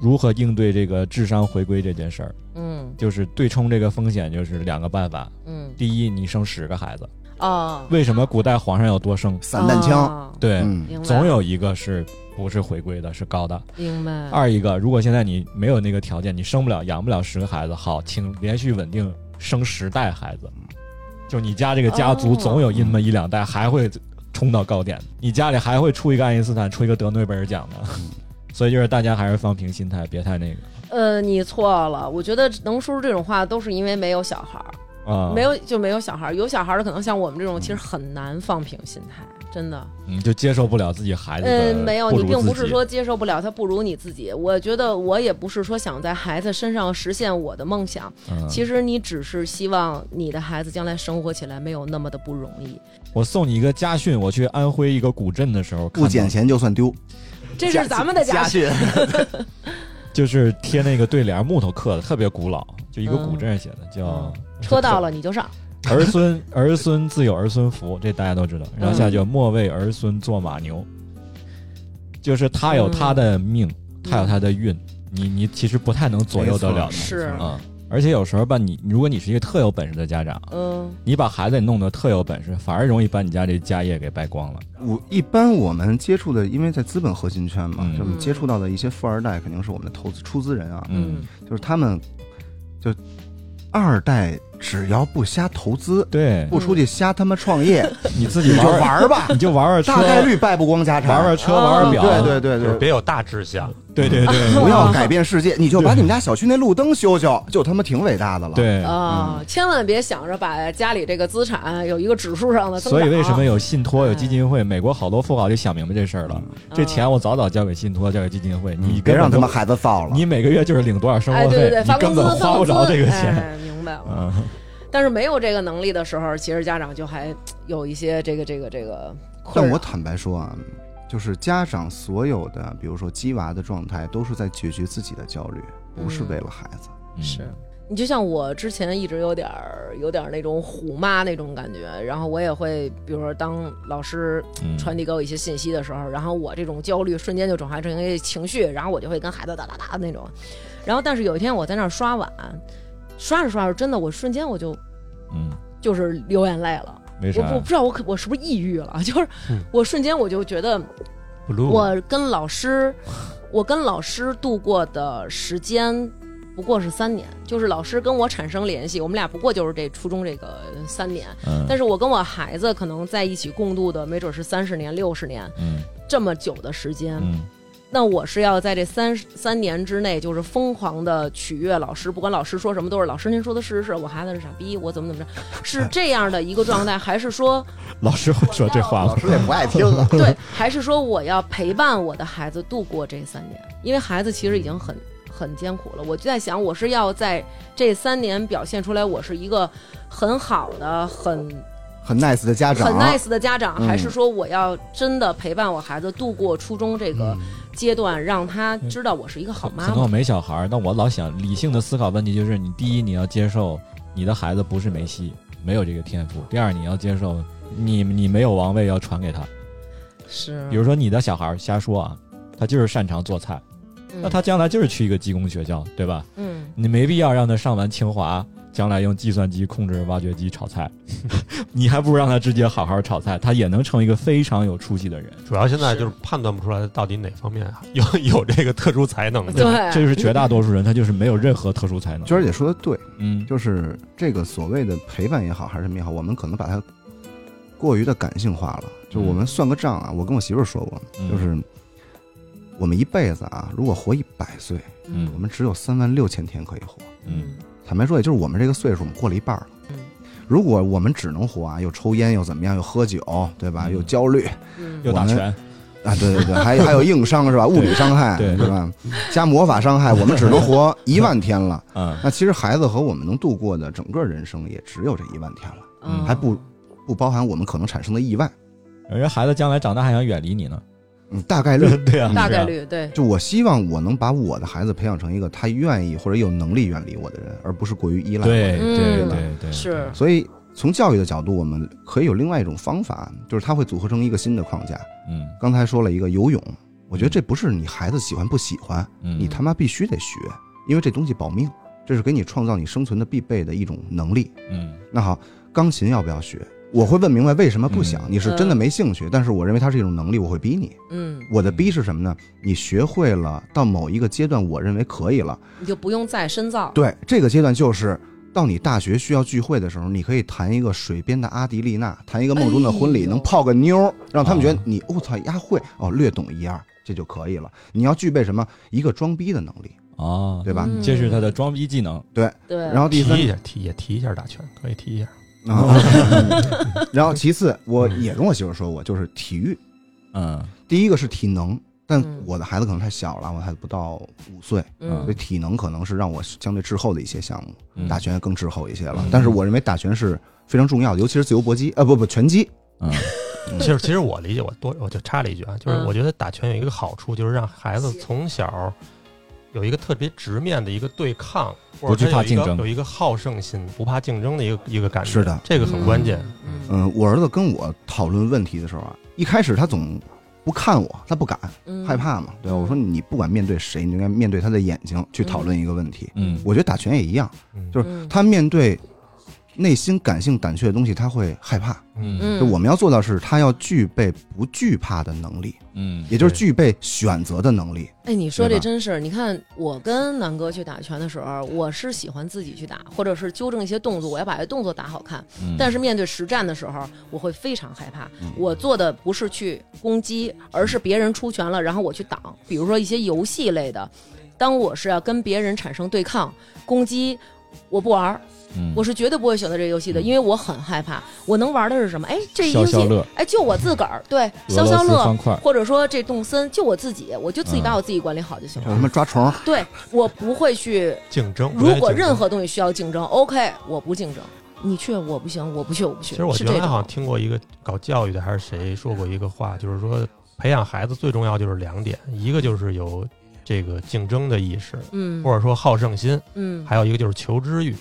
S4: 如何应对这个智商回归这件事儿，
S3: 嗯
S4: 就是对冲这个风险，就是两个办法，
S3: 嗯，
S4: 第一，你生十个孩子，
S3: 哦，
S4: 为什么古代皇上要多生？
S6: 散弹枪，
S3: 哦，
S4: 对，
S6: 嗯，
S3: 明白
S4: 总有一个是不是回归的，是高的。
S3: 明白。
S4: 二一个，如果现在你没有那个条件，你生不了、养不了十个孩子，好，请连续稳定生十代孩子。
S3: 嗯
S4: 就你家这个家族
S3: 哦
S4: 总有那么一两代还会冲到高点，你家里还会出一个爱因斯坦，出一个得诺贝尔奖的。
S3: 嗯
S4: 所以就是大家还是放平心态，别太那个
S3: 呃，你错了，我觉得能说出这种话都是因为没有小孩儿，
S4: 啊，嗯
S3: 没有就没有小孩儿，有小孩儿的可能像我们这种，其实很难放平心态，真的。
S4: 你嗯就接受不了自己孩子的
S3: 嗯，没有，
S4: 不
S3: 你
S4: 如
S3: 并不
S4: 自
S3: 是
S4: 己
S3: 说接受不了他不如你自己。我觉得我也不是说想在孩子身上实现我的梦想，
S4: 嗯
S3: 其实你只是希望你的孩子将来生活起来没有那么的不容易。
S4: 我送你一个家训，我去安徽一个古镇的时候，
S6: 不捡，钱就算丢，
S4: 嗯
S3: 这是咱们的家
S6: 训。
S4: 就是贴那个对联，木头刻的，特别古老，就一个古镇写的，叫
S3: 嗯车到了你就 上，
S4: 儿孙儿孙自有儿孙福，这大家都知道。然后下去叫莫为儿孙做马牛，就是他有他的命，他有他的运，你你其实不太能左右得
S2: 没
S4: 了的
S3: 是
S4: 啊。而且有时候吧，你如果你是一个特有本事的家长，
S3: 嗯
S4: 你把孩子弄得特有本事，反而容易把你家这家业给败光了。
S2: 我一般我们接触的，因为在资本核心圈嘛
S4: 嗯，
S2: 就我们接触到的一些富二代，肯定是我们的投资出资人啊，
S4: 嗯，
S2: 就是他们，就二代只要不瞎投资，
S4: 对，
S2: 不出去瞎他妈创 业，
S4: 你自己
S2: 你就
S4: 玩玩，
S2: 玩吧，
S4: 你就玩玩车，
S2: 大概率败不光家产。
S4: 玩啊玩车，玩玩表，
S2: 对对对
S5: 就
S2: 对
S5: 是别有大志向，
S4: 对对对
S2: 不要改变世界，你就把你们家小区那路灯修修，就他妈挺伟大的了。，
S4: 对。
S3: 啊、
S4: 嗯
S3: 千万别想着把家里这个资产有一个指数上的增长。
S4: 所以为什么有信托、
S3: 哎
S4: 有基金会？美国好多富豪就想明白这事儿了。
S3: 嗯
S4: 这钱我早早交给信托、交给基金会，你
S2: 嗯别
S4: 根本
S2: 让他
S4: 都
S2: 们孩子造了。
S4: 你每个月就是领多少生
S3: 哎，
S4: 活
S3: 对对
S4: 费，
S3: 对，
S4: 你
S3: 发
S4: 根
S3: 工资
S4: 本花不着这个钱。
S3: 哎，明白了。
S4: 嗯，
S3: 但是没有这个能力的时候，其实家长就还嗯有一些这个这个这个困
S2: 但
S3: 扰。
S2: 我坦白说啊，就是家长所有的，比如说鸡娃的状态，都是在解决自己的焦虑，不是为了孩子。
S4: 嗯
S3: 是你就像我之前一直有点儿有点儿那种虎妈那种感觉，然后我也会，比如说当老师
S4: 嗯
S3: 传递给我一些信息的时候，然后我这种焦虑瞬间就转化成一个情绪，然后我就会跟孩子哒哒哒那种。然后但是有一天我在那儿刷碗，刷着刷着，真的我瞬间我就
S4: 嗯，
S3: 就是流眼泪了。
S4: 为
S3: 我
S4: 啥？
S3: 我不知道我可我是不是抑郁了， 就是
S5: 嗯
S3: 我瞬间我就觉得
S5: blue
S3: 我跟老师，我跟老师度过的时间不过是三年，就是老师跟我产生联系，我们俩不过就是这初中这个三年，
S4: 嗯
S3: 但是我跟我孩子可能在一起共度的没准是三十年、六十年
S4: 嗯
S3: 这么久的时间。
S4: 嗯
S3: 那我是要在这三三年之内，就是疯狂的取悦老师，不管老师说什么，都是老师您说的是是，我孩子是傻逼，我怎么怎么着，是这样的一个状态，还是说？
S4: 老师会说这话吗
S6: 老？师也不爱听啊。
S3: 对，还是说我要陪伴我的孩子度过这三年，因为孩子其实已经很很艰苦了。我就在想，我是要在这三年表现出来，我是一个很好的、很
S2: 很 nice 的家长，
S3: 很 nice 的家长，
S2: 嗯
S3: 还是说我要真的陪伴我孩子度过初中这
S2: 嗯
S3: 个阶段，让他知道我是一个好
S4: 可
S3: 妈
S4: 能我
S3: 妈？
S4: 没小孩儿，但我老想理性的思考问题，就是你第一你要接受你的孩子不是梅西，没有这个天赋；第二你要接受你你没有王位要传给他。
S3: 是
S4: 比如说你的小孩儿瞎说啊，他就是擅长做菜，那他将来就是去一个技工学校，对吧？
S3: 嗯，
S4: 你没必要让他上完清华，将来用计算机控制挖掘机炒菜，你还不如让他直接好好炒菜，他也能成为一个非常有出息的人。
S5: 主要现在就是判断不出来到底哪方面有 有这个特殊才能的。
S3: 对，
S4: 这就是绝大多数人，他就是没有任何特殊才能。
S2: 娟儿姐说的对，
S4: 嗯，
S2: 就是这个所谓的陪伴也好，还是什么也好，我们可能把它过于的感性化了。就我们算个账啊，我跟我媳妇儿说过，
S4: 嗯
S2: 就是我们一辈子啊，如果活一百岁，我
S4: 嗯
S2: 们只有三万六千天可以活。
S4: 嗯
S2: 坦白说，也就是我们这个岁数，我们过了一半了
S3: 嗯。
S2: 如果我们只能活啊，又抽烟又怎么样，又喝酒，对吧？
S4: 嗯
S2: 又焦虑
S3: 嗯，
S4: 又打拳，
S2: 啊，对对对，还还有硬伤是吧？物理伤害
S4: 对
S2: 是吧？加魔法伤害，我们只能活一万天了。
S4: 嗯
S2: 那其实孩子和我们能度过的整个人生也只有这一万天了，
S3: 嗯
S2: 还不不包含我们可能产生的意外。
S4: 人家孩子将来长大还想远离你呢。
S2: 嗯，大概 率
S4: 对啊，
S3: 大
S4: 是
S3: 概
S4: 啊。
S3: 率对，
S2: 就我希望我能把我的孩子培养成一个他愿意或者有能力远离我的人，而不是过于依赖我的人。
S4: 对对
S3: 嗯
S4: 对对，
S3: 是
S2: 所以从教育的角度，我们可以有另外一种方法，就是它会组合成一个新的框架。
S4: 嗯
S2: 刚才说了一个游泳，我觉得这不是你孩子喜欢不喜欢，
S4: 嗯，
S2: 你他妈必须得学，因为这东西保命，这是给你创造你生存的必备的一种能力。
S4: 嗯
S2: 那好，钢琴要不要学？我会问明白为什么不想，
S4: 嗯
S2: 你是真的没兴趣，但是我认为它是一种能力，我会逼你。
S3: 嗯，
S2: 我的逼是什么呢？你学会了到某一个阶段，我认为可以了。
S3: 你就不用再深造。
S2: 对，这个阶段就是到你大学需要聚会的时候，你可以弹一个水边的阿迪丽娜，弹一个梦中的婚
S3: 哎
S2: 礼，
S3: 呦哦
S2: 能泡个妞儿，让他们觉得
S4: 啊
S2: 你我操丫会哦，略懂一二，这就可以了。你要具备什么一个装逼的能力，
S4: 啊，
S2: 对吧？
S3: 嗯
S4: 这是他的装逼技能，
S3: 对，
S2: 然后第
S5: 提
S2: 三
S5: 一下，提也提一下打拳，可以提一下。嗯
S2: 啊， 然后其次，我也跟我媳妇说过，就是体育，
S4: 嗯
S2: 第一个是体能，但
S3: 嗯
S2: 我的孩子可能太小了，我的孩子不到五岁，
S3: 嗯
S2: 所以体能可能是让我相对滞后的一些项目，
S4: 嗯
S2: 打拳更滞后一些了
S4: 嗯。
S2: 但是我认为打拳是非常重要的，尤其是自由搏击，呃，不不，拳击，
S4: 嗯
S5: 其实，其实我理解，我多我就插了一句啊，就是
S3: 嗯
S5: 我觉得打拳有一个好处，就是让孩子从小有一个特别直面的一个对抗，或
S4: 不
S5: 者
S4: 惧
S5: 他
S4: 怕
S5: 有一
S4: 竞
S5: 个
S4: 争
S5: 有一个好胜心，不怕竞争的一个一个感觉。
S2: 是的
S5: 这个很关键。
S3: 嗯。嗯
S2: 嗯，我儿子跟我讨论问题的时候啊，一开始他总不看我，他不敢，
S3: 嗯
S2: 害怕嘛，对吧？
S3: 嗯
S2: 我说你不管面对谁，你应该面对他的眼睛去讨论一个问题。
S4: 嗯
S2: 我觉得打拳也一样，
S5: 嗯，
S2: 就是
S3: 嗯
S2: 他面对内心感性胆怯的东西，他会害怕。
S4: 嗯
S3: 嗯，
S2: 就我们要做到是，他要具备不惧怕的能力，
S4: 嗯
S2: 也就是
S5: 对
S2: 具备选择的能力。
S3: 哎，你说这
S2: 对吧
S3: 真是，你看我跟南哥去打拳的时候，我是喜欢自己去打，或者是纠正一些动作，我要把这动作打好看。
S4: 嗯，
S3: 但
S4: 是
S3: 是面对实战的时候，我会非常害怕。
S4: 嗯
S3: 我做的不是去攻击，而是别人出拳了，然后我去挡。比如说一些游戏类的，当我是要跟别人产生对抗、攻击，我不玩儿，我是绝对不会选择这个游戏的，
S4: 嗯
S3: 因为我很害怕。我能玩的是什么？哎，这一
S4: 消
S3: 游
S4: 消
S3: 戏，
S4: 乐，
S3: 哎，就我自个儿，对，消
S4: 俄罗
S3: 消
S4: 斯
S3: 乐
S4: 方。块，
S3: 或者说这动森就我自己，我就自己把
S4: 嗯
S3: 我自己管理好就行
S2: 叫
S3: 了。
S2: 什么抓虫？
S3: 对我不会去，
S5: 竞争。我觉
S3: 如
S5: 得
S3: 果
S5: 竞争
S3: 任何东西需要竞争，OK，我不竞争。你去我不行，我不去我不去。
S5: 其实我
S3: 是
S5: 原
S3: 这
S5: 来好像
S3: 种，
S5: 听过一个搞教育的还是谁说过一个话，就是说培养孩子最重要就是两点，一个就是有这个竞争的意识，
S3: 嗯
S5: 或者说好胜心，
S3: 嗯，
S5: 还有一个就是求知欲。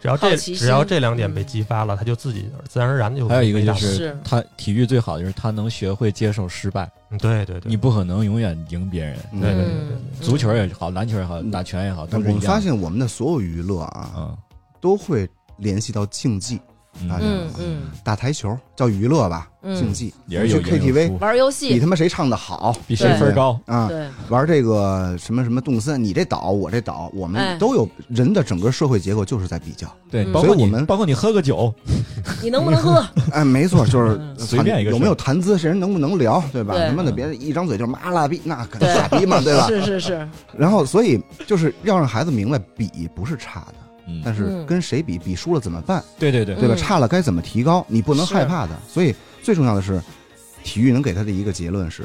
S5: 只要这
S3: 好奇心
S5: 只要这两点被
S3: 嗯
S5: 激发了，他就自己自然而然就
S4: 还有一个
S5: 没
S4: 就
S5: 打算
S4: 是
S3: 是
S4: 他体育最好的就是他能学会接受失败，
S5: 嗯对对对，
S4: 你不可能永远赢别人。
S2: 嗯
S5: 对对对对
S3: 嗯，
S4: 足
S5: 啊
S4: 球也好，篮球也好，打拳也好，
S2: 我
S4: 都是一
S2: 们
S4: 样的。
S2: 发现我们的所有娱乐啊，
S4: 嗯，
S2: 都会联系到竞技。
S4: 嗯
S2: 啊
S3: 嗯嗯
S2: 打台球叫娱乐吧，
S3: 嗯
S2: 竞技
S4: 也是有
S2: 去
S4: 赢有
S2: KTV
S4: 输
S3: 玩游
S2: 比
S3: 戏嗯
S2: 他，妈谁唱的好
S4: 比谁分高，
S2: 啊！
S3: 对，
S2: 玩这个什么什么动森，你这岛我这岛，我
S3: 哎
S2: 们都有人的整个社会结构就是在比 较。
S4: 对，
S3: 嗯
S4: 包括
S2: 所以我
S4: 你
S2: 们
S4: 包括你喝个酒，
S3: 你能不能喝？
S2: 哎，没错，就是
S3: 嗯
S4: 随便一个事
S2: 有
S4: 儿
S2: 没有谈资，谁人能不能聊，对吧？
S3: 对
S2: 他妈的，别人一张嘴就是妈拉逼，那 肯
S3: 对
S2: 定傻逼 嘛，对吧？
S3: 是是是，
S2: 然后，所以就是要让孩子明白，比不是差的，
S4: 嗯，
S2: 但是跟谁比，比输了怎么办，
S4: 对对对，
S2: 对吧？
S3: 嗯
S2: 差了该怎么提高，你不能
S3: 是
S2: 害怕的。所以最重要的是，体育能给他的一个结论是：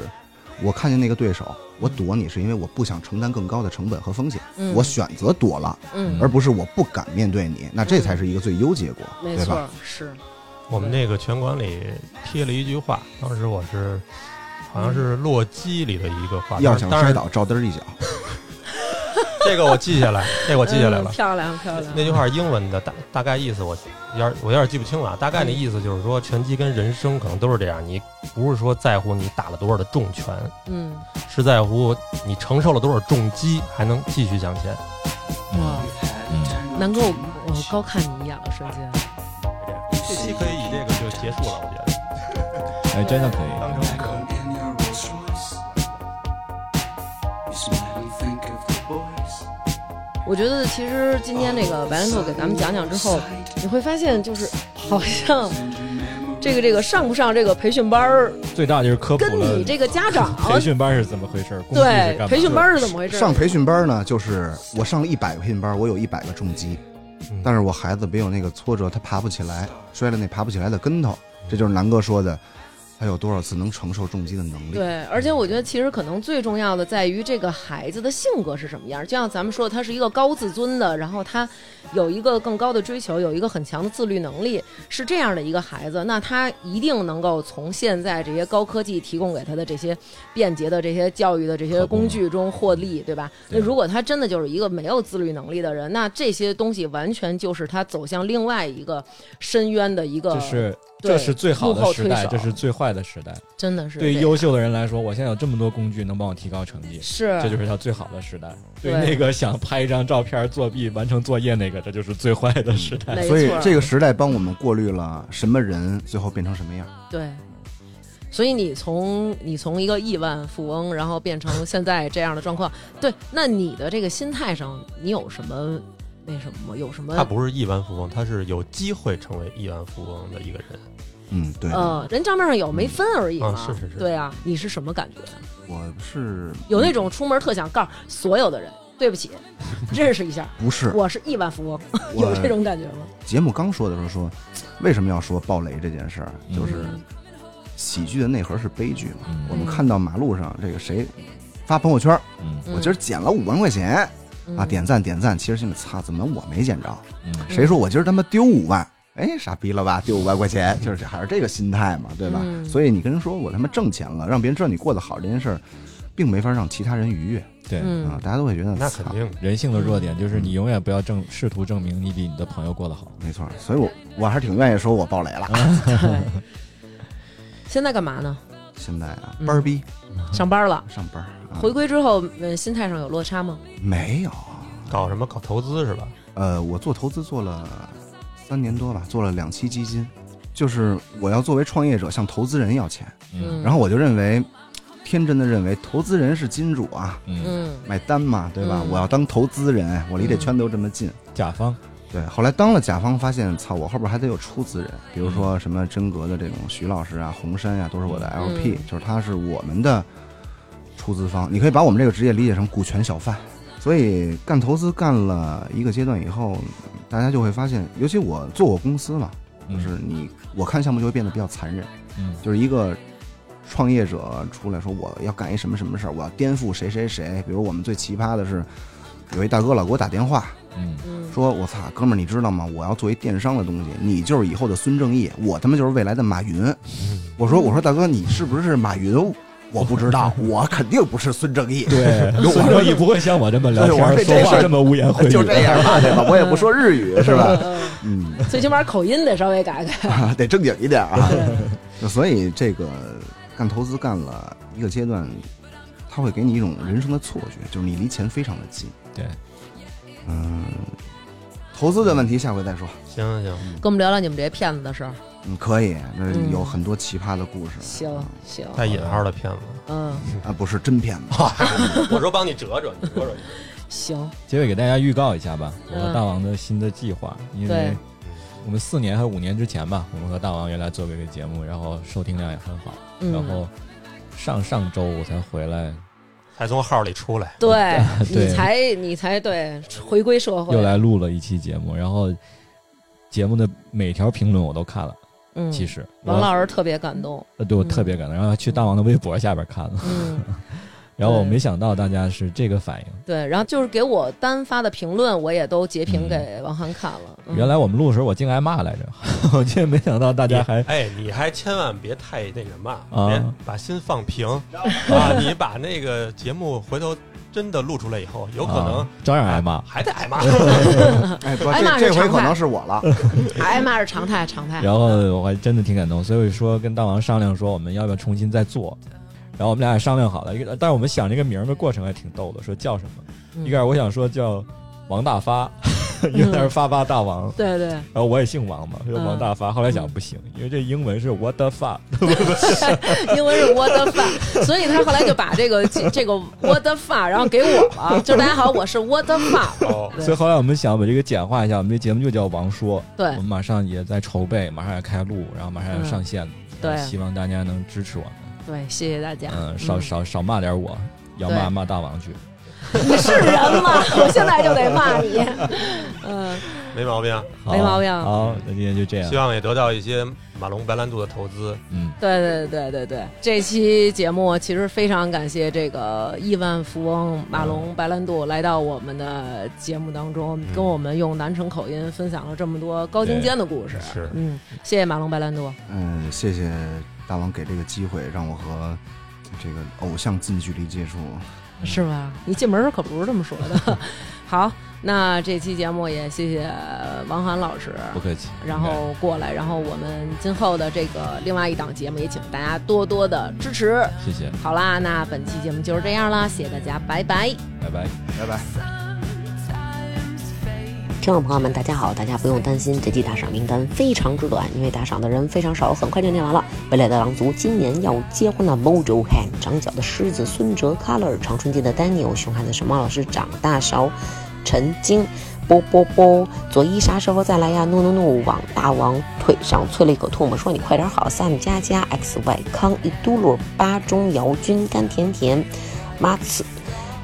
S2: 我看见那个对手，我躲你是因为我不想承担更高的成本和风险，
S3: 嗯
S2: 我选择躲了，
S3: 嗯，
S2: 而不是我不敢面对你。那这才是一个最优结果，
S3: 没
S2: 对吧？
S3: 错，是
S5: 我们那个拳馆里贴了一句话，当时我是好像
S3: 嗯
S5: 是《洛基》里的一个话，
S2: 要
S5: 当
S2: 想
S5: 然当
S2: 摔
S5: 然
S2: 倒，照嘚儿一脚。
S5: 这个我记下来，这个我
S3: 我
S5: 记下来了。
S3: 嗯漂亮漂亮，
S5: 那句话是英文的，大大概意思我有点我有点记不清了啊，大概
S3: 嗯
S5: 那意思就是说，拳击跟人生可能都是这样，你不是说在乎你打了多少的重拳，
S3: 嗯，
S5: 是在乎你承受了多少重击还能继续向前。
S3: 哇
S4: 嗯，
S3: 南哥，我我高看你一眼了，瞬间。
S5: 这期可以以这个就结束了，我觉得。
S4: 哎，真的可以。
S1: Come in your Rolls Royce. You smile and think of the boys.
S3: 我觉得其实今天那个白兰度给咱们讲讲之后，你会发现就是好像这个这个上不上这个培训班儿，
S4: 最大就是科普
S3: 跟
S4: 了
S3: 你这个家长
S4: 培训班是怎么回事，工具是干
S3: 对
S4: 嘛的
S3: 培训班是怎么回事？
S2: 上培训班呢，就是我上了一百个培训班，我有一百个重击，
S5: 嗯
S2: 但是我孩子没有那个挫折，他爬不起来，摔了那爬不起来的跟头，这就是南哥说的，他有多少次能承受重击的能力。
S3: 对，而且我觉得其实可能最重要的在于这个孩子的性格是什么样儿。就像咱们说的，他是一个高自尊的，然后他有一个更高的追求，有一个很强的自律能力，是这样的一个孩子，那他一定能够从现在这些高科技提供给他的这些便捷的这些教育的这些
S4: 可不嘛
S3: 工具中获利，对吧？那
S4: 对
S3: 如果他真的就是一个没有自律能力的人，那这些东西完全就是他走向另外一个深渊的一个，
S4: 这是
S3: 对
S4: 这是最好
S3: 幕后
S4: 的时
S3: 推
S4: 代，
S3: 手
S4: 这是最坏快的时代。
S3: 真的是
S4: 对于
S3: 这
S4: 优
S3: 样
S4: 秀的人来说，我现在有这么多工具能帮我提高成绩，
S3: 是
S4: 这就是他最好的时代。对于
S3: 对
S4: 那个想拍一张照片作弊完成作业那个，这就是最坏的时代。
S3: 没
S2: 所以
S3: 错儿
S2: 这个时代帮我们过滤了什么人最后变成什么样。
S3: 对。所以你从你从一个亿万富翁，然后变成现在这样的状况，对，那你的这个心态上，你有什么那什么吗？有什么
S5: 他不是亿万富翁，他是有机会成为亿万富翁的一个人。
S2: 嗯，对，
S3: 呃，人账面上有没分而已嘛、
S5: 嗯啊是是是
S3: 对啊，你是什么感觉？啊
S2: 我是
S3: 有那种出门特想告诉所有的人，对不起，认识一下，
S2: 不是
S3: 我是亿万富翁，有
S2: 我
S3: 这种感觉吗？
S2: 节目刚说的时候说，为什么要说暴雷这件事儿？就是
S3: 嗯
S2: 喜剧的内核是悲剧嘛。
S4: 嗯
S2: 我们看到马路上这个谁发朋友圈，
S4: 嗯
S2: 我今儿捡了五万块钱
S3: 嗯
S2: 啊，点赞点赞，其实心里擦，怎么我没捡着？
S4: 嗯
S2: 谁说我今儿他妈丢五万？哎，傻逼了吧？丢五万块钱，就是还是这个心态嘛，对吧？
S3: 嗯
S2: 所以你跟人说我他妈挣钱了，让别人知道你过得好这件事儿，并没法让其他人愉悦
S4: 对，
S3: 嗯
S2: 啊，大家都会觉得
S5: 那肯
S2: 操
S5: 定的，
S4: 人性的弱点就是你永远不要证试图证明你比你的朋友过得好。
S2: 没错。所以我我还是挺愿意说我爆雷了。
S5: 嗯
S3: 对。现在干嘛呢？
S2: 现在啊，
S3: 嗯
S2: 班儿逼
S3: 上班了。
S2: 上班儿啊，
S3: 回归之后，嗯，心态上有落差吗？
S2: 没有。
S5: 搞什么搞投资是吧？
S2: 呃，我做投资做了三年多吧，做了两期基金，就是我要作为创业者向投资人要钱，
S3: 嗯
S2: 然后我就认为，天真的认为投资人是金主啊，
S4: 嗯，
S3: 嗯
S2: 买单嘛，对吧？
S3: 嗯
S2: 我要当投资人，我离这圈子又这么近，
S4: 甲方
S2: 对。后来当了甲方，发现操，我后边还得有出资人，比如
S3: 嗯
S2: 说什么真格的这种徐老师啊、红杉啊，都是我的 LP，、就是他是我们的出资方。你可以把我们这个职业理解成股权小贩。所以干投资干了一个阶段以后，大家就会发现，尤其我做我公司嘛，就
S4: 嗯
S2: 是你我看项目就会变得比较残忍，
S4: 嗯
S2: 就是一个创业者出来说我要干一什么什么事儿，我要颠覆谁谁谁。比如我们最奇葩的是，有一大哥老给我打电话
S4: 嗯
S3: 嗯
S2: 说：“我操，哥们儿，你知道吗？我要做一电商的东西，你就是以后的孙正义，我他妈就是未来的马云。”我说：“我说大哥，你是不是马云？嗯 我不知道，我肯定不是孙正义。”
S4: 对，孙正义不会像我这么聊
S2: 对我说
S4: 天，
S2: 这
S4: 说
S2: 这事
S4: 话
S2: 儿
S4: 这么污言秽 语。
S2: 就这样吧，对吧？我也不说日语，是吧？嗯，
S3: 最起码口音得稍微改改。
S2: 啊， 得正经一点啊。所以这个干投资干了一个阶段，它会给你一种人生的错觉，就是你离钱非常的近。
S4: 对，
S2: 嗯，投资的问题下回再说。
S5: 行行，
S3: 跟我们聊聊你们这些骗子的事儿。
S2: 嗯，可以，那
S3: 嗯
S2: 有很多奇葩的故事。
S3: 行行，
S5: 带引号的骗子，
S3: 嗯，
S2: 啊，不是真骗子，
S5: 我说帮你折折，你折折。
S3: 行，
S4: 结尾给大家预告一下吧，我
S3: 嗯
S4: 和大王的新的计划，因为
S3: 对
S4: 我们四年还是五年之前吧，我们和大王原来做过一个节目，然后收听量也很好，
S3: 嗯
S4: 然后上上周我才回来，
S5: 才从号里出来，
S3: 对
S4: 对
S3: 你才你才对回归社会
S4: 又，来录了一期节目，然后节目的每条评论我都看了，
S3: 嗯，
S4: 其实
S3: 王
S4: 我
S3: 老师特别感动，
S4: 呃对我
S3: 嗯
S4: 特别感动，然后还去大王的微博下边看了，
S3: 嗯，
S4: 然后我
S3: 对
S4: 没想到大家是这个反应。
S3: 对，然后就是给我单发的评论，我也都截屏
S4: 嗯
S3: 给王涵看了。嗯
S4: 原来我们录的时候我竟挨骂来着， 我竟然没想到大家还
S5: 哎，你还千万别太那什么，
S4: 啊
S5: 别把心放平啊！你把那个节目回头真的录出来以后，有可能
S4: 啊照样挨骂。
S5: 还得挨骂。
S2: 哎，不，
S3: 哎那
S2: 这这回
S3: 是常态
S2: 可能是我了。
S3: 挨哎骂是常态，常态。
S4: 然后我还真的挺感动，所以说跟大王商量说我们要不要重新再做，然后我们俩也商量好了，一个但是我们想这个名儿的过程还挺逗的，说叫什么？
S3: 嗯
S4: 一开始我想说叫王大发， 因为他是发发大王，
S3: 对 对，
S4: 然后我也姓王嘛，就王大发。后来想
S3: 嗯
S4: 不行，因为这英文是 what the fuck，
S3: 因为是 what the fuck，所以他后来就把这个 这个 what the fuck，然后给我了，就是大家好，我是 what the fuck，
S5: 哦，
S3: 对
S4: 所以后来我们想把这个简化一下，我们这节目就叫王说。
S3: 对
S4: 我们马上也在筹备，马上要开录，然后马上要上线，
S3: 对
S4: 呃希望大家能支持我们，
S3: 对，谢谢大家。
S4: 嗯，少少少骂点我，要
S3: 对
S4: 骂骂大王去。
S3: 你是人 吗？我现在就得骂你。嗯，
S5: 没毛病。啊
S4: 好
S3: 没毛病
S4: 好，那今天就这样
S5: 希。望也得到一些马龙白兰度的投资。
S4: 嗯，
S3: 对对对对对，这期节目其实非常感谢这个亿万富翁马龙白兰度来到我们的节目当中，跟我们用南城口音分享了这么多高精尖的故事。
S5: 是
S3: 嗯，谢谢马龙白兰度。
S2: 嗯，谢谢大王给这个机会，让我和这个偶像近距离接触。
S3: 是吧？你进门儿可不是这么说的。好，那这期节目也谢谢王涵老师，
S4: 不客气。
S3: 然后过来，然后我们今后的这个另外一档节目也请大家多多的支持。
S4: 应该谢谢，
S3: 好啦，那本期节目就是这样啦，谢谢大家，拜拜。
S4: 拜拜。
S2: 拜拜。
S7: 听众朋友们，大家好！大家不用担心，这期打赏名单非常之短，因为打赏的人非常少，很快就念完了。未来的狼族今年要结婚的 Mojo Han，长角的狮子孙哲 Color，长春街的 Daniel，熊孩子沈猫老师长大勺，陈晶，波波波，佐伊莎是否再来呀？no no no，网大王腿上啐了一口唾沫，说你快点好。Sam 佳佳 X Y 康一嘟噜巴中姚军甘甜甜，妈次。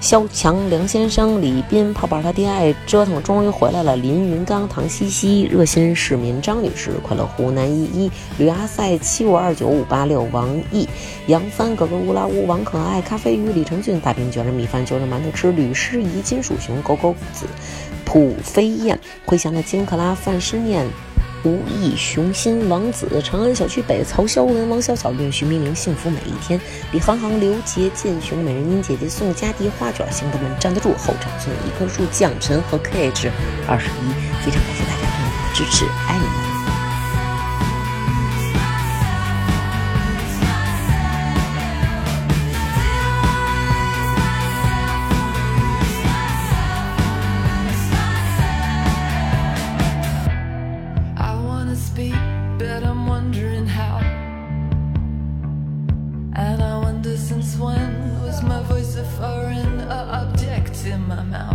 S7: 萧强、梁先生、李斌、泡泡他爹爱折腾，终于回来了。林云刚、唐西西、热心市民张女士、快乐湖南依依、吕阿塞、七五二九五八六、王毅、杨帆、格格乌拉乌、王可爱、咖啡鱼、李承俊、大饼卷着米饭就着馒头吃、吕诗怡、金属熊、狗狗子、普飞燕、回翔的金克拉、范诗念。吴意、雄心、王子、长安小区北、曹肖文、王小小、略徐明明、幸福每一天、李航航、刘杰、建雄、美人音姐姐、宋佳迪、花卷、行得稳、站得住、后场村、一棵树、降尘和 KH 二十一，非常感谢大家对我们的支持，爱你们。
S8: I wanna speak, but I'm wondering how. And I wonder since when was my voice a foreign uh, object in my mouth?